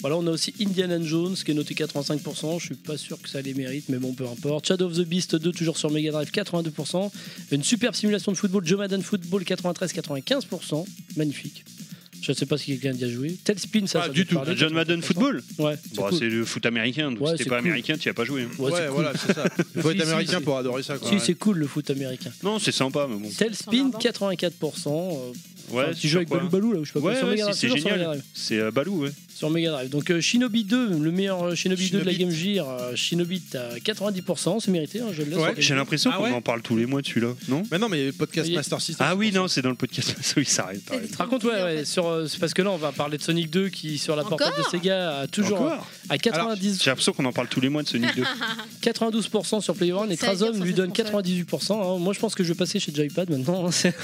Speaker 5: Voilà, on a aussi Indiana Jones qui est noté 85%. Je suis pas sûr que ça les mérite, mais bon, peu importe. Shadow of the Beast 2, toujours sur Mega Drive, 82%. Une superbe simulation de football, Joe Madden Football, 93-95%. Magnifique. Je ne sais pas si quelqu'un y a joué. Tailspin, ça,
Speaker 3: Ah,
Speaker 5: ça
Speaker 3: du
Speaker 5: doit te
Speaker 3: tout.
Speaker 5: parler,
Speaker 3: John Madden
Speaker 5: 95%.
Speaker 3: Football
Speaker 5: Ouais, Bah, c'est
Speaker 3: Bon,
Speaker 5: cool.
Speaker 3: C'est le foot américain, donc
Speaker 5: Ouais,
Speaker 3: si t'es
Speaker 5: c'est
Speaker 3: pas
Speaker 5: cool.
Speaker 3: américain, tu as pas joué. hein.
Speaker 5: Ouais,
Speaker 2: Ouais,
Speaker 5: c'est cool.
Speaker 2: voilà, c'est ça. Il faut
Speaker 5: Si,
Speaker 2: être
Speaker 5: si,
Speaker 2: américain
Speaker 5: si.
Speaker 2: pour adorer ça. Quoi.
Speaker 5: Si, c'est cool le foot américain.
Speaker 3: Non, c'est sympa, mais bon.
Speaker 5: Tailspin, 84%. Euh,
Speaker 3: Ouais,
Speaker 5: enfin,
Speaker 3: c'est
Speaker 5: tu joues avec
Speaker 3: quoi
Speaker 5: Balou Balou là, ou je sais pas quoi,
Speaker 3: Ouais,
Speaker 5: sur
Speaker 3: ouais,
Speaker 5: Mega
Speaker 3: si,
Speaker 5: Drive,
Speaker 3: c'est
Speaker 5: toujours sur Mega
Speaker 3: génial.
Speaker 5: Drive.
Speaker 3: C'est euh, Balou, ouais.
Speaker 5: sur Mega Drive. Donc euh, Shinobi 2, le meilleur euh, Shinobi, 2 de la
Speaker 2: Shinobi.
Speaker 5: Game Gear, euh, Shinobi à 90%, c'est mérité, hein, je le
Speaker 2: Ouais,
Speaker 5: laisse. sur Game
Speaker 3: J'ai
Speaker 5: Gear.
Speaker 3: l'impression
Speaker 2: Ah
Speaker 3: qu'on
Speaker 2: ouais
Speaker 3: en parle tous les mois, de celui-là, non
Speaker 2: Mais non, mais il y a eu le podcast
Speaker 5: Oui.
Speaker 2: Master System.
Speaker 3: Ah oui, non, c'est dans le podcast. Oui, ça arrête. t'as raison.
Speaker 5: Par contre, ouais, ouais, sur, euh, c'est parce que là, on va parler de Sonic 2 qui, sur la
Speaker 9: Encore
Speaker 5: portable de Sega, a toujours
Speaker 3: Encore
Speaker 5: à 90,
Speaker 3: J'ai l'impression qu'on en parle tous les mois de Sonic 2.
Speaker 5: 92% sur Player One et
Speaker 9: Ça veut dire
Speaker 5: Trazom
Speaker 9: sur
Speaker 5: lui
Speaker 9: cette
Speaker 5: donne
Speaker 9: console.
Speaker 5: 98%. hein. Moi, je pense que je vais passer chez Joypad maintenant. hein, C'est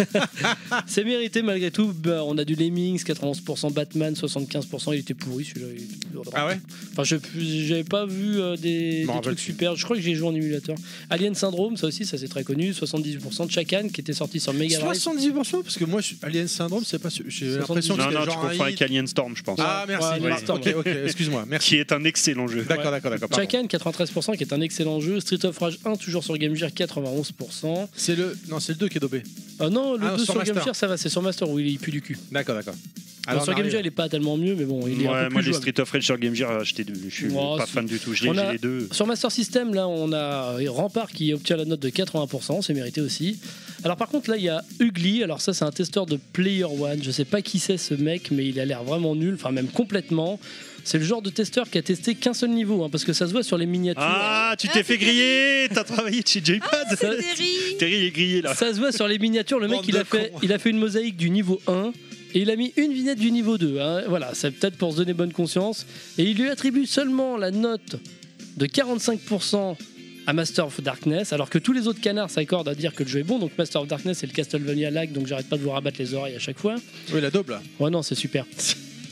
Speaker 5: c'est mérité malgré tout. Bah, on a du Lemmings, 91%, Batman, 75%. Il était pourri celui-là. il était pourri.
Speaker 2: Ah ouais
Speaker 5: Enfin, je j'avais pas vu euh, des,
Speaker 2: Je m'en
Speaker 5: des
Speaker 2: rappelle
Speaker 5: trucs
Speaker 2: plus.
Speaker 5: super. Je crois que j'ai joué en émulateur. Alien Syndrome, ça aussi, ça c'est très connu. 78% de Chakan qui était sorti sur Mega Drive.
Speaker 2: 78% parce que moi, je- Alien Syndrome, c'est pas. sûr. J'ai l'impression
Speaker 3: Non,
Speaker 2: que c'est
Speaker 3: non, tu
Speaker 2: genre un
Speaker 3: confonds avec
Speaker 2: hit.
Speaker 3: Alien Storm, je pense.
Speaker 2: Ah
Speaker 5: Ouais,
Speaker 2: merci.
Speaker 5: Alien
Speaker 2: Pardon.
Speaker 5: Storm,
Speaker 2: Ok, ok, excuse-moi. Merci.
Speaker 3: Qui est un excellent jeu.
Speaker 2: D'accord, d'accord, d'accord. pardon.
Speaker 5: Chakan 93% qui est un excellent jeu. Street of Rage 1 toujours sur Game Gear 91%.
Speaker 2: C'est le non, c'est le 2 qui est dopé.
Speaker 5: Ah non, le
Speaker 2: Ah,
Speaker 5: 2
Speaker 2: sur
Speaker 5: sur, Game
Speaker 2: Master.
Speaker 5: Gear ça va, c'est sur Master où il pue du cul.
Speaker 2: D'accord, d'accord.
Speaker 5: Alors, sur
Speaker 2: on
Speaker 5: Game
Speaker 2: arrive.
Speaker 5: Gear il est pas tellement mieux, mais bon, il est un
Speaker 3: Ouais,
Speaker 5: peu
Speaker 3: moi,
Speaker 5: plus
Speaker 3: les
Speaker 5: jouable.
Speaker 3: Street of Rage sur Game Gear, euh, j'étais deux. Je suis
Speaker 5: Moi,
Speaker 3: pas
Speaker 5: c'est-
Speaker 3: fan du tout. Je l'ai-
Speaker 5: On
Speaker 3: j'ai
Speaker 5: a-
Speaker 3: les deux.
Speaker 5: Sur Master System, là, on a euh, Rampart qui obtient la note de 80%, c'est mérité aussi. Alors, par contre, là, il y a Ugly. Alors, ça, c'est un testeur de Player One. Je sais pas qui c'est ce mec, mais il a l'air vraiment nul, enfin, même complètement. C'est le genre de testeur qui a testé qu'un seul niveau, hein, parce que ça se voit sur les miniatures.
Speaker 3: Ah, tu t'es
Speaker 9: Ah,
Speaker 3: fait
Speaker 9: c'est
Speaker 3: griller T'as travaillé chez J-Pad
Speaker 9: C'est des riz.
Speaker 3: Terry il est grillé, là.
Speaker 5: Ça se voit sur les miniatures, le mec
Speaker 2: Bande
Speaker 5: il a,
Speaker 2: de
Speaker 5: fait,
Speaker 2: cons.
Speaker 5: il a fait une mosaïque du niveau 1 et il a mis une vignette du niveau 2. hein. Voilà, c'est peut-être pour se donner bonne conscience. Et il lui attribue seulement la note de 45% à Master of Darkness, alors que tous les autres canards s'accordent à dire que le jeu est bon. Donc Master of Darkness c'est le Castlevania Lag, donc j'arrête pas de vous rabattre les oreilles à chaque fois.
Speaker 2: Oui, la dope là.
Speaker 5: Ouais, non, c'est super.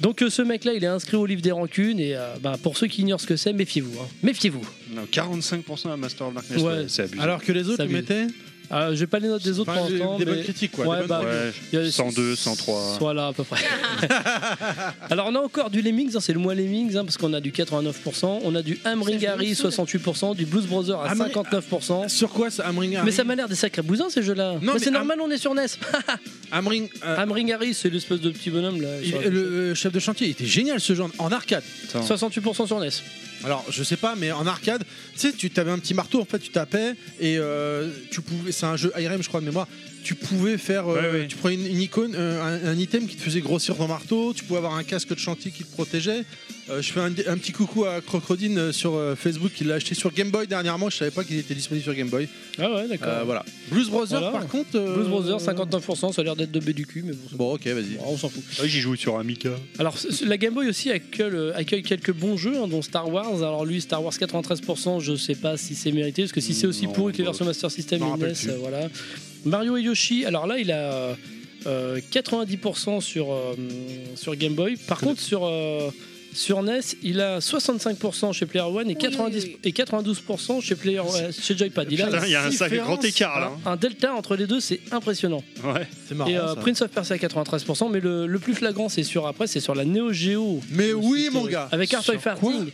Speaker 5: Donc euh, ce mec-là, il est inscrit au livre des rancunes et euh, bah, pour ceux qui ignorent ce que c'est, méfiez-vous. hein. Méfiez-vous.
Speaker 3: Non, 45% à Master of Darkness.
Speaker 5: Ouais.
Speaker 3: Ouais, c'est abusé.
Speaker 2: Alors que les autres
Speaker 5: Ça
Speaker 2: ils
Speaker 5: abuse.
Speaker 2: mettaient
Speaker 5: Euh, J'ai pas les notes des autres
Speaker 2: Enfin,
Speaker 5: pour
Speaker 2: des,
Speaker 5: l'instant,
Speaker 2: des
Speaker 5: mais-
Speaker 2: bonnes critiques quoi.
Speaker 5: Ouais,
Speaker 2: des bonnes-
Speaker 5: bah,
Speaker 3: Ouais,
Speaker 5: Il y a-
Speaker 3: 102, 103.
Speaker 5: Voilà, à peu près. Alors, on a encore du Lemmings, hein, c'est le mois Lemmings, hein, parce qu'on a du 89%, on a du Amringari 68%, du Blues Brothers à
Speaker 2: Amri-
Speaker 5: 59%.
Speaker 2: Sur quoi ça Amring euh,
Speaker 5: Mais ça m'a l'air des sacrés bousins ces jeux-là.
Speaker 2: Non,
Speaker 5: mais
Speaker 2: mais
Speaker 5: c'est
Speaker 2: Am-
Speaker 5: normal, on est sur NES.
Speaker 2: Amring euh,
Speaker 5: Amringari, c'est l'espèce de petit bonhomme là.
Speaker 2: il-
Speaker 5: Ah, sur-
Speaker 2: le euh, chef de chantier il était génial ce genre en arcade.
Speaker 3: Attends.
Speaker 5: 68% sur NES.
Speaker 2: Alors je sais pas mais en arcade, tu sais tu t'avais un petit marteau en fait tu tapais et euh, tu pouvais c'est un jeu IRM je crois de mémoire. Tu pouvais faire, euh,
Speaker 3: Ouais, ouais.
Speaker 2: tu prenais une, une icône, euh, un, un item qui te faisait grossir ton marteau. Tu pouvais avoir un casque de chantier qui te protégeait. Euh, je fais un, un petit coucou à Crocodine euh, sur euh, Facebook qui l'a acheté sur Game Boy dernièrement. Je savais pas qu'il était disponible sur Game Boy.
Speaker 5: Ah ouais, d'accord.
Speaker 2: Euh, voilà. Blues Brothers
Speaker 5: Voilà.
Speaker 2: par contre. euh,
Speaker 5: Blues Brothers 59%, ça a l'air d'être de B du cul, mais bon, c'est
Speaker 2: Bon ok vas-y.
Speaker 5: bon, on s'en fout.
Speaker 3: Ouais, Ah J'y joue sur Amiga.
Speaker 5: Alors, c- la Game Boy aussi accueille, euh, accueille quelques bons jeux, hein, dont Star Wars. Alors, lui, Star Wars 93%, je sais pas si c'est mérité, parce que si c'est aussi
Speaker 3: Non,
Speaker 5: pourri que les
Speaker 3: bah,
Speaker 5: versions Master System
Speaker 2: je m'en
Speaker 5: et NES,
Speaker 2: rappelle plus.
Speaker 5: euh, voilà. Mario et Yoshi, alors là, il a euh, 90% sur, euh, sur Game Boy. Par contre, sur. euh, sur NES, il a 65% chez Player One et, 90,
Speaker 9: oui, oui.
Speaker 5: et 92% chez, Player, ouais, chez Joypad. Il a
Speaker 3: Putain, il y a un sacré
Speaker 2: différence.
Speaker 3: grand écart, là.
Speaker 5: un delta entre les deux, c'est impressionnant.
Speaker 3: hein. Ouais.
Speaker 2: C'est marrant.
Speaker 5: et euh,
Speaker 2: ça.
Speaker 5: Prince of Persia 93%, mais le, le plus flagrant, c'est sur après, c'est sur la Neo Geo
Speaker 2: Mais Euh, oui mon gars.
Speaker 5: avec un toy
Speaker 2: Sur quoi
Speaker 5: farting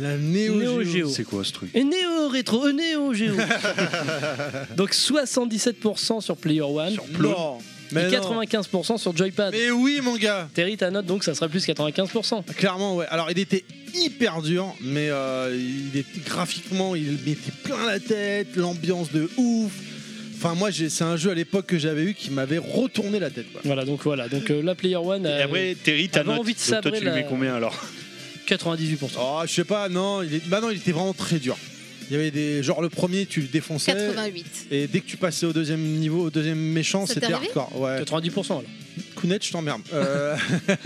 Speaker 2: La Neo,
Speaker 5: Neo
Speaker 2: Geo.
Speaker 5: Geo.
Speaker 3: C'est quoi ce truc
Speaker 5: et Neo Rétro, et Neo Geo. Donc 77% sur Player One.
Speaker 3: Sur
Speaker 2: Non. Mais
Speaker 5: et
Speaker 2: non.
Speaker 5: 95% sur Joypad.
Speaker 2: Mais oui, mon gars
Speaker 5: Terry, ta note, donc ça sera plus 95%.
Speaker 2: Clairement, ouais. Alors, il était hyper dur, mais euh, il était, graphiquement, il mettait plein la tête, l'ambiance de ouf. Enfin, moi, j'ai- c'est un jeu à l'époque que j'avais eu qui m'avait retourné la tête. Quoi.
Speaker 5: Voilà, donc voilà. Donc euh, la Player One,
Speaker 3: Et
Speaker 5: euh,
Speaker 3: après, Terry, t'as
Speaker 5: avant
Speaker 3: note.
Speaker 5: envie de
Speaker 3: Donc, toi,
Speaker 5: sabrer
Speaker 3: tu lui mets
Speaker 5: la-
Speaker 3: combien alors
Speaker 5: 98%.
Speaker 2: Oh, je sais pas, non, il est... bah non, il était vraiment très dur. Il y avait des. Genre, le premier, tu le défonçais.
Speaker 4: 88.
Speaker 2: Et dès que tu passais au deuxième niveau, au deuxième méchant,
Speaker 4: Ça t'est
Speaker 2: c'était
Speaker 4: arrivé
Speaker 2: hardcore. Oh, Ouais.
Speaker 5: 90% alors.
Speaker 2: Kounet, je t'emmerde. Euh,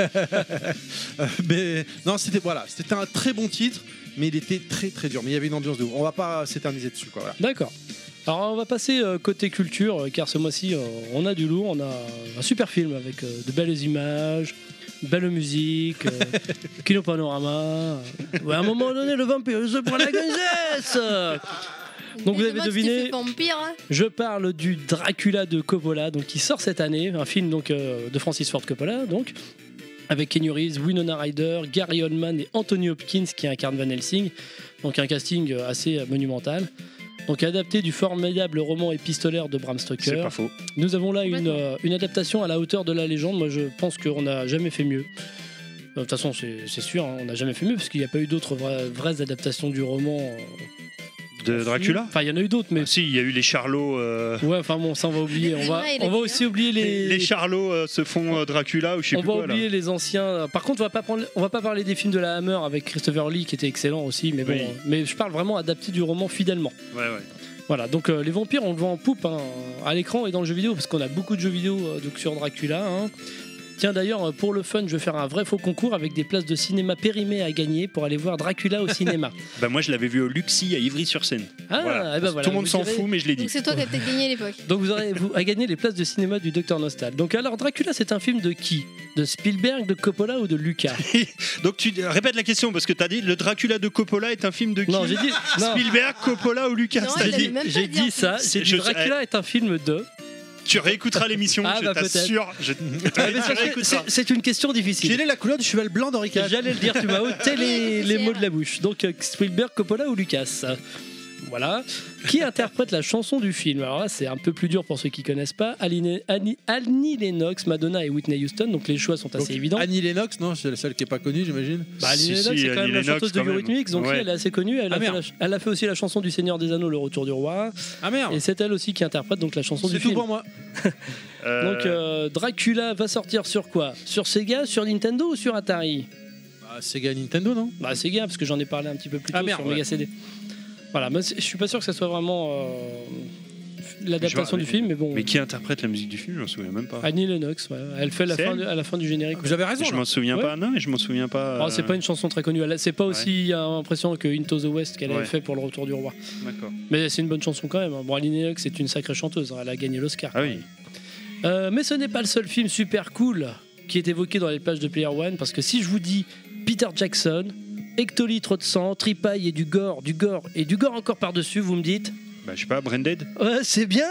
Speaker 2: mais non, c'était voilà, c'était un très bon titre, mais il était très très dur. Mais il y avait une ambiance de ouf. On va pas s'éterniser dessus, quoi. voilà.
Speaker 5: D'accord. Alors on va passer euh, côté culture, euh, car ce mois-ci euh, on a du lourd, on a un super film avec euh, de belles images, belle musique, euh, Kino Panorama. Ouais, à un moment donné, le vampire il se prend la gonzesse Donc vous avez deviné-
Speaker 4: Vampire. hein.
Speaker 5: Je parle du Dracula de Coppola, donc qui sort cette année, un film donc euh, de Francis Ford Coppola, donc avec Keanu Reeves, Winona Ryder, Gary Oldman et Anthony Hopkins qui incarne Van Helsing, donc un casting euh, assez euh, monumental. Donc adapté du formidable roman épistolaire de Bram
Speaker 3: C'est
Speaker 5: Stoker.
Speaker 3: pas faux.
Speaker 5: Nous avons là une,
Speaker 4: Complètement.
Speaker 5: euh, une adaptation à la hauteur de la légende. Moi, je pense qu'on n'a jamais fait mieux. Euh, De toute façon, c'est c'est sûr, hein, on n'a jamais fait mieux parce qu'il n'y a pas eu d'autres vra- vraies adaptations du roman. euh, en
Speaker 3: De
Speaker 5: film.
Speaker 3: Dracula
Speaker 5: Enfin, il y en a eu d'autres, mais.
Speaker 3: Ah, Si, il y a eu les Charlots. euh,
Speaker 5: Ouais, enfin bon, ça on va oublier. On va,
Speaker 4: Ouais, il a
Speaker 5: on va
Speaker 4: dit,
Speaker 5: aussi oublier les.
Speaker 3: Les, les Charlots euh, se font euh, Dracula ou je sais
Speaker 5: on
Speaker 3: plus
Speaker 5: va
Speaker 3: quoi là.
Speaker 5: oublier les anciens. Par contre, on va pas prendre, on va pas parler des films de la Hammer avec Christopher Lee qui était excellent aussi, mais bon.
Speaker 3: Oui.
Speaker 5: euh, Mais je parle vraiment adapté du roman fidèlement.
Speaker 3: Ouais, ouais.
Speaker 5: Voilà, donc euh, les vampires, on le voit en poupe hein, à l'écran et dans le jeu vidéo, parce qu'on a beaucoup de jeux vidéo euh, donc sur Dracula. hein. Tiens d'ailleurs, euh, pour le fun, je vais faire un vrai faux concours avec des places de cinéma périmées à gagner pour aller voir Dracula au cinéma.
Speaker 3: Bah, moi, je l'avais vu au Luxi à Ivry-sur-Seine.
Speaker 5: Ah,
Speaker 3: Voilà.
Speaker 5: eh ben voilà,
Speaker 3: Tout le monde
Speaker 5: vous
Speaker 3: s'en
Speaker 5: irez-
Speaker 3: fout, mais je l'ai dit.
Speaker 4: Donc c'est toi qui as peut-être gagné à l'époque.
Speaker 5: Donc vous aurez vous, à gagner les places de cinéma du Docteur Nostal. Donc alors Dracula, c'est un film de qui De Spielberg, de Coppola ou de Lucas
Speaker 3: Donc tu répètes la question parce que t'as dit le Dracula de Coppola est un film de qui
Speaker 5: Non, j'ai dit
Speaker 4: Ah,
Speaker 5: non,
Speaker 3: Spielberg, Coppola ou Lucas
Speaker 4: Non,
Speaker 3: T'as
Speaker 4: il
Speaker 3: dit-
Speaker 4: l'avait même pas
Speaker 5: j'ai
Speaker 4: dit en plus.
Speaker 5: dit ça. J'ai dit
Speaker 3: Je-
Speaker 5: Dracula est un film de.
Speaker 3: Tu réécouteras l'émission,
Speaker 5: Ah,
Speaker 3: je
Speaker 5: bah, peut-être.
Speaker 3: t'assure. Je...
Speaker 5: Ah, mais
Speaker 3: tu
Speaker 5: c'est-
Speaker 3: réécouteras.
Speaker 5: c'est- C'est une question difficile.
Speaker 2: Quelle est la couleur du cheval blanc d'Henri IV
Speaker 5: J'allais le dire, tu m'as ôté les, les mots de la bouche. Donc euh, Spielberg, Coppola ou Lucas voilà. Qui interprète la chanson du film Alors là, c'est un peu plus dur pour ceux qui connaissent pas. Aline- Annie, Annie Lennox, Madonna et Whitney Houston. Donc les choix sont assez
Speaker 2: Donc,
Speaker 5: évidents.
Speaker 2: Annie Lennox, non, c'est la seule qui est pas connue, j'imagine.
Speaker 5: Bah, Annie
Speaker 3: Si,
Speaker 5: Lennox,
Speaker 3: si,
Speaker 5: c'est quand
Speaker 3: Annie
Speaker 5: même la
Speaker 3: Lennox,
Speaker 5: chanteuse de
Speaker 3: quand même.
Speaker 5: Eurythmics. Donc
Speaker 3: Ouais.
Speaker 5: elle est assez connue. Elle,
Speaker 2: Ah,
Speaker 5: a fait
Speaker 2: merde.
Speaker 5: la ch- elle a fait aussi la chanson du Seigneur des Anneaux, Le Retour du Roi.
Speaker 2: Ah merde
Speaker 5: Et c'est elle aussi qui interprète donc la chanson
Speaker 2: C'est
Speaker 5: du
Speaker 2: tout
Speaker 5: film.
Speaker 2: pour moi.
Speaker 3: Euh,
Speaker 5: Donc euh, Dracula va sortir sur quoi Sur Sega, sur Nintendo ou sur Atari
Speaker 2: Bah, Sega Nintendo, non
Speaker 5: Bah Sega parce que j'en ai parlé un petit peu plus tôt
Speaker 2: Ah, merde,
Speaker 5: sur
Speaker 2: ouais.
Speaker 5: Mega CD. Voilà, mais c'est- je suis pas sûr que ça soit vraiment euh,
Speaker 3: Je vois,
Speaker 5: l'adaptation du
Speaker 3: mais-
Speaker 5: film, mais bon.
Speaker 3: Mais qui interprète la musique du film Je m'en souviens même pas.
Speaker 5: Annie Lennox, ouais, elle fait la
Speaker 3: C'est
Speaker 5: fin
Speaker 3: elle
Speaker 5: de- à la fin du générique. ouais.
Speaker 2: J'avais raison.
Speaker 3: Je
Speaker 2: là.
Speaker 3: m'en souviens
Speaker 5: Ouais.
Speaker 3: pas. Non, mais je m'en souviens pas.
Speaker 5: Oh, c'est
Speaker 3: euh,
Speaker 5: pas une chanson très connue. elle- C'est pas aussi euh, impressionnant que Into the West qu'elle avait
Speaker 3: Ouais.
Speaker 5: fait pour le Retour du Roi.
Speaker 3: D'accord.
Speaker 5: Mais c'est une bonne chanson quand même. hein. Bon, Annie Lennox est une sacrée chanteuse. hein, Elle a gagné l'Oscar.
Speaker 3: Ah oui.
Speaker 5: Euh, mais ce n'est pas le seul film super cool qui est évoqué dans les pages de Player One, parce que si je vous dis Peter Jackson, hectolitres de sang, tripaille et du gore, du gore et du gore encore par-dessus, vous me dites
Speaker 3: Bah, je sais pas, Branded
Speaker 5: Ouais, c'est bien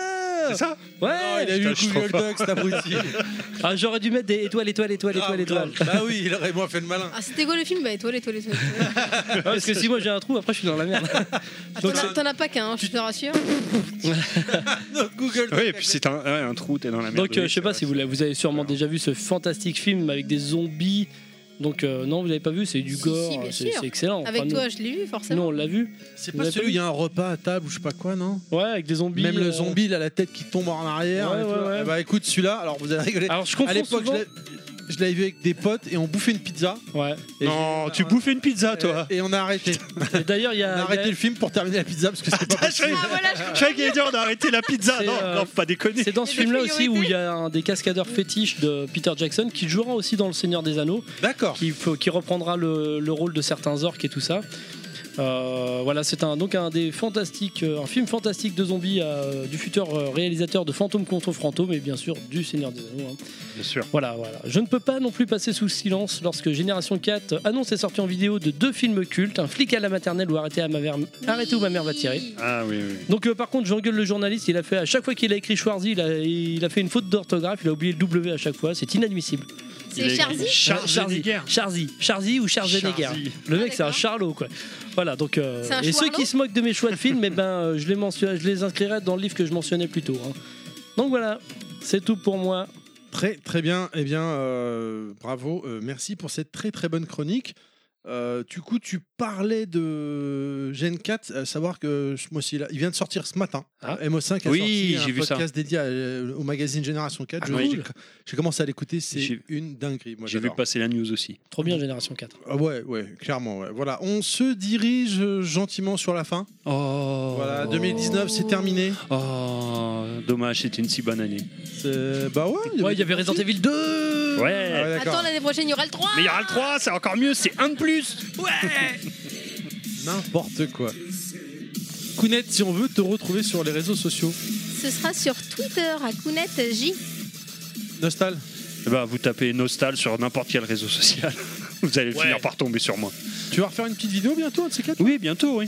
Speaker 3: C'est ça
Speaker 2: Non,
Speaker 5: Ouais
Speaker 2: il a eu
Speaker 3: Putain,
Speaker 2: le
Speaker 3: je suis
Speaker 2: coup de
Speaker 3: trop
Speaker 2: Duck, cet abruti.
Speaker 5: Ah, J'aurais dû mettre des étoiles, étoiles, étoiles, étoiles,
Speaker 2: Grave,
Speaker 5: étoiles.
Speaker 2: grave. Bah oui, il aurait moins fait le malin.
Speaker 4: Ah, c'était quoi le film Bah, étoile, étoile, étoile. étoile.
Speaker 5: Ah, parce que si moi j'ai un trou, après je suis dans la merde.
Speaker 4: Ah,
Speaker 5: Donc
Speaker 4: t'en as-
Speaker 5: c'est-
Speaker 4: T'en as pas qu'un, hein, je te rassure.
Speaker 2: Non, Google
Speaker 3: Oui, et puis c'est un, ouais, un trou, t'es dans la merde.
Speaker 5: Donc euh, je sais pas si vous, l'avez- vous avez sûrement
Speaker 3: Alors.
Speaker 5: déjà vu ce fantastique film avec des zombies. Donc euh, non, vous l'avez pas vu, c'est du
Speaker 4: Si,
Speaker 5: gore,
Speaker 4: si, bien
Speaker 5: c'est
Speaker 4: sûr.
Speaker 5: c'est excellent.
Speaker 4: Avec
Speaker 5: Enfin,
Speaker 4: toi,
Speaker 5: nous-
Speaker 4: je l'ai vu,
Speaker 5: nous
Speaker 4: forcément.
Speaker 5: on l'a vu.
Speaker 2: C'est
Speaker 5: Vous
Speaker 2: pas
Speaker 5: avez
Speaker 2: celui
Speaker 5: pas
Speaker 2: où il y a un repas à table ou je sais pas quoi, non
Speaker 5: Ouais, avec des zombies.
Speaker 2: Même
Speaker 5: euh,
Speaker 2: le zombie, il a la tête qui tombe en arrière.
Speaker 5: Ouais,
Speaker 2: et tout.
Speaker 5: ouais, ouais.
Speaker 2: Ah Bah écoute, celui-là, alors vous allez rigoler.
Speaker 5: Alors je confonds
Speaker 2: à l'époque, je
Speaker 5: souvent-
Speaker 2: l'ai- je l'avais vu avec des potes et on bouffait une pizza.
Speaker 5: Ouais.
Speaker 2: Et
Speaker 3: Non, tu bouffes une pizza,
Speaker 5: euh,
Speaker 3: toi
Speaker 2: Et on a arrêté.
Speaker 5: Et D'ailleurs, il y
Speaker 2: On
Speaker 5: a,
Speaker 2: a
Speaker 5: il y a-
Speaker 2: arrêté le film pour terminer la pizza parce que c'était pas
Speaker 3: Ah, je
Speaker 2: possible.
Speaker 4: Ah, voilà, je
Speaker 3: je croyais qu'il allait dire, on a arrêté la pizza.
Speaker 5: C'est,
Speaker 3: Non,
Speaker 5: euh,
Speaker 3: non, faut pas déconner.
Speaker 5: C'est dans ce
Speaker 4: Et des
Speaker 5: film-là aussi
Speaker 4: priorités.
Speaker 5: où il y a un des cascadeurs fétiches de Peter Jackson qui jouera aussi dans Le Seigneur des Anneaux,
Speaker 2: D'accord.
Speaker 5: qui, f- qui reprendra le, le rôle de certains orques et tout ça. Euh, voilà, c'est un, donc un des fantastiques, euh, un film fantastique de zombies euh, du futur euh, réalisateur de Fantôme contre Fantôme et bien sûr du Seigneur des Anneaux. hein.
Speaker 3: Bien sûr.
Speaker 5: Voilà, voilà. Je ne peux pas non plus passer sous silence lorsque Génération 4 annonce les sorties en vidéo de deux films cultes, Un flic à la maternelle ou Arrêtez, à ma mère- Arrêtez où ma mère va tirer.
Speaker 3: Ah oui, oui.
Speaker 5: Donc euh, par contre, j'engueule le journaliste, il a fait à chaque fois qu'il a écrit Schwarzy, il a, il a fait une faute d'orthographe, il a oublié le W à chaque fois, c'est inadmissible.
Speaker 4: C'est Charzy
Speaker 3: Charles
Speaker 5: Charzy, Charzy, Charzy ou Schwarzenegger.
Speaker 3: Charzy.
Speaker 5: Le
Speaker 4: Ah,
Speaker 5: mec c'est un
Speaker 4: d'accord.
Speaker 5: Charlot quoi. Voilà, donc euh,
Speaker 4: C'est un
Speaker 5: et ceux
Speaker 4: Schwarlo
Speaker 5: qui se moquent de mes choix de films, eh ben euh, je les mentionne- je les inscrirai dans le livre que je mentionnais plus tôt hein. Donc voilà, c'est tout pour moi.
Speaker 2: Très très bien. Eh bien, euh, bravo. Euh, merci pour cette très très bonne chronique. Euh, du coup, tu parlais de Gen 4, à savoir que ce mois-ci, là, il vient de sortir ce matin.
Speaker 5: Ah.
Speaker 2: MO5 a
Speaker 3: Oui,
Speaker 2: sorti un
Speaker 3: j'ai vu ça.
Speaker 2: podcast dédié à- euh, au magazine Génération 4.
Speaker 3: Ah,
Speaker 2: Je-
Speaker 3: cool.
Speaker 2: j'ai- J'ai commencé à l'écouter, c'est
Speaker 3: J'ai-
Speaker 2: une dinguerie. Moi,
Speaker 3: J'ai vu
Speaker 2: j'adore.
Speaker 3: passer la news aussi.
Speaker 5: Trop bien, Génération 4.
Speaker 2: Ah ouais, ouais, clairement. ouais. Voilà, on se dirige euh, gentiment sur la fin.
Speaker 3: Oh,
Speaker 2: Voilà, 2019, c'est terminé.
Speaker 3: Oh, dommage, c'était une si bonne année.
Speaker 2: C'est- Bah ouais.
Speaker 5: Ouais, il y avait Resident Evil 2
Speaker 3: Ouais.
Speaker 2: Ah ouais, d'accord.
Speaker 4: Attends, l'année prochaine, il y aura le 3
Speaker 3: Mais il y aura le 3, c'est encore mieux, c'est un de plus.
Speaker 2: N'importe quoi. Kounet, si on veut te retrouver sur les réseaux sociaux,
Speaker 4: Ce sera sur Twitter à Kounet J.
Speaker 2: Nostal.
Speaker 3: Eh ben, vous tapez Nostal sur n'importe quel réseau social. Vous allez
Speaker 5: Ouais.
Speaker 3: finir par tomber sur moi.
Speaker 2: Tu vas refaire une petite vidéo bientôt, un de ces quatre
Speaker 3: Oui, bientôt, oui.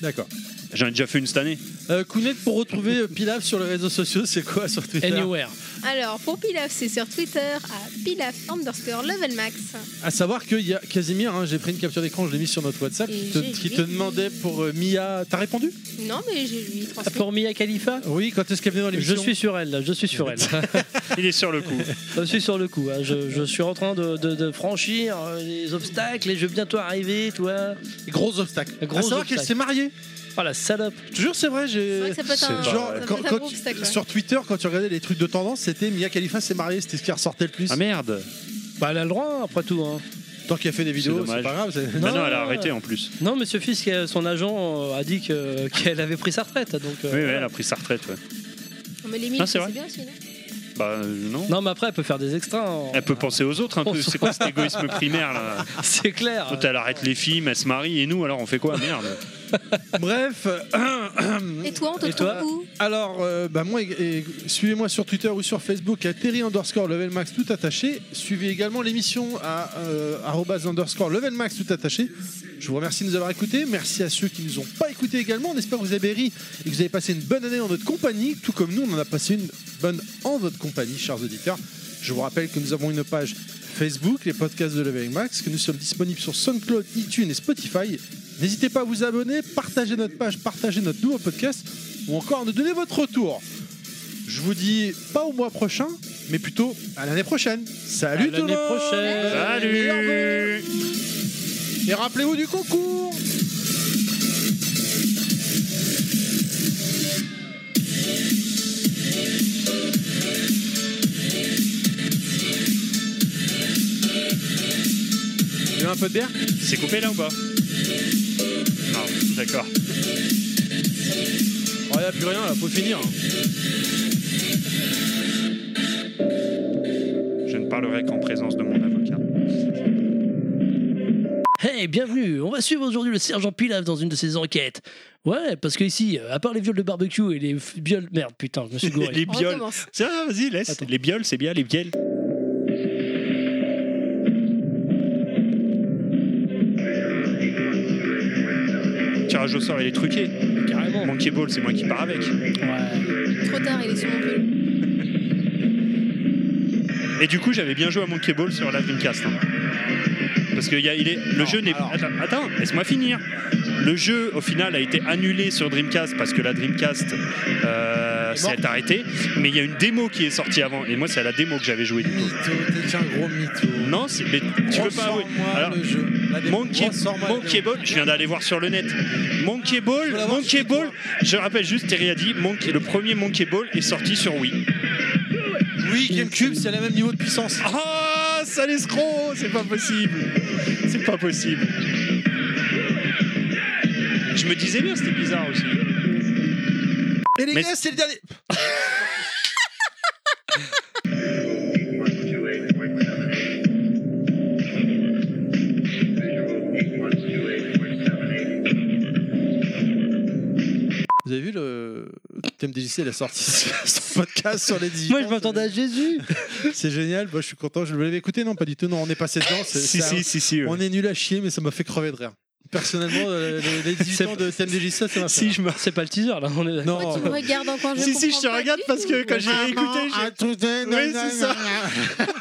Speaker 2: D'accord.
Speaker 3: J'en ai déjà fait une cette année.
Speaker 2: Euh, Kounet, pour retrouver euh, Pilaf sur les réseaux sociaux, c'est quoi sur Twitter
Speaker 5: Anywhere.
Speaker 4: Alors, pour Pilaf, c'est sur Twitter à pilaf underscore level max.
Speaker 2: À savoir qu'il y a Casimir, hein, j'ai pris une capture d'écran, je l'ai mis sur notre WhatsApp,
Speaker 4: Et
Speaker 2: qui te,
Speaker 4: j'ai
Speaker 2: qui
Speaker 4: vu.
Speaker 2: te demandait pour euh, Mia. T'as répondu
Speaker 4: Non, mais je lui
Speaker 5: Ah,
Speaker 4: transmets.
Speaker 7: Ah, Pour Mia Khalifa
Speaker 2: Oui, quand est-ce qu'elle venait dans
Speaker 7: je
Speaker 2: l'émission
Speaker 7: suis sur elle, là, je suis sur elle.
Speaker 3: Il est sur le coup.
Speaker 7: je suis sur le coup. hein. Je, je suis en train de, de- de franchir euh, les obstacles et je vais bientôt arriver, toi.
Speaker 2: Gros obstacle.
Speaker 7: Gros
Speaker 2: à savoir
Speaker 7: obstacle.
Speaker 2: qu'elle s'est mariée.
Speaker 7: Oh la salope.
Speaker 2: Je te jure, c'est vrai,
Speaker 4: C'est
Speaker 2: j'ai.
Speaker 4: vrai que ça peut être
Speaker 3: C'est
Speaker 4: un,
Speaker 3: pas
Speaker 2: Genre,
Speaker 4: ça peut
Speaker 2: quand-
Speaker 4: être un
Speaker 2: quand
Speaker 4: gros
Speaker 2: tu-
Speaker 4: obstacle, ouais.
Speaker 2: sur Twitter, quand tu regardais les trucs de tendance, c'était Mia Khalifa s'est mariée, c'était ce qui ressortait le plus.
Speaker 3: Ah merde
Speaker 7: Bah, elle a le droit, hein, après tout. hein.
Speaker 2: Tant qu'elle fait des vidéos,
Speaker 3: dommage.
Speaker 2: c'est pas grave. c'est-
Speaker 3: non, Ah non, elle a arrêté en plus.
Speaker 7: Non, mais ce fils, euh, son agent euh, a dit que- qu'elle avait pris sa retraite. Donc, euh,
Speaker 3: Oui, oui, elle
Speaker 7: voilà.
Speaker 3: a pris sa retraite. ouais.
Speaker 4: On met les mille,
Speaker 3: Ah, c'est
Speaker 4: c'est
Speaker 3: vrai.
Speaker 4: bien aussi, non
Speaker 3: Bah euh, non.
Speaker 7: Non, mais après, elle peut faire des extras. hein.
Speaker 3: Elle peut penser aux Ah autres un peu.
Speaker 7: On se-
Speaker 3: C'est quoi cet égoïsme primaire là
Speaker 7: C'est clair.
Speaker 3: Quand elle arrête les films, elle se marie et nous alors on fait quoi Merde.
Speaker 2: Bref,
Speaker 4: Et toi, on te
Speaker 7: Et
Speaker 4: trouve
Speaker 7: toi
Speaker 4: où
Speaker 2: alors euh, bah moi, et- et suivez-moi sur Twitter ou sur Facebook à Terry underscore level max tout attaché. Suivez également l'émission à euh, arrobase underscore level max tout attaché. Je vous remercie de nous avoir écoutés. Merci à ceux qui nous ont pas écoutés également. On espère que vous avez ri et que vous avez passé une bonne année en notre compagnie, tout comme nous on en a passé une bonne en votre compagnie, chers auditeurs. Je vous rappelle que nous avons une page Facebook, les podcasts de Leveling Max, que nous sommes disponibles sur SoundCloud, iTunes et Spotify. N'hésitez pas à vous abonner, partager notre page, partager notre nouveau podcast ou encore à nous donner votre retour. Je vous dis pas au mois prochain, mais plutôt à l'année prochaine. Salut
Speaker 7: À
Speaker 2: tout le
Speaker 7: l'année
Speaker 2: monde
Speaker 7: prochaine.
Speaker 3: Salut
Speaker 2: Et rappelez-vous du concours Tu veux un peu de bière
Speaker 3: C'est coupé là ou pas Non, d'accord.
Speaker 2: Oh, y a plus rien là, faut finir.
Speaker 3: Je ne parlerai qu'en présence de mon avocat.
Speaker 7: Hey, bienvenue. On va suivre aujourd'hui le sergent Pilaf dans une de ses enquêtes. Ouais, parce que ici, euh, à part les viols de barbecue et les f- viols. Merde, putain, je me suis gouré.
Speaker 3: Les
Speaker 4: On
Speaker 3: bioles.
Speaker 4: recommence.
Speaker 3: Tiens, vas-y, laisse.
Speaker 7: Attends.
Speaker 3: Les bioles, c'est bien, les bioles. Tirage au sort, il est truqué. Carrément. Monkey Ball, c'est moi qui pars avec.
Speaker 4: Trop tard, il est sur mon cul.
Speaker 3: Et du coup, j'avais bien joué à Monkey Ball sur la Dreamcast. hein. Parce que y a- il est, le
Speaker 2: Non,
Speaker 3: jeu n'est.
Speaker 2: alors.
Speaker 3: Attends, attends, laisse-moi finir. Le jeu, au final, a été annulé sur Dreamcast parce que la Dreamcast euh, s'est arrêtée. Mais il y a une démo qui est sortie avant. Et moi, c'est à la démo que j'avais joué du coup.
Speaker 2: Mytho, t'es un gros mytho.
Speaker 3: Non, c'est- mais tu veux pas
Speaker 2: Ressors-moi
Speaker 3: avouer. Alors,
Speaker 2: le jeu. La démo,
Speaker 3: Monkey,
Speaker 2: ressors-moi la
Speaker 3: Monkey
Speaker 2: démo.
Speaker 3: Ball, je viens d'aller voir sur le net. Monkey Ball,
Speaker 2: peux l'avoir
Speaker 3: Monkey
Speaker 2: chez
Speaker 3: Ball, je rappelle juste, Terry a dit, Monkey- le premier Monkey Ball est sorti sur Wii.
Speaker 2: Oui, GameCube, c'est le même niveau de puissance.
Speaker 3: Ah, sale escroc, c'est pas possible. C'est pas possible. Je me disais bien, c'était bizarre aussi.
Speaker 2: Et les
Speaker 3: Mais-
Speaker 2: gars, c'est le dernier. Vous avez vu le thème DJC, il a sorti son podcast sur les 18
Speaker 7: Moi, je
Speaker 2: ans,
Speaker 7: m'attendais à Jésus.
Speaker 2: c'est- C'est génial, moi je suis content, je l'avais écouté, non pas du tout, non on est passé dedans, c'est-
Speaker 3: Si,
Speaker 2: ça- hein.
Speaker 3: si, si, si. ouais.
Speaker 2: on est nul à chier mais ça m'a fait crever de rire. Personnellement, euh, les, les 18 ans de thème DJC, ça m'a fait
Speaker 7: Si je me- C'est pas le teaser, là, on est
Speaker 4: Toi
Speaker 7: d'accord.
Speaker 4: qui me
Speaker 2: Non,
Speaker 4: regardes encore, Ah, je
Speaker 3: euh, Si, si,
Speaker 4: comprends
Speaker 3: je te
Speaker 4: pas
Speaker 3: regarde
Speaker 4: du
Speaker 3: parce que
Speaker 4: tout.
Speaker 2: ah,
Speaker 3: quand j'ai
Speaker 2: Maman
Speaker 3: réécouté,
Speaker 2: a
Speaker 3: j'ai-
Speaker 2: tout donné,
Speaker 3: Oui, c'est ça.
Speaker 2: nanana.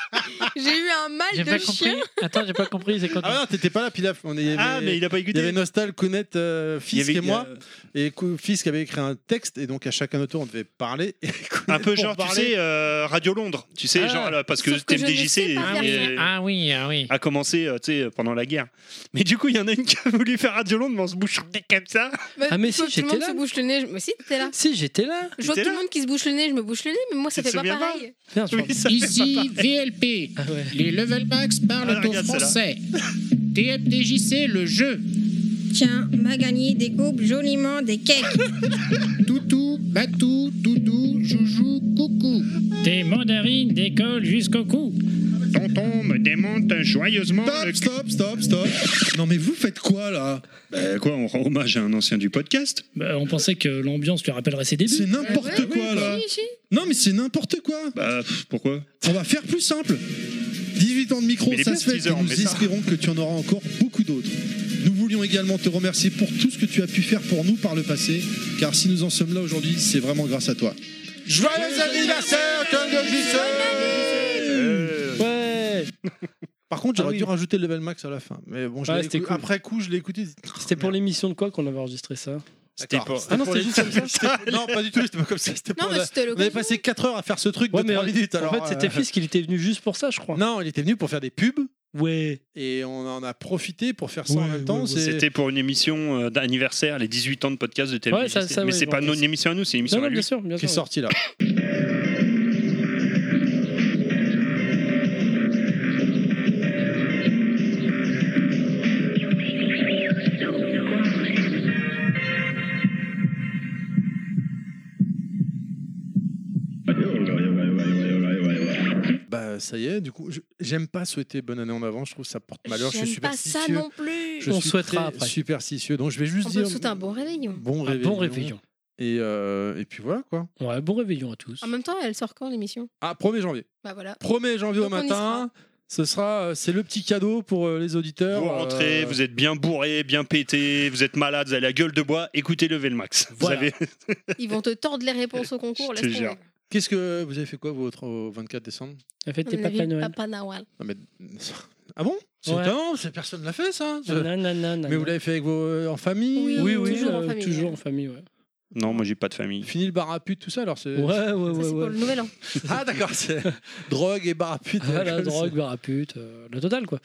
Speaker 4: J'ai eu un mal
Speaker 9: J'ai
Speaker 4: de
Speaker 9: pas
Speaker 4: chien.
Speaker 9: compris. Attends, j'ai pas compris. C'est quand
Speaker 2: Ah non, t'étais pas là, Pilaf. On y avait-
Speaker 3: Ah, mais il a pas
Speaker 2: il y avait
Speaker 3: écouté.
Speaker 2: Nostal, Kounet, euh,
Speaker 3: Il y
Speaker 2: Fisk
Speaker 3: avait-
Speaker 2: et moi. Et Kou- Fisk avait écrit un texte, et donc à chacun notre tour, on devait parler. Et Kounet,
Speaker 3: Un peu
Speaker 2: pour
Speaker 3: genre, tu
Speaker 2: parler,
Speaker 3: sais, euh, Radio Londres. Tu sais,
Speaker 2: Ah.
Speaker 3: genre, là, parce que
Speaker 4: Sauf que je ne sais
Speaker 3: TMDJC
Speaker 4: pas
Speaker 9: Ah
Speaker 4: faire
Speaker 9: oui,
Speaker 3: euh,
Speaker 9: ah oui, ah oui.
Speaker 3: a commencé, euh, tu sais, pendant la guerre. Mais du coup, il y en a une qui a voulu faire Radio Londres, mais en se bouchant des comme ça.
Speaker 4: Bah,
Speaker 7: Ah, mais si,
Speaker 4: tout le
Speaker 7: j'étais
Speaker 4: monde
Speaker 7: là.
Speaker 4: se bouche le nez. Je... Mais si, t'étais là.
Speaker 7: Si, j'étais là.
Speaker 4: Je vois
Speaker 3: T'étais
Speaker 4: tout le
Speaker 3: là.
Speaker 4: monde qui se bouche le nez, je me bouche le nez, mais moi ça
Speaker 3: Tu te
Speaker 4: fait pas
Speaker 3: souviens pas
Speaker 4: pareil.
Speaker 7: Merde, je
Speaker 3: Oui, ça fait pas
Speaker 10: Ici
Speaker 3: pareil.
Speaker 10: VLP,
Speaker 7: m'en- Ah ouais.
Speaker 10: les level max
Speaker 3: Ah,
Speaker 10: parlent au
Speaker 3: regarde celle-là.
Speaker 10: français. TMDJC, le jeu.
Speaker 4: Tiens, Magani découpe joliment des cakes.
Speaker 10: Toutou, Matou, Doudou, Joujou, Coucou.
Speaker 9: Tes mandarines décollent jusqu'au cou.
Speaker 10: Tonton me démonte joyeusement
Speaker 2: Stop, stop, stop, stop. Non, mais vous faites quoi là
Speaker 3: Bah, quoi, on rend hommage à un ancien du podcast
Speaker 9: Bah, on pensait que l'ambiance lui rappellerait ses débuts.
Speaker 2: C'est n'importe
Speaker 4: Ouais,
Speaker 2: quoi là.
Speaker 4: Si, si.
Speaker 2: Non, mais c'est n'importe quoi.
Speaker 3: Bah, pff, pourquoi
Speaker 2: On va faire plus simple. 18 ans de micro,
Speaker 3: Mais les
Speaker 2: ça
Speaker 3: best
Speaker 2: se fait.
Speaker 3: teasers,
Speaker 2: Et
Speaker 3: on
Speaker 2: nous
Speaker 3: met ça.
Speaker 2: espérons que tu en auras encore beaucoup d'autres. Nous voulions également te remercier pour tout ce que tu as pu faire pour nous par le passé, car si nous en sommes là aujourd'hui, c'est vraiment grâce à toi. Joyeux anniversaire, Tom
Speaker 3: Euh,
Speaker 7: Ouais.
Speaker 2: Par contre, j'aurais
Speaker 7: Ah oui.
Speaker 2: dû rajouter le level max à la fin. Mais bon, je
Speaker 7: Ouais,
Speaker 2: l'ai
Speaker 7: c'était
Speaker 2: écouté-
Speaker 7: cool.
Speaker 2: après coup, je l'ai écouté.
Speaker 7: C'était pour l'émission de quoi qu'on avait enregistré ça
Speaker 3: C'était
Speaker 2: D'accord.
Speaker 3: pour-
Speaker 2: Ah non, c'était juste comme ça. Non, pas du tout, c'était pas comme ça. C'était
Speaker 4: Non,
Speaker 2: pour
Speaker 4: mais
Speaker 2: la-
Speaker 4: c'était
Speaker 2: On avait
Speaker 4: l'occasion.
Speaker 2: passé 4 heures à faire ce truc de 3
Speaker 7: en,
Speaker 2: minutes.
Speaker 7: en
Speaker 2: alors,
Speaker 7: fait, c'était
Speaker 2: euh,
Speaker 7: Fils qu'il était venu juste pour ça, je crois.
Speaker 2: Non, il était venu pour faire des pubs
Speaker 7: Ouais.
Speaker 2: et on en a profité pour faire ça en
Speaker 7: Ouais,
Speaker 2: même temps.
Speaker 7: ouais, ouais.
Speaker 2: c'est-
Speaker 3: C'était pour une émission euh, d'anniversaire, les 18 ans de podcast de TMDJC.
Speaker 7: Ouais, ça- ça,
Speaker 3: mais
Speaker 7: ouais,
Speaker 3: c'est
Speaker 7: bon,
Speaker 3: pas
Speaker 7: c'est-
Speaker 3: non, une émission à nous, c'est une émission
Speaker 7: Non, non,
Speaker 3: à
Speaker 7: bien
Speaker 3: lui.
Speaker 7: sûr, bien
Speaker 2: qui est
Speaker 7: sûr.
Speaker 2: sorti là. Bah ça y est, du coup, je- j'aime pas souhaiter bonne année en avant, je trouve que ça porte
Speaker 3: Bah,
Speaker 2: malheur, je suis
Speaker 4: J'aime pas ça
Speaker 2: superstitieux.
Speaker 4: non plus.
Speaker 2: Je
Speaker 7: On
Speaker 2: suis
Speaker 7: souhaitera
Speaker 2: très
Speaker 7: après.
Speaker 2: superstitieux, donc je vais juste
Speaker 4: On peut
Speaker 2: dire
Speaker 4: souhaiter un bon hein. réveillon.
Speaker 2: bon
Speaker 9: Ah,
Speaker 7: Un
Speaker 2: réveillon.
Speaker 7: bon réveillon.
Speaker 2: Et, euh, et puis voilà quoi.
Speaker 7: Ouais, bon réveillon à tous.
Speaker 4: En même temps, elle sort quand l'émission
Speaker 2: Ah, 1er janvier.
Speaker 4: Bah voilà.
Speaker 2: 1er janvier au
Speaker 4: Donc on y
Speaker 2: matin. Ce sera, euh, c'est le petit cadeau pour euh, les auditeurs.
Speaker 3: Vous rentrez,
Speaker 2: Euh,
Speaker 3: vous êtes bien bourré, bien pété, vous êtes malade, vous avez la gueule de bois, écoutez le Max. Vous
Speaker 7: Voilà.
Speaker 3: avez
Speaker 4: Ils vont te tordre les réponses au concours.
Speaker 3: Je
Speaker 4: laisse
Speaker 3: te
Speaker 4: tomber.
Speaker 3: jure.
Speaker 2: Qu'est-ce que vous avez fait quoi votre au 24 décembre
Speaker 7: La fête
Speaker 4: À
Speaker 7: des
Speaker 4: mon avis,
Speaker 7: Papa Noël.
Speaker 4: Papa Nawal.
Speaker 2: Ah, mais- ah bon C'est
Speaker 7: Ouais. Ah,
Speaker 2: étonnant, c'est- personne l'a fait ça. Je-
Speaker 7: Nanana.
Speaker 2: Euh, Mais vous l'avez fait avec vos euh, en famille.
Speaker 7: Oui, oui,
Speaker 4: Toujours en
Speaker 7: euh,
Speaker 4: famille.
Speaker 7: toujours en famille, ouais.
Speaker 3: Non, moi j'ai pas de famille.
Speaker 2: Fini le bar à pute tout ça alors. c'est-
Speaker 7: Ouais, ouais,
Speaker 4: Ça,
Speaker 7: ouais.
Speaker 4: c'est pour
Speaker 7: ouais.
Speaker 4: le nouvel an.
Speaker 2: Ah d'accord, c'est drogue et bar à pute.
Speaker 7: Ah, la
Speaker 2: Comme ça.
Speaker 7: drogue, barapute, euh, le total, quoi.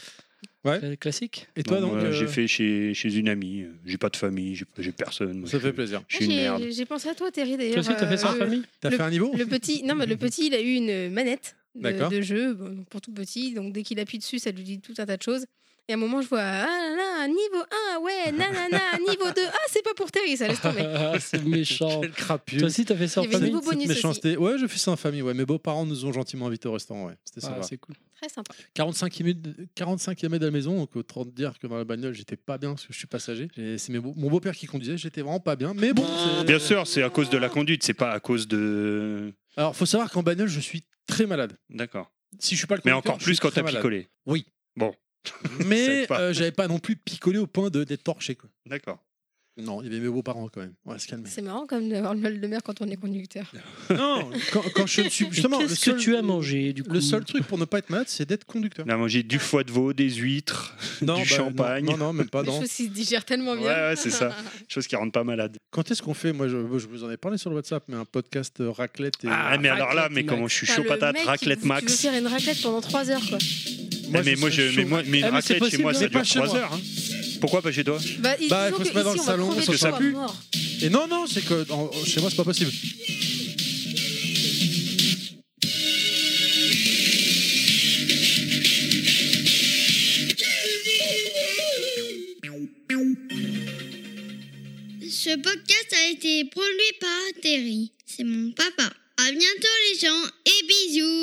Speaker 2: Ouais.
Speaker 7: Cla- Classique.
Speaker 2: Et toi
Speaker 3: Non,
Speaker 2: donc
Speaker 3: moi,
Speaker 2: euh,
Speaker 3: j'ai fait chez, chez une amie, euh, j'ai pas de famille, j'ai j'ai personne. moi,
Speaker 2: Ça
Speaker 3: je-
Speaker 2: fait plaisir.
Speaker 3: euh, Je suis une
Speaker 4: J'ai-
Speaker 3: merde.
Speaker 4: J'ai pensé à toi, Terry, d'ailleurs.
Speaker 7: Toi aussi, t'as fait ça en
Speaker 4: euh,
Speaker 7: famille
Speaker 2: T'as fait un niveau
Speaker 4: Le petit, non, mais le petit, il a eu une manette de,
Speaker 2: D'accord.
Speaker 4: de jeu bon, pour tout petit. Donc, dès qu'il appuie dessus, ça lui dit tout un tas de choses. Et à un moment, je vois Ah là là, niveau 1, ouais, nanana, niveau 2, ah, c'est pas pour Terry, ça laisse tomber.
Speaker 7: Ah, c'est méchant.
Speaker 2: Quel crapule.
Speaker 7: Toi aussi, t'as fait ça en
Speaker 4: Il y avait
Speaker 7: famille
Speaker 4: niveau bonus aussi.
Speaker 2: méchanceté. Ouais, je fais ça en famille. Ouais, mes beaux-parents nous ont gentiment invités au restaurant. Ouais, c'était
Speaker 7: Ah,
Speaker 2: sympa.
Speaker 7: C'est cool.
Speaker 4: Très sympa.
Speaker 2: 45 minutes, 45 km à la maison, donc autant te dire que dans la bagnole j'étais pas bien parce que je suis passager. Et C'est mes beaux- mon beau-père qui conduisait, j'étais vraiment pas bien. Mais bon, c'est-
Speaker 3: Bien sûr, c'est à cause de la conduite, c'est pas à cause de.
Speaker 2: alors faut savoir qu'en bagnole je suis très malade.
Speaker 3: D'accord.
Speaker 2: Si je suis pas le
Speaker 3: Mais
Speaker 2: conducteur,
Speaker 3: encore
Speaker 2: je
Speaker 3: plus
Speaker 2: suis
Speaker 3: quand
Speaker 2: très
Speaker 3: t'as
Speaker 2: malade.
Speaker 3: picolé.
Speaker 2: Oui.
Speaker 3: Bon,
Speaker 2: Mais
Speaker 3: C'est pas-
Speaker 2: euh, j'avais pas non plus picolé au point de d'être torché quoi.
Speaker 3: d'accord.
Speaker 2: Non, il y avait mes beaux-parents quand même. On va se calmer.
Speaker 4: C'est marrant quand même d'avoir le mal de mer quand on est
Speaker 3: Ah
Speaker 4: conducteur.
Speaker 2: Non, quand, quand je ne suis
Speaker 7: Et
Speaker 2: justement le
Speaker 7: Qu'est-ce que
Speaker 2: seul,
Speaker 7: tu as mangé, du coup
Speaker 2: le seul truc pour ne pas être malade, c'est d'être conducteur.
Speaker 3: On a mangé du foie de veau, des huîtres,
Speaker 2: Non,
Speaker 3: du
Speaker 2: bah,
Speaker 3: champagne.
Speaker 2: Non, non, non, même pas.
Speaker 4: Les
Speaker 2: Non.
Speaker 4: choses, ils se digèrent tellement
Speaker 3: Ouais,
Speaker 4: bien.
Speaker 3: ouais, c'est ça. Chose qui rendent pas malade.
Speaker 2: Quand est-ce qu'on fait Moi, je, je vous en ai parlé sur le WhatsApp, mais un podcast euh, raclette. Et...
Speaker 3: Ah, mais alors là, mais
Speaker 7: Raclette
Speaker 3: comment je suis
Speaker 4: Enfin,
Speaker 3: chaud
Speaker 4: le
Speaker 3: patate,
Speaker 4: mec,
Speaker 3: raclette
Speaker 4: il- Tu veux
Speaker 3: max.
Speaker 4: faire une raclette pendant 3 heures, quoi.
Speaker 3: Eh, mais, moi,
Speaker 2: serais
Speaker 3: je, mais
Speaker 2: chaud.
Speaker 3: moi, mais une
Speaker 7: Ah, mais c'est
Speaker 3: raclette chez
Speaker 7: possible,
Speaker 3: moi,
Speaker 7: hein.
Speaker 3: ça
Speaker 7: Mais
Speaker 3: dure
Speaker 2: pas chez
Speaker 3: 3
Speaker 2: moi.
Speaker 3: heures. hein. Pourquoi pas chez toi
Speaker 4: Bah, il
Speaker 2: Bah, il faut se mettre dans le salon,
Speaker 4: parce
Speaker 2: parce
Speaker 3: que ça
Speaker 2: pue. Et non, non, c'est que en- chez moi, c'est pas possible.
Speaker 1: Ce podcast a été produit par Terry. C'est mon papa. À bientôt les gens et bisous.